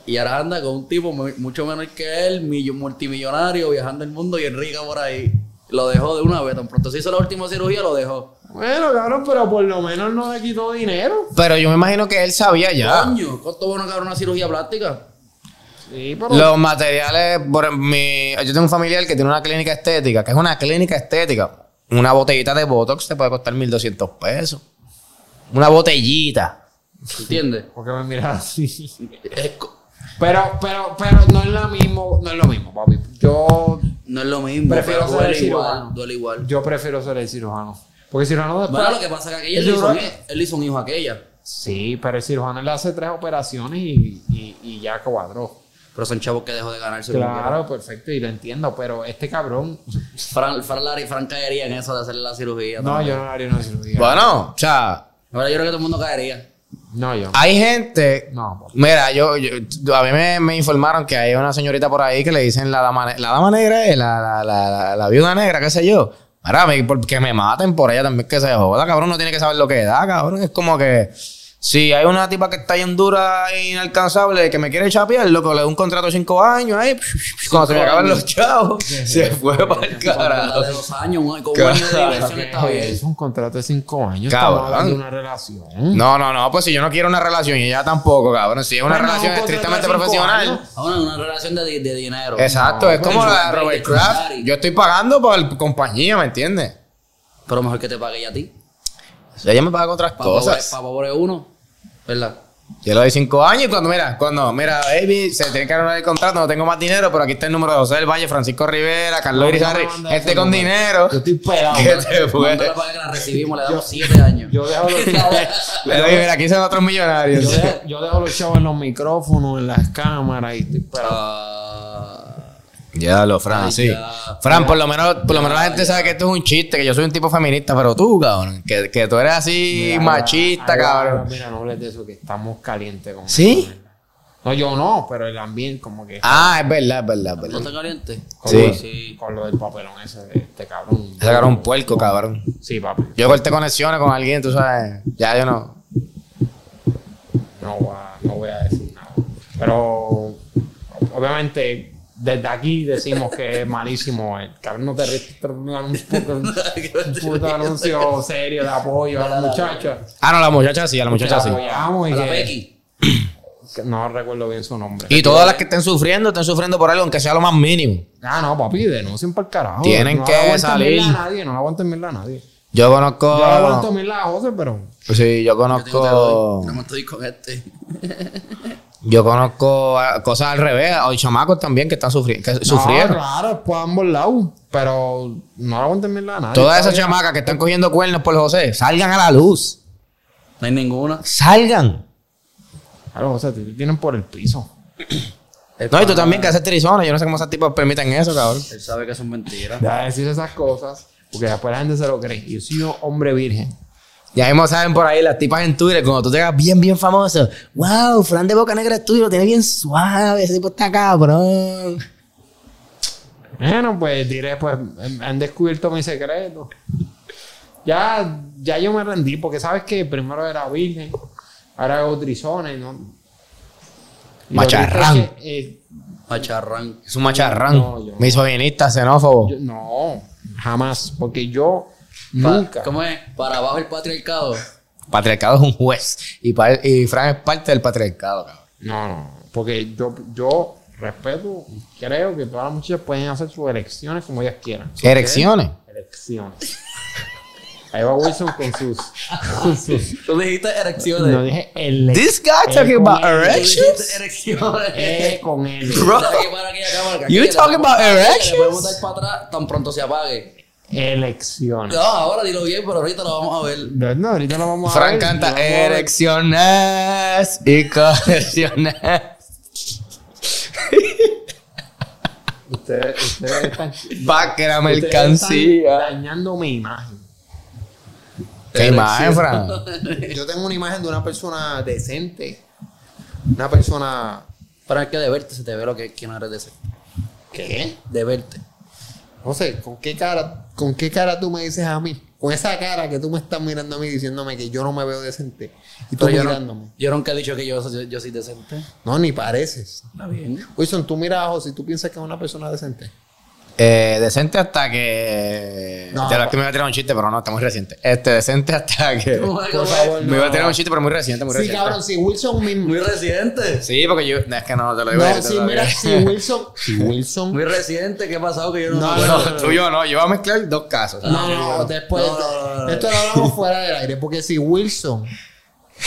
Speaker 3: Y ahora anda con un tipo mu- mucho menor que él, millo- multimillonario, viajando el mundo y enrique por ahí. Lo dejó de una vez, tan pronto se hizo la última cirugía, lo dejó.
Speaker 1: Bueno, cabrón, pero por lo menos no le quitó dinero.
Speaker 2: Pero yo me imagino que él sabía ya.
Speaker 3: Coño, ¿cuánto bueno que habrá una cirugía plástica?
Speaker 1: Sí, pero...
Speaker 2: Los materiales, por em, mi, yo tengo un familiar que tiene una clínica estética, que es una clínica estética. Una botellita de Botox te puede costar 1200 pesos. Una botellita.
Speaker 3: ¿Entiendes?
Speaker 1: Porque me miras así. [laughs]
Speaker 3: Es co-
Speaker 1: Pero, pero, pero no es lo mismo, no es lo mismo, papi. Yo,
Speaker 3: no es lo mismo.
Speaker 1: Prefiero
Speaker 3: pero
Speaker 1: ser
Speaker 3: duele
Speaker 1: el cirujano.
Speaker 3: igual. Duele igual.
Speaker 1: yo prefiero ser el cirujano. Porque el cirujano después.
Speaker 3: Bueno, lo que pasa es que aquella
Speaker 1: ¿El
Speaker 3: le hizo, un,
Speaker 1: cirujano?
Speaker 3: él hizo un hijo a aquella,
Speaker 1: Sí, pero el cirujano le hace tres operaciones y, y, y ya cuadró.
Speaker 3: pero son chavos que dejó de ganarse.
Speaker 1: Claro, perfecto, y lo entiendo, pero este cabrón.
Speaker 3: Fran, Fran, la- Fran caería en eso de hacerle la cirugía.
Speaker 1: No,
Speaker 3: también.
Speaker 1: yo no haría una cirugía.
Speaker 2: Bueno, o sea, [laughs]
Speaker 3: Ahora yo creo que todo el mundo caería.
Speaker 1: No, yo.
Speaker 2: Hay gente.
Speaker 1: No, papi.
Speaker 2: Mira, yo, yo- a mí me, me informaron que hay una señorita por ahí que le dicen la dama, ne- la dama negra, eh, la, la, la, la, la viuda negra, qué sé yo. Mira, me- por- que me maten por ella también, que se joda, cabrón. No tiene que saber lo que da, cabrón. Es como que si hay una tipa que está bien dura e inalcanzable que me quiere chapear, loco, le doy un contrato de cinco años ahí. cuando se me acaban los
Speaker 1: [laughs]
Speaker 2: chavos, se fue para el carajo.
Speaker 3: De dos años, un- con un año de diversión está bien.
Speaker 1: Es un contrato de cinco años.
Speaker 2: Cabrón.
Speaker 1: Estamos hablando de una relación.
Speaker 2: No, no, no, pues si yo no quiero una relación y ella tampoco, cabrón. Si es una
Speaker 1: Bueno,
Speaker 2: relación
Speaker 1: Pues un contrato de
Speaker 2: estrictamente
Speaker 1: cinco
Speaker 2: profesional.
Speaker 1: años.
Speaker 3: Ahora, Ah, una relación de, di- de dinero.
Speaker 2: Exacto,
Speaker 3: No,
Speaker 2: es como
Speaker 3: pues,
Speaker 2: la de
Speaker 3: de-
Speaker 2: Robert
Speaker 3: de
Speaker 2: Kraft.
Speaker 3: salario.
Speaker 2: Yo estoy pagando por el- compañía, ¿me entiendes?
Speaker 3: Pero mejor que te pague ya a ti.
Speaker 2: O sea, ella me paga con otras
Speaker 3: Para pobre,
Speaker 2: cosas.
Speaker 3: pa' pobre uno, ¿verdad?
Speaker 2: Yo le doy cinco años y cuando, mira, cuando, mira, baby, se tiene que arreglar el contrato, no tengo más dinero, pero aquí está el número de José del Valle, Francisco Rivera, Carlos Irizarry, gente con dinero.
Speaker 1: Yo estoy pelado.
Speaker 2: ¿Qué te
Speaker 3: Cuando
Speaker 2: puede?
Speaker 3: la paga que la recibimos, le damos siete años.
Speaker 1: Yo dejo los chavos.
Speaker 2: Le doy, mira, aquí son otros
Speaker 1: Yo
Speaker 2: millonarios.
Speaker 1: dejo, yo dejo los chavos en los micrófonos, en las cámaras y estoy pelado.
Speaker 3: [laughs] Ah,
Speaker 2: Ya lo, Fran,
Speaker 3: Ay,
Speaker 2: sí.
Speaker 3: ya.
Speaker 2: Fran, por lo menos, por lo menos la gente sabe que esto es un chiste, que yo soy un tipo feminista, pero tú, cabrón, que, que tú eres así
Speaker 1: Mira,
Speaker 2: machista,
Speaker 1: ahora- ahora-
Speaker 2: cabrón.
Speaker 1: Mira, no hables de eso, que estamos calientes con
Speaker 2: ¿Sí?
Speaker 1: No, yo no, pero el ambiente como que...
Speaker 2: Ah, es verdad, es verdad, es
Speaker 3: ¿No
Speaker 2: verdad.
Speaker 3: está caliente?
Speaker 1: con
Speaker 2: sí.
Speaker 1: lo- Con lo del papelón ese de este cabrón.
Speaker 2: Ese cabrón es un puerco, cabrón.
Speaker 1: Sí, papi.
Speaker 2: Yo corté conexiones con alguien, tú sabes. Ya yo no.
Speaker 1: No voy a, no voy a decir nada. Pero, obviamente, desde aquí decimos que es malísimo. El cabrón no te registra un
Speaker 2: [laughs]
Speaker 1: anuncio- un puto anuncio serio de apoyo a la muchacha.
Speaker 2: Ah, no, la muchacha sí, a la muchacha sí.
Speaker 1: Apoyamos y
Speaker 3: A la
Speaker 1: que-
Speaker 2: Eh,
Speaker 3: Becky.
Speaker 1: que no recuerdo bien su nombre.
Speaker 2: Y todas las que estén sufriendo, estén sufriendo por algo, aunque sea lo más mínimo.
Speaker 1: Ah, no, papi, denuncien para el carajo.
Speaker 2: Tienen
Speaker 1: no
Speaker 2: que
Speaker 1: le aguanten
Speaker 2: salir.
Speaker 1: mierda A nadie, no le aguanten mierda a nadie.
Speaker 2: Yo
Speaker 1: Yo le aguanto
Speaker 2: conozco.
Speaker 1: mierda a José, pero.
Speaker 2: Sí, yo
Speaker 3: Yo tengo te
Speaker 2: conozco.
Speaker 3: doy. No me estoy con
Speaker 2: [laughs]
Speaker 3: este.
Speaker 2: Yo conozco ah, cosas al revés. Hay chamacos también que están sufriendo, que
Speaker 1: No,
Speaker 2: sufrieron.
Speaker 1: claro, es por ambos lados. Pero no le aguanten mierda a nadie.
Speaker 2: Todas esas
Speaker 1: Todavía-
Speaker 2: chamacas que están cogiendo cuernos por José, salgan a la luz.
Speaker 3: No hay ninguna.
Speaker 2: Salgan.
Speaker 1: Claro, José, te tienen por el piso.
Speaker 2: No, y tú también que haces trizona. Yo no sé cómo esos tipos permiten eso, cabrón.
Speaker 3: Él sabe que son mentiras.
Speaker 1: Deja de decir esas cosas, porque después la gente se lo cree. Yo soy un hombre virgen.
Speaker 2: Ya mismo saben por ahí las tipas en Twitter, cuando tú te hagas bien, bien famoso. ¡Wow! Fran de Boca Negra Studio lo tiene bien suave. Ese tipo está cabrón.
Speaker 1: Bueno, pues diré, pues em, han descubierto mi secreto. Ya, ya yo me rendí, porque sabes que primero era virgen, ahora hago trizones, ¿no? Y lo triste es
Speaker 2: Macharrán.
Speaker 1: que, eh,
Speaker 3: Macharrán.
Speaker 2: Es un macharrán.
Speaker 1: No, yo no.
Speaker 2: Misoginista, xenófobo.
Speaker 1: yo- no, jamás, porque yo
Speaker 3: Pa-
Speaker 1: nunca.
Speaker 3: ¿Cómo es? Para abajo el patriarcado.
Speaker 2: Patriarcado es un juez. Y, pa- y Fran es parte del patriarcado, cabrón.
Speaker 1: No, no, porque yo, yo respeto, y creo que todas las muchachas pueden hacer sus elecciones como ellas quieran.
Speaker 2: Erecciones.
Speaker 3: [laughs]
Speaker 1: Elecciones. Ahí va Wilson con sus. Con sus
Speaker 3: Tú dijiste erecciones.
Speaker 1: no dije ele-
Speaker 2: This guy talking about erections?
Speaker 1: E
Speaker 3: [laughs] erecciones.
Speaker 1: eh, con L.
Speaker 2: Eh, Bro. You talking about erections?
Speaker 3: Le podemos dar para atrás tan pronto se apague.
Speaker 1: Elecciones.
Speaker 3: No, ahora dilo bien, pero ahorita lo vamos a ver.
Speaker 1: No, no, ahorita lo vamos a
Speaker 2: Fran
Speaker 1: ver,
Speaker 2: canta
Speaker 1: lo vamos a ver.
Speaker 2: erecciones y colecciones.
Speaker 1: Ustedes, ustedes están,
Speaker 2: Va que la
Speaker 1: ustedes
Speaker 2: mercancía.
Speaker 1: están dañando mi imagen.
Speaker 2: ¿Qué imagen, Fran?
Speaker 1: Yo tengo una imagen de una persona decente. Una persona.
Speaker 3: Pero es que de verte se te ve lo que, que no eres de ser.
Speaker 1: ¿Qué?
Speaker 3: De verte.
Speaker 1: No sé, ¿con qué cara, con qué cara tú me dices a mí? Con esa cara que tú me estás mirando a mí diciéndome que yo no me veo decente. Y tú
Speaker 3: Pero yo,
Speaker 1: mirándome.
Speaker 3: no, yo nunca he dicho que yo, yo, yo soy decente.
Speaker 1: no, ni pareces.
Speaker 3: Está bien.
Speaker 1: Wilson, tú miras a José y tú piensas que es una persona decente.
Speaker 2: Eh, decente hasta que.
Speaker 1: No,
Speaker 2: ya
Speaker 1: no.
Speaker 2: lo que me iba a tirar un chiste, pero no, está muy reciente. Este, decente hasta que.
Speaker 1: Por favor,
Speaker 2: Me
Speaker 1: no.
Speaker 2: iba a tirar un chiste, pero muy reciente, muy
Speaker 1: Sí,
Speaker 2: reciente.
Speaker 1: cabrón, si Wilson mismo.
Speaker 3: Muy reciente.
Speaker 2: Sí, porque yo. Es que no, te lo digo.
Speaker 1: No, si mira, si Wilson. Si Wilson.
Speaker 3: Muy reciente. ¿Qué ha pasado que yo no,
Speaker 1: No,
Speaker 3: me
Speaker 1: no,
Speaker 3: acuerdo? Ah,
Speaker 2: Tú y yo no, yo voy a mezclar dos casos.
Speaker 1: No, no, después.
Speaker 3: No, no, no, no.
Speaker 1: Esto lo hablamos fuera del aire, porque si
Speaker 2: [laughs]
Speaker 1: Wilson.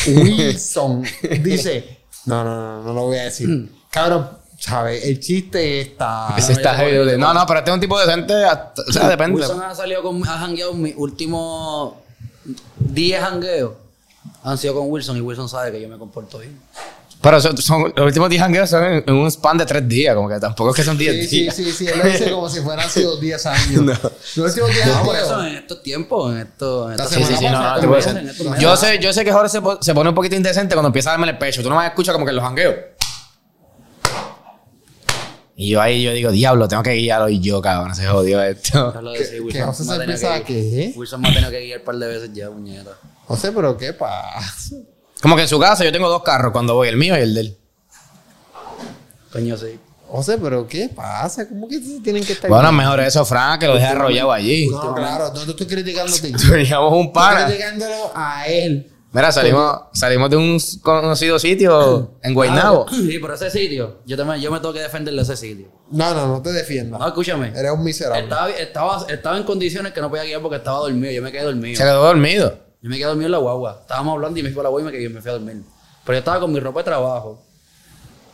Speaker 1: Wilson dice. No, no, no, no lo voy a decir. Cabrón, ¿sabes? El chiste está.
Speaker 2: Ese está heavy duty. No, no, pero este es un tipo decente. hasta- o sea, depende.
Speaker 3: Wilson ha salido con, ha jangueado mis últimos 10 jangueos. Han sido con Wilson y Wilson sabe que yo me comporto bien.
Speaker 2: Pero son, son- los últimos 10 hangueos son en, en un span de 3 días, como que tampoco es que son 10
Speaker 6: Sí, sí,
Speaker 2: días.
Speaker 6: sí, sí, él lo dice como si fueran sido 10 años.
Speaker 2: No.
Speaker 6: Los últimos 10
Speaker 3: No, Ah, por
Speaker 6: años.
Speaker 3: eso en estos tiempos, en estos. en
Speaker 6: Esta
Speaker 3: estos-
Speaker 2: Sí, sí, sí, no, no, no te puedo
Speaker 3: En
Speaker 2: decir.
Speaker 3: estos meses.
Speaker 2: Yo sé, yo sé que Jorge se, po- se pone un poquito indecente cuando empieza a darme en el pecho. Tú no me escuchas como que en los jangueos. Y yo ahí yo digo, diablo, tengo que guiarlo y yo, cabrón, se jodió esto.
Speaker 3: Hablo de
Speaker 6: Que-
Speaker 3: sí,
Speaker 6: que
Speaker 3: Wilson
Speaker 6: José
Speaker 3: me ha
Speaker 6: se
Speaker 3: tenido
Speaker 6: pensaba
Speaker 3: guiar-
Speaker 6: que-
Speaker 3: Wilson me ha tenido que guiar un par de veces ya, puñeta.
Speaker 6: No sé, pero qué pasa.
Speaker 2: Como que en su casa yo tengo dos carros cuando voy, el mío y el de él.
Speaker 3: Coño, sí.
Speaker 6: O sea, pero ¿qué pasa? ¿Cómo que se tienen que estar
Speaker 2: Bueno, mejor eso, Frank, que lo deje arrollado allí.
Speaker 6: No, claro, no te estoy criticando a ti. Estoy
Speaker 2: Teníamos un pana.
Speaker 6: criticándolo a él.
Speaker 2: Mira, salimos, salimos de un conocido sitio en Guaynabo.
Speaker 3: Ah, [clears throat] Sí, pero ese sitio, yo, también, yo me tengo que defender de ese sitio.
Speaker 6: No, no, no te defiendas.
Speaker 3: No, escúchame.
Speaker 6: Eres un miserable.
Speaker 3: Estaba, estaba, estaba en condiciones que no podía guiar porque estaba dormido. Yo me quedé dormido.
Speaker 2: Se quedó dormido.
Speaker 3: Yo me quedé dormido en la guagua. Estábamos hablando y me fui a la guagua y me, quedé, me fui a dormir. Pero yo estaba con mi ropa de trabajo.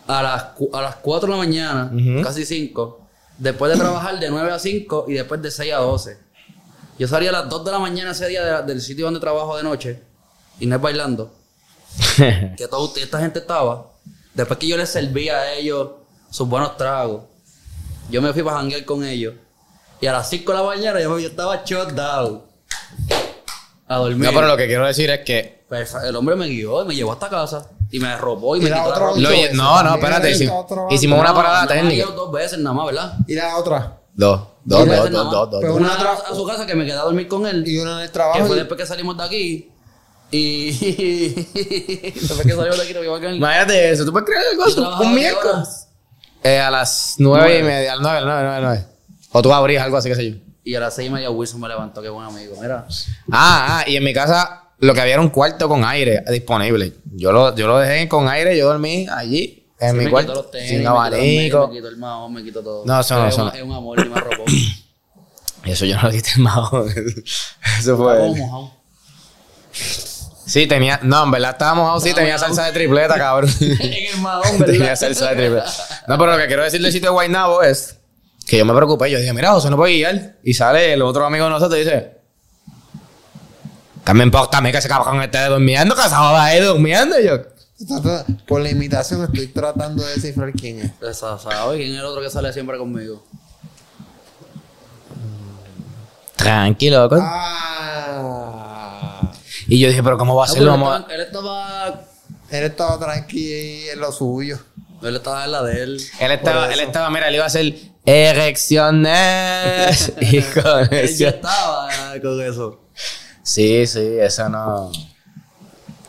Speaker 3: A las, cu- a las 4 de la mañana, casi 5. Después de trabajar de 9 a 5 y después de 6 a 12. Yo salí a las 2 de la mañana ese día de la- del sitio donde trabajo de noche. Y no
Speaker 2: [laughs]
Speaker 3: es bailando. que toda usted- esta gente estaba. Después que yo les servía a ellos sus buenos tragos. Yo me fui para janguear con ellos. Y a las 5 de la mañana yo, me- yo estaba shot down. A dormir.
Speaker 2: No, pero lo que quiero decir es que.
Speaker 3: Pues, el hombre me guió y me llevó hasta casa. Y me robó y me
Speaker 6: Era
Speaker 3: quitó
Speaker 6: otro-
Speaker 3: la ropa.
Speaker 2: lo-
Speaker 6: eso
Speaker 2: no, no,
Speaker 6: también
Speaker 2: espérate.
Speaker 6: es
Speaker 2: Hicimos,
Speaker 6: otro-
Speaker 2: hicimos una
Speaker 3: No,
Speaker 2: parada
Speaker 3: no, me
Speaker 2: técnica.
Speaker 3: guió dos veces nada más, ¿verdad?
Speaker 6: Y la otra.
Speaker 2: Dos, dos,
Speaker 3: veces
Speaker 2: dos, dos,
Speaker 3: nada más.
Speaker 2: dos, dos.
Speaker 6: Pero
Speaker 2: dos.
Speaker 3: Una
Speaker 6: una
Speaker 3: a su casa que me quedé a dormir con él.
Speaker 6: Y una en el
Speaker 3: Que
Speaker 6: trabajo.
Speaker 3: fue
Speaker 6: y-
Speaker 3: después que salimos de aquí. Y. [laughs] después que salimos de aquí, nos vimos con él.
Speaker 2: Imagínate eso, ¿tú puedes creer algo?
Speaker 3: Yo trabajaba
Speaker 2: Un
Speaker 3: qué
Speaker 2: miércoles.
Speaker 3: horas?
Speaker 2: Eh, a las nueve y media, a las nueve, nueve, nueve, nueve. O tú abrís algo así, qué sé yo.
Speaker 3: Y a las seis y media Wilson me levantó, que buen amigo. Mira,
Speaker 2: Ah, ah, y en mi casa lo que había era un cuarto con aire disponible. Yo lo, yo lo dejé con aire, yo dormí allí, en
Speaker 3: se me
Speaker 2: mi
Speaker 3: quitó
Speaker 2: cuarto,
Speaker 3: los tenis, me
Speaker 2: sin
Speaker 3: quitó los medios,
Speaker 2: abanico.
Speaker 3: Me quitó el mahón, me quitó todo.
Speaker 2: No, eso no,
Speaker 3: Es
Speaker 2: eso
Speaker 3: un-
Speaker 2: no.
Speaker 3: Es un amor y
Speaker 2: [laughs]
Speaker 3: me robó.
Speaker 2: Eso yo no lo quité [laughs] el mago. Eso
Speaker 3: Estaba
Speaker 2: fue.
Speaker 3: como mojado.
Speaker 2: Sí, tenía. No, en verdad estaba mojado, sí,
Speaker 3: Estaba
Speaker 2: tenía
Speaker 3: mojado.
Speaker 2: salsa de tripleta, cabrón.
Speaker 3: [laughs] En el mahón,
Speaker 2: [laughs]
Speaker 3: ¿verdad?
Speaker 2: tenía
Speaker 3: [laughs]
Speaker 2: salsa de tripleta. No, pero lo que quiero decir del sitio de Guaynabo es que yo me preocupé. Yo dije, mira, José no puede guiar. Y sale el otro amigo de nosotros y dice. También importa a mí que ese cabrón esté durmiendo, que se joda ahí durmiendo. Y yo,
Speaker 6: Está- está- Por la imitación estoy tratando de descifrar quién es.
Speaker 3: Esa, ¿Sabes quién es el otro que sale siempre conmigo?
Speaker 2: tranquilo, loco.
Speaker 6: Ah.
Speaker 2: Y yo dije, pero ¿cómo va a
Speaker 3: No,
Speaker 2: ser?
Speaker 3: Ah, pero
Speaker 2: Lo
Speaker 3: él,
Speaker 2: vamos a-
Speaker 3: estaba, él estaba.
Speaker 6: Él estaba tranquilo en lo suyo.
Speaker 3: Él estaba en la
Speaker 2: [laughs]
Speaker 3: de él.
Speaker 2: Él estaba, él estaba, mira, él iba a hacer
Speaker 3: [laughs]
Speaker 2: erecciones [laughs] y
Speaker 3: Él ya
Speaker 2: conexiones.
Speaker 3: estaba eh, con eso.
Speaker 2: Sí, sí, eso no.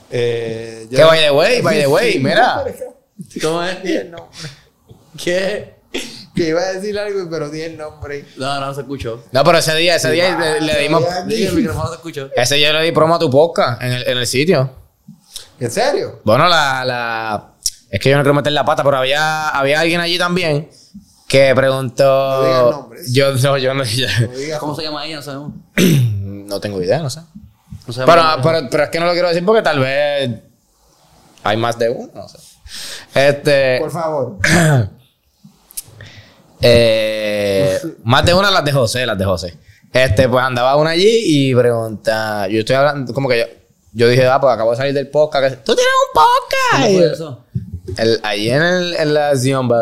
Speaker 6: Eh,
Speaker 2: Que by the
Speaker 6: [laughs]
Speaker 2: way, by the way, mira.
Speaker 3: ¿Cómo es? ¿Qué?
Speaker 6: Que iba a decir algo, pero di el nombre.
Speaker 3: No, no se escuchó.
Speaker 2: No, pero ese día, ese día le, le dimos.
Speaker 3: Dije, el micrófono se escuchó.
Speaker 2: Ese día le di promo a tu podcast en el, en el sitio.
Speaker 6: ¿En serio?
Speaker 2: Bueno, la, la. Es que yo no quiero meter la pata, pero había, había alguien allí también que preguntó.
Speaker 6: No digas nombres.
Speaker 2: Yo no, yo no. yo-
Speaker 6: No digas.
Speaker 3: ¿Cómo se llama ella? No sabemos.
Speaker 2: [clears throat] no tengo idea, no sé.
Speaker 3: No sabemos
Speaker 2: Pero,
Speaker 3: ella.
Speaker 2: pero, pero es que no lo quiero decir porque tal vez hay más de uno, no sé. Este.
Speaker 6: Por favor.
Speaker 2: Eh, más de una las de José, las de José. Este, pues andaba una allí y pregunta. Yo estoy hablando, como que yo, yo dije, ah, pues acabo de salir del podcast. que- ¿Tú tienes un
Speaker 3: ¿Cómo fue
Speaker 2: podcast?
Speaker 3: eso?
Speaker 2: El- ahí en, el, en la Ziomba.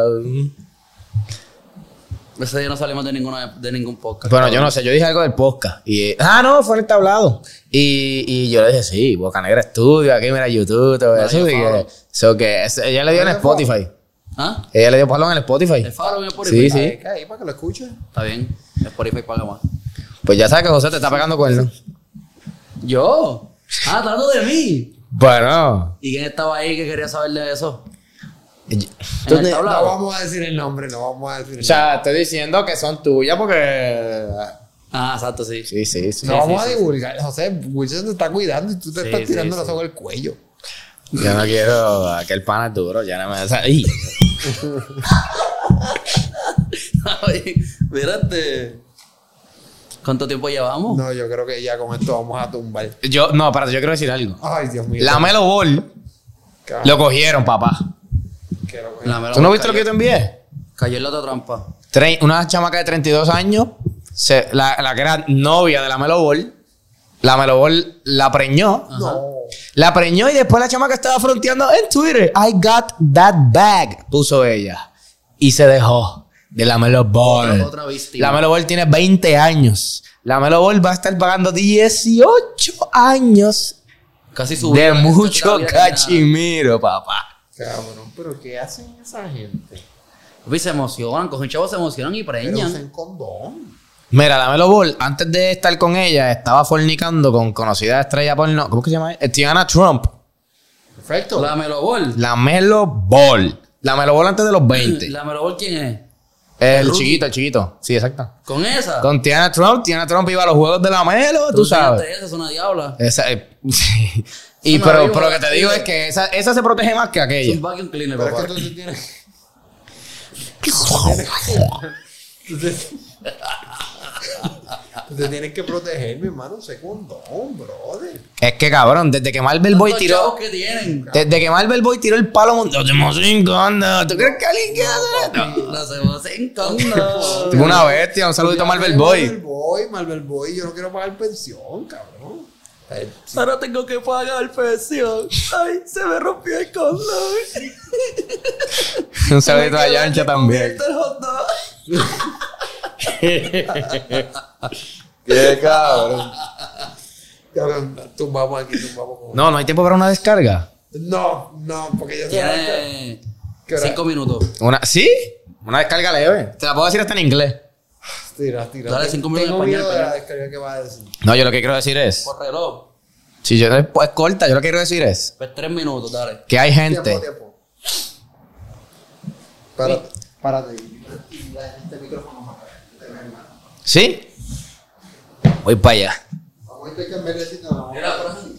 Speaker 3: Ese día no salimos de, ninguna, de ningún podcast.
Speaker 2: Bueno, yo no sé, yo dije algo del podcast. Y, eh, ah, no, fue en el tablado. Y, y yo le dije, sí, Boca Negra Estudio, aquí mira YouTube, todo
Speaker 3: Vale,
Speaker 2: eso.
Speaker 3: yo
Speaker 2: y que-
Speaker 3: follow.
Speaker 2: so que es- ella le dio en
Speaker 6: Vale, yo
Speaker 2: Spotify.
Speaker 3: ¿Ah?
Speaker 2: Ella le dio palón en Spotify.
Speaker 3: ¿El faro en Spotify?
Speaker 2: Sí, sí.
Speaker 6: Ahí, ahí, para que lo escuchen.
Speaker 3: Está bien. Spotify paga más.
Speaker 2: Pues ya sabes que José te está pegando cuernos.
Speaker 3: ¿Yo? Ah, hablando de mí.
Speaker 2: Bueno.
Speaker 3: ¿Y quién estaba ahí que quería saber de eso?
Speaker 2: Tú
Speaker 3: el
Speaker 2: te-
Speaker 3: tablado.
Speaker 6: No vamos a decir el nombre, no vamos a decir
Speaker 2: O
Speaker 6: el nombre.
Speaker 2: sea, estoy diciendo que son tuyas porque.
Speaker 3: Ah, exacto, sí.
Speaker 2: Sí, sí, sí.
Speaker 6: No
Speaker 3: sí,
Speaker 6: vamos
Speaker 3: sí,
Speaker 6: a
Speaker 3: sí.
Speaker 6: divulgar. José, Wilson te está cuidando y tú te
Speaker 3: Sí,
Speaker 6: estás
Speaker 3: sí,
Speaker 6: tirando
Speaker 3: sí.
Speaker 6: la soga al cuello.
Speaker 2: Yo no quiero. Aquel pana es duro, ya no me da. ¡Ay!
Speaker 3: [laughs] Ay, Mírate. ¿Cuánto tiempo llevamos?
Speaker 6: No, yo creo que ya con esto vamos a tumbar.
Speaker 2: Yo, no, espérate, yo quiero decir algo.
Speaker 6: Ay, Dios mío.
Speaker 2: La Melo Ball
Speaker 6: Ca-
Speaker 2: lo cogieron, papá.
Speaker 6: que lo-
Speaker 3: La mera
Speaker 2: ¿Tú no
Speaker 3: boca
Speaker 2: viste lo que yo
Speaker 3: cayó-
Speaker 2: te envié?
Speaker 3: Cayó en la otra trampa.
Speaker 2: Tre- una chamaca de 32 años, se- la, la que era novia de la Melo Ball, La Melo Ball la preñó. La preñó y después la chamaca estaba fronteando en Twitter. I got that bag, puso ella. Y se dejó de la Melo Ball.
Speaker 3: Otra- otra víctima.
Speaker 2: La Melo Ball tiene 20 años. La Melo Ball va a estar pagando 18 años
Speaker 3: Casi su vida,
Speaker 2: de
Speaker 3: esta es la
Speaker 2: mucho
Speaker 3: vida que nada.
Speaker 2: cachimiro, papá.
Speaker 6: Cabrón, pero ¿qué hacen esa gente?
Speaker 3: Papi, se emocionan, cogen chavos, se emocionan y
Speaker 6: Pero
Speaker 3: preñan.
Speaker 6: usen condón.
Speaker 2: Mira, la Melo Ball, antes de estar con ella, estaba fornicando con conocida estrella porno. ¿Cómo que se llama? ella? Tiana Trump.
Speaker 6: Perfecto.
Speaker 3: La Melobol.
Speaker 2: La Melo Ball. La Melo Ball antes de los 20.
Speaker 3: La Melobol, ¿quién es?
Speaker 2: el chiquito, el chiquito. Sí, exacto.
Speaker 3: ¿Con esa?
Speaker 2: Con Tiana Trump, Tiana Trump iba a los juegos de la Melo, tú sabes.
Speaker 3: Esa es una diabla.
Speaker 2: Esa, eh, [laughs] sí. Y
Speaker 3: Una
Speaker 2: pero,
Speaker 3: viva,
Speaker 2: pero lo que te digo
Speaker 3: sí.
Speaker 2: es que esa, esa se protege más que
Speaker 3: Es un
Speaker 2: aquella.
Speaker 3: vacuum cleaner,
Speaker 6: pero es
Speaker 3: papá.
Speaker 6: que tú tienes.
Speaker 3: [laughs]
Speaker 6: Tú te tienes que proteger, mi hermano. Usen condón, brother.
Speaker 2: Es que cabrón, desde que Marvel Boy
Speaker 3: ¿Cuántos chavos
Speaker 2: tiró.
Speaker 3: que tienen?
Speaker 2: Desde que Marvel Boy tiró el palo mundial. Tenemos cinco, anda. ¿Tú crees que alguien quiere hacer esto?
Speaker 3: Las
Speaker 2: [laughs]
Speaker 3: emociones
Speaker 2: Tuve una bestia, un saludito a Marvel Boy.
Speaker 6: Marvel Boy, Marvel Boy. Yo no quiero pagar pensión, cabrón. Eh,
Speaker 3: Ahora tengo que pagar pensión. Ay, se me rompió el condón. [laughs]
Speaker 2: [laughs] Un saludito a Yancha también.
Speaker 3: Este hot dog.
Speaker 2: Qué cabrón.
Speaker 6: Cabrón, tumbamos aquí, tumbamos con.
Speaker 2: No, no hay tiempo para una descarga.
Speaker 6: No, no, porque ya se
Speaker 3: Tiene
Speaker 6: ¿Qué hora?
Speaker 3: cinco minutos.
Speaker 2: Una, ¿Sí? Una descarga leve. Te la puedo decir hasta en inglés.
Speaker 6: Tira, tira.
Speaker 3: Dale cinco minutos
Speaker 6: Tengo
Speaker 3: en español,
Speaker 6: miedo de
Speaker 3: pero-
Speaker 6: la descarga que va a decir.
Speaker 2: No, yo lo que quiero decir es.
Speaker 3: Por reloj.
Speaker 2: Si yo es corta, yo lo que quiero decir es.
Speaker 3: Pues tres minutos, dale.
Speaker 2: que hay gente.
Speaker 6: Tiempo, tiempo. Párate, párate. Este micrófono más acá. Este, mi hermano.
Speaker 2: ¿Sí? Voy para allá.
Speaker 6: Vamos a tener que cambiar de sitio, no.
Speaker 3: Era Fran.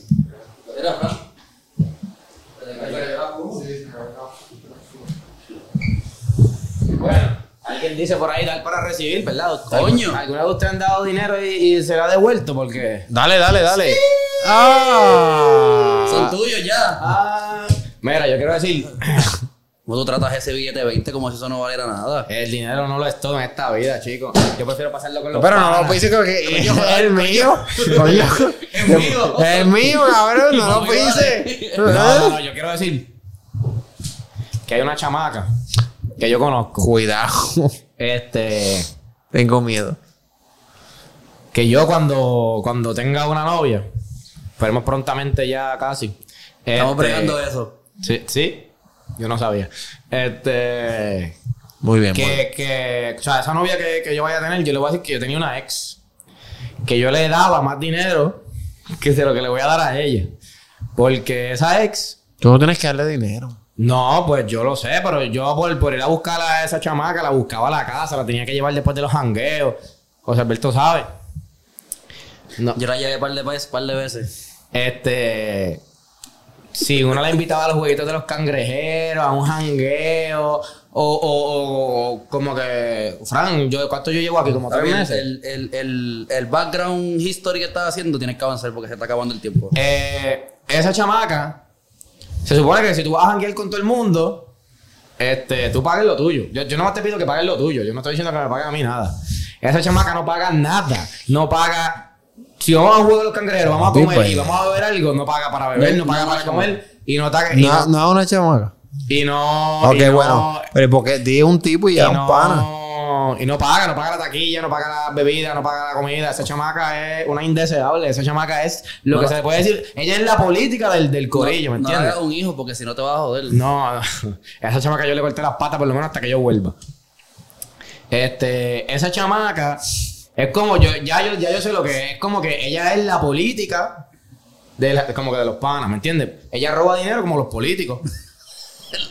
Speaker 3: Era Fran.
Speaker 2: Alguien dice por ahí dar para recibir, ¿verdad?
Speaker 3: Coño.
Speaker 2: ¿Alguna de ustedes han dado dinero y, y se lo ha devuelto? Porque. Dale, dale, dale. ¡Ah!
Speaker 3: Son tuyos ya.
Speaker 2: Ah. Mira, yo quiero decir,
Speaker 3: ¿Cómo tú tratas ese billete de 20 como si eso no valiera nada?
Speaker 2: el dinero no lo es todo en esta vida, chicos. Yo prefiero pasarlo con los
Speaker 1: Pero no lo
Speaker 2: panas.
Speaker 1: pise
Speaker 2: [laughs]
Speaker 6: [laughs]
Speaker 1: que es el mío. Coño.
Speaker 3: [laughs] Es mío.
Speaker 1: Es mío, cabrón. No
Speaker 6: pues
Speaker 1: lo pise.
Speaker 2: No, no, no, yo quiero decir que hay una chamaca que yo conozco.
Speaker 1: Cuidado.
Speaker 2: Este.
Speaker 1: Tengo miedo.
Speaker 2: que yo cuando, cuando tenga una novia, esperemos prontamente ya casi.
Speaker 3: Estamos
Speaker 2: este,
Speaker 3: bregando eso.
Speaker 2: Sí, sí, yo no sabía. Este,
Speaker 1: Muy bien. muy bien.
Speaker 2: que, que, o sea, esa novia que, que yo vaya a tener, yo le voy a decir que yo tenía una ex, que yo le daba más dinero que de lo que le voy a dar a ella. Porque esa ex,
Speaker 1: Tú no tienes que darle dinero.
Speaker 2: no, pues yo lo sé, pero yo por, por ir a buscar a esa chamaca, la buscaba a la casa, la tenía que llevar después de los jangueos. José Alberto sabe. No.
Speaker 3: Yo la llevé par de veces, par de veces.
Speaker 2: Este. Si uno la invitaba a los jueguitos de los cangrejeros, a un jangueo, o, o- o- o como que. Fran, yo, ¿cuánto yo llevo aquí? Como tres meses.
Speaker 3: El, el, el, el background history que estás haciendo tienes que avanzar porque se está acabando el tiempo.
Speaker 2: Eh, esa chamaca, se supone que si tú vas a janguear con todo el mundo, este, tú pagues lo tuyo. Yo, yo no te pido que pagues lo tuyo. Yo no estoy diciendo que me paguen a mí nada. Esa chamaca no paga nada. No paga. Si vamos a un juego de los cangrejeros, vamos a
Speaker 1: Papi,
Speaker 2: comer y
Speaker 1: pues.
Speaker 2: vamos a beber algo, no paga para beber,
Speaker 3: No,
Speaker 2: no, paga
Speaker 3: no
Speaker 2: para
Speaker 3: paga.
Speaker 2: comer y no, taga- y
Speaker 1: No,
Speaker 2: no-
Speaker 1: no, una chamaca.
Speaker 2: Y no.
Speaker 1: Ok,
Speaker 2: y no-
Speaker 1: bueno. Pero porque di un tipo y
Speaker 2: Y
Speaker 1: ya un
Speaker 2: no,
Speaker 1: pana.
Speaker 2: Y no paga, no paga la taquilla, no paga la bebida, no paga la comida. Esa chamaca es una indeseable. Esa chamaca es lo
Speaker 3: No.
Speaker 2: que se le puede decir. Ella es la política del, del corillo, ¿me
Speaker 3: no, no
Speaker 2: entiendes?
Speaker 3: hagas un hijo porque si no te vas a joder. [laughs]
Speaker 2: No, [laughs] no. a esa chamaca yo le corté las patas por lo menos hasta que yo vuelva. Este, esa chamaca es como yo, ya yo, ya yo sé lo que es, es como que ella es la política de la- como que de los panas, ¿me entiendes? Ella roba dinero como los políticos,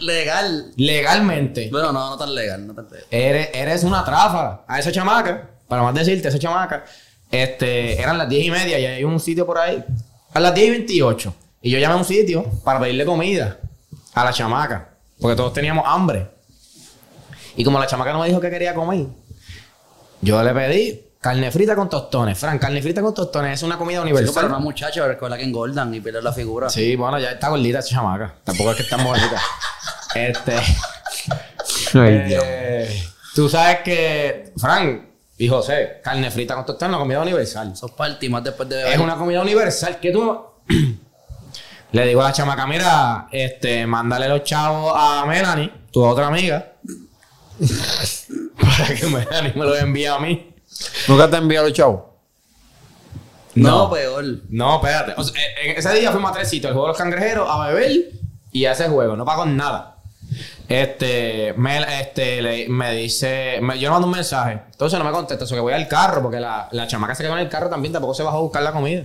Speaker 3: Legal.
Speaker 2: legalmente.
Speaker 3: Bueno, no, no tan legal, no tan legal.
Speaker 2: Eres, eres una tráfara a esa chamaca. Para más decirte, esa chamaca. Este, eran las 10 y media y hay un sitio por ahí. A las 10 y 28. Y yo llamé a un sitio para pedirle comida a la chamaca. Porque todos teníamos hambre. Y como la chamaca no me dijo que quería comer, yo le pedí carne frita con tostones. Fran, carne frita con tostones es una comida
Speaker 3: Pero para una
Speaker 2: universal.
Speaker 3: muchacha, pero es con la que engordan y pierden la figura.
Speaker 2: Sí, bueno, ya está gordita esa chamaca. Tampoco es que está bonita. este. Eh, Tú sabes que, Frank, Y José, carne frita con tostado es una comida universal.
Speaker 3: Esos party más después de beber.
Speaker 2: Es una comida universal que tú. [clears throat] Le digo a la chamaca, mira, este, mándale los chavos a Melanie, tu otra amiga, [laughs] para que Melanie me los envíe a mí.
Speaker 1: Nunca te enviado los chavos.
Speaker 3: No,
Speaker 2: [laughs]
Speaker 3: peor.
Speaker 2: No, espérate. O sea, eh, eh, ese día fuimos a tres sitios, el juego de los cangrejeros, a beber y a ese juego. No pagó nada. Este, me, este, le- me dice, me- yo le mando un mensaje. Entonces no me contesta, eso que voy al carro, porque la, la chamaca se quedó en el carro también, tampoco se bajó a buscar la comida.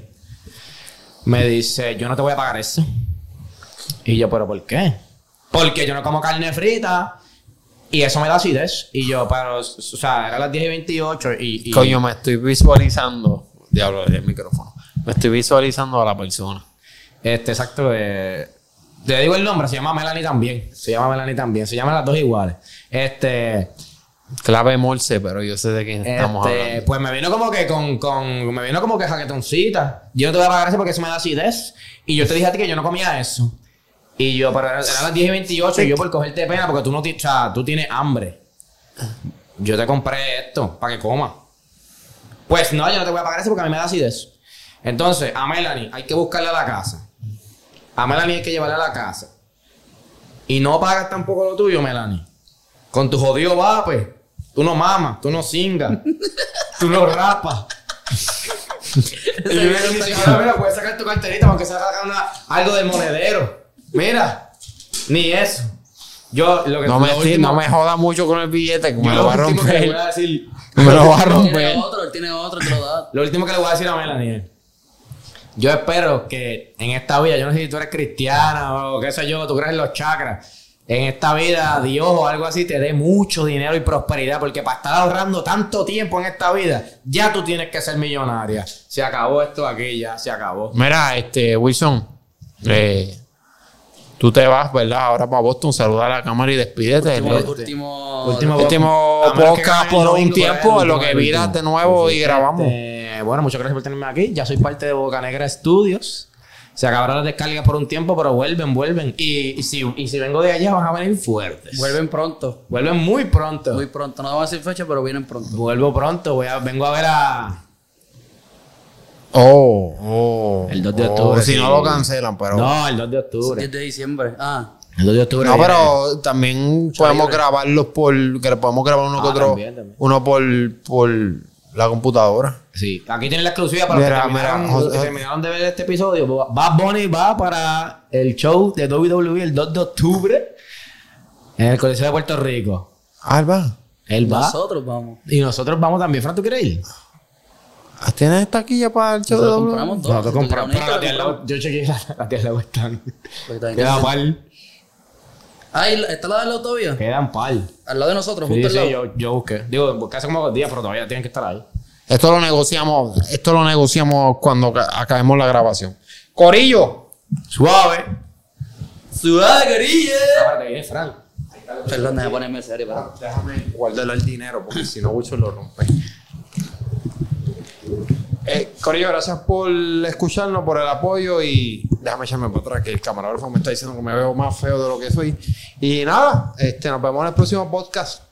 Speaker 2: Me dice, yo no te voy a pagar eso. Y yo, ¿pero por qué? Porque yo no como carne frita y eso me da acidez. Y yo, pero, o sea, eran las 10 y 28 y... y-
Speaker 1: Coño, me estoy visualizando. Diablo, el micrófono. Me estoy visualizando a la persona.
Speaker 2: Este, exacto. de- te digo el nombre, se llama Melanie también. Se llama Melanie también. Se llaman las dos iguales. Este.
Speaker 1: Clave morse, pero yo sé de quién estamos
Speaker 2: este,
Speaker 1: hablando.
Speaker 2: pues me vino como que con, con. Me vino como que jaquetoncita. Yo no te voy a pagar eso porque eso me da acidez. Y yo te dije a ti que yo no comía eso. Y yo, pero eran eran las 10 y 28. Y yo por cogerte pena porque tú no ti- o sea, tú tienes hambre. Yo te compré esto para que comas. Pues no, yo no te voy a pagar eso porque a mí me da acidez. Entonces, a Melanie hay que buscarla a la casa. A Melanie hay que llevarla a la casa. Y no pagas tampoco lo tuyo, Melanie. Con tu jodido vape. Tú no mamas, tú no singas, tú no rapas. y yo le dije, "Ahora, mira, puedes sacar tu carterita aunque sea sacar una- algo del monedero. Mira, ni eso. Yo lo que
Speaker 1: No
Speaker 2: Pues lo
Speaker 1: me, estoy-
Speaker 2: último-
Speaker 1: no me joda mucho con el billete, que
Speaker 2: yo
Speaker 1: me lo va a
Speaker 2: último que le voy
Speaker 1: romper.
Speaker 2: a decir
Speaker 1: [laughs] Me lo va a
Speaker 3: Tiene
Speaker 1: romper.
Speaker 3: otro, él tiene otro, te lo da.
Speaker 2: Lo último que le voy a decir a Melanie es, yo espero que en esta vida, yo no sé si tú eres cristiana o qué sé yo, tú crees en los chakras, en esta vida Dios o algo así te dé mucho dinero y prosperidad, porque para estar ahorrando tanto tiempo en esta vida, ya tú tienes que ser millonaria. Se acabó esto aquí, ya se acabó.
Speaker 1: Mira, este, Wilson, eh, tú te vas, ¿verdad? Ahora para Boston, saluda a la cámara y despídete.
Speaker 3: Último,
Speaker 1: El-
Speaker 3: último.
Speaker 2: Este Último-
Speaker 1: Último
Speaker 2: A menos que
Speaker 1: podcast
Speaker 2: gane el
Speaker 1: por un
Speaker 2: domingo,
Speaker 1: tiempo,
Speaker 2: pues,
Speaker 1: en lo que
Speaker 2: el último.
Speaker 1: viras de nuevo y
Speaker 2: Este,
Speaker 1: grabamos.
Speaker 2: bueno, muchas gracias por tenerme aquí. Ya soy parte de Boca Negra Studios. Se acabaron las descargas por un tiempo, pero vuelven, vuelven. Y, y si, y si vengo de allá, van a venir fuertes.
Speaker 3: Vuelven pronto.
Speaker 2: Vuelven muy pronto.
Speaker 3: Muy pronto. No vamos a decir fecha, pero vienen pronto.
Speaker 2: Vuelvo pronto. Voy a, vengo a ver a.
Speaker 1: Oh, oh.
Speaker 2: El 2 de octubre,
Speaker 1: si
Speaker 2: sí.
Speaker 1: no lo cancelan, pero. No,
Speaker 2: No, el 2 de octubre.
Speaker 3: 10 de diciembre. Ah,
Speaker 2: El 2 de octubre. viene.
Speaker 1: pero también podemos grabarlos por. que Podemos grabar uno que
Speaker 2: Ah,
Speaker 1: otro.
Speaker 2: también, también.
Speaker 1: Uno por, por la computadora.
Speaker 2: Sí. Aquí tienen la exclusiva para
Speaker 1: Mira,
Speaker 2: los que, terminaron,
Speaker 1: mira, José-
Speaker 2: los que terminaron de ver este episodio. Bad Bunny va para el show de WWE el 2 de octubre en el Coliseo de Puerto Rico.
Speaker 1: Alba,
Speaker 2: Él va.
Speaker 3: nosotros vamos.
Speaker 2: Y nosotros vamos también. Fran, ¿tú quieres ir?
Speaker 1: ¿tienes taquilla para el show de
Speaker 3: Nosotros
Speaker 1: doble?
Speaker 3: compramos dos.
Speaker 2: No, tú compras.
Speaker 3: Nosotros
Speaker 2: Pero la
Speaker 3: la única
Speaker 2: tía
Speaker 3: que
Speaker 2: al lado-
Speaker 3: compramos.
Speaker 2: yo chequeé la, la tía la
Speaker 3: [laughs]
Speaker 2: están.
Speaker 3: Porque también
Speaker 2: Quedan
Speaker 3: tienen-
Speaker 2: par.
Speaker 3: Ah, y la- está al lado de la autovía.
Speaker 2: Quedan par.
Speaker 3: Al lado de nosotros,
Speaker 2: Sí,
Speaker 3: justo al
Speaker 2: sí,
Speaker 3: lado.
Speaker 2: yo, yo busqué. Digo, busqué hace como dos días, pero todavía tienen que estar ahí.
Speaker 1: Esto lo negociamos, esto lo negociamos cuando ca- acabemos la grabación. Corillo,
Speaker 2: Suave.
Speaker 3: ¡Suave, querida!
Speaker 2: Ahora te viene Fran.
Speaker 3: Perdón, déjame ponerme serio, pero.
Speaker 6: Déjame guardarle el dinero porque si no, Wilson lo rompe.
Speaker 1: eh, Corillo, gracias por escucharnos, por el apoyo y
Speaker 6: Déjame echarme para atrás que el camarógrafo
Speaker 1: me está diciendo que me veo más feo de lo que soy. Y nada, este, nos vemos en el próximo podcast.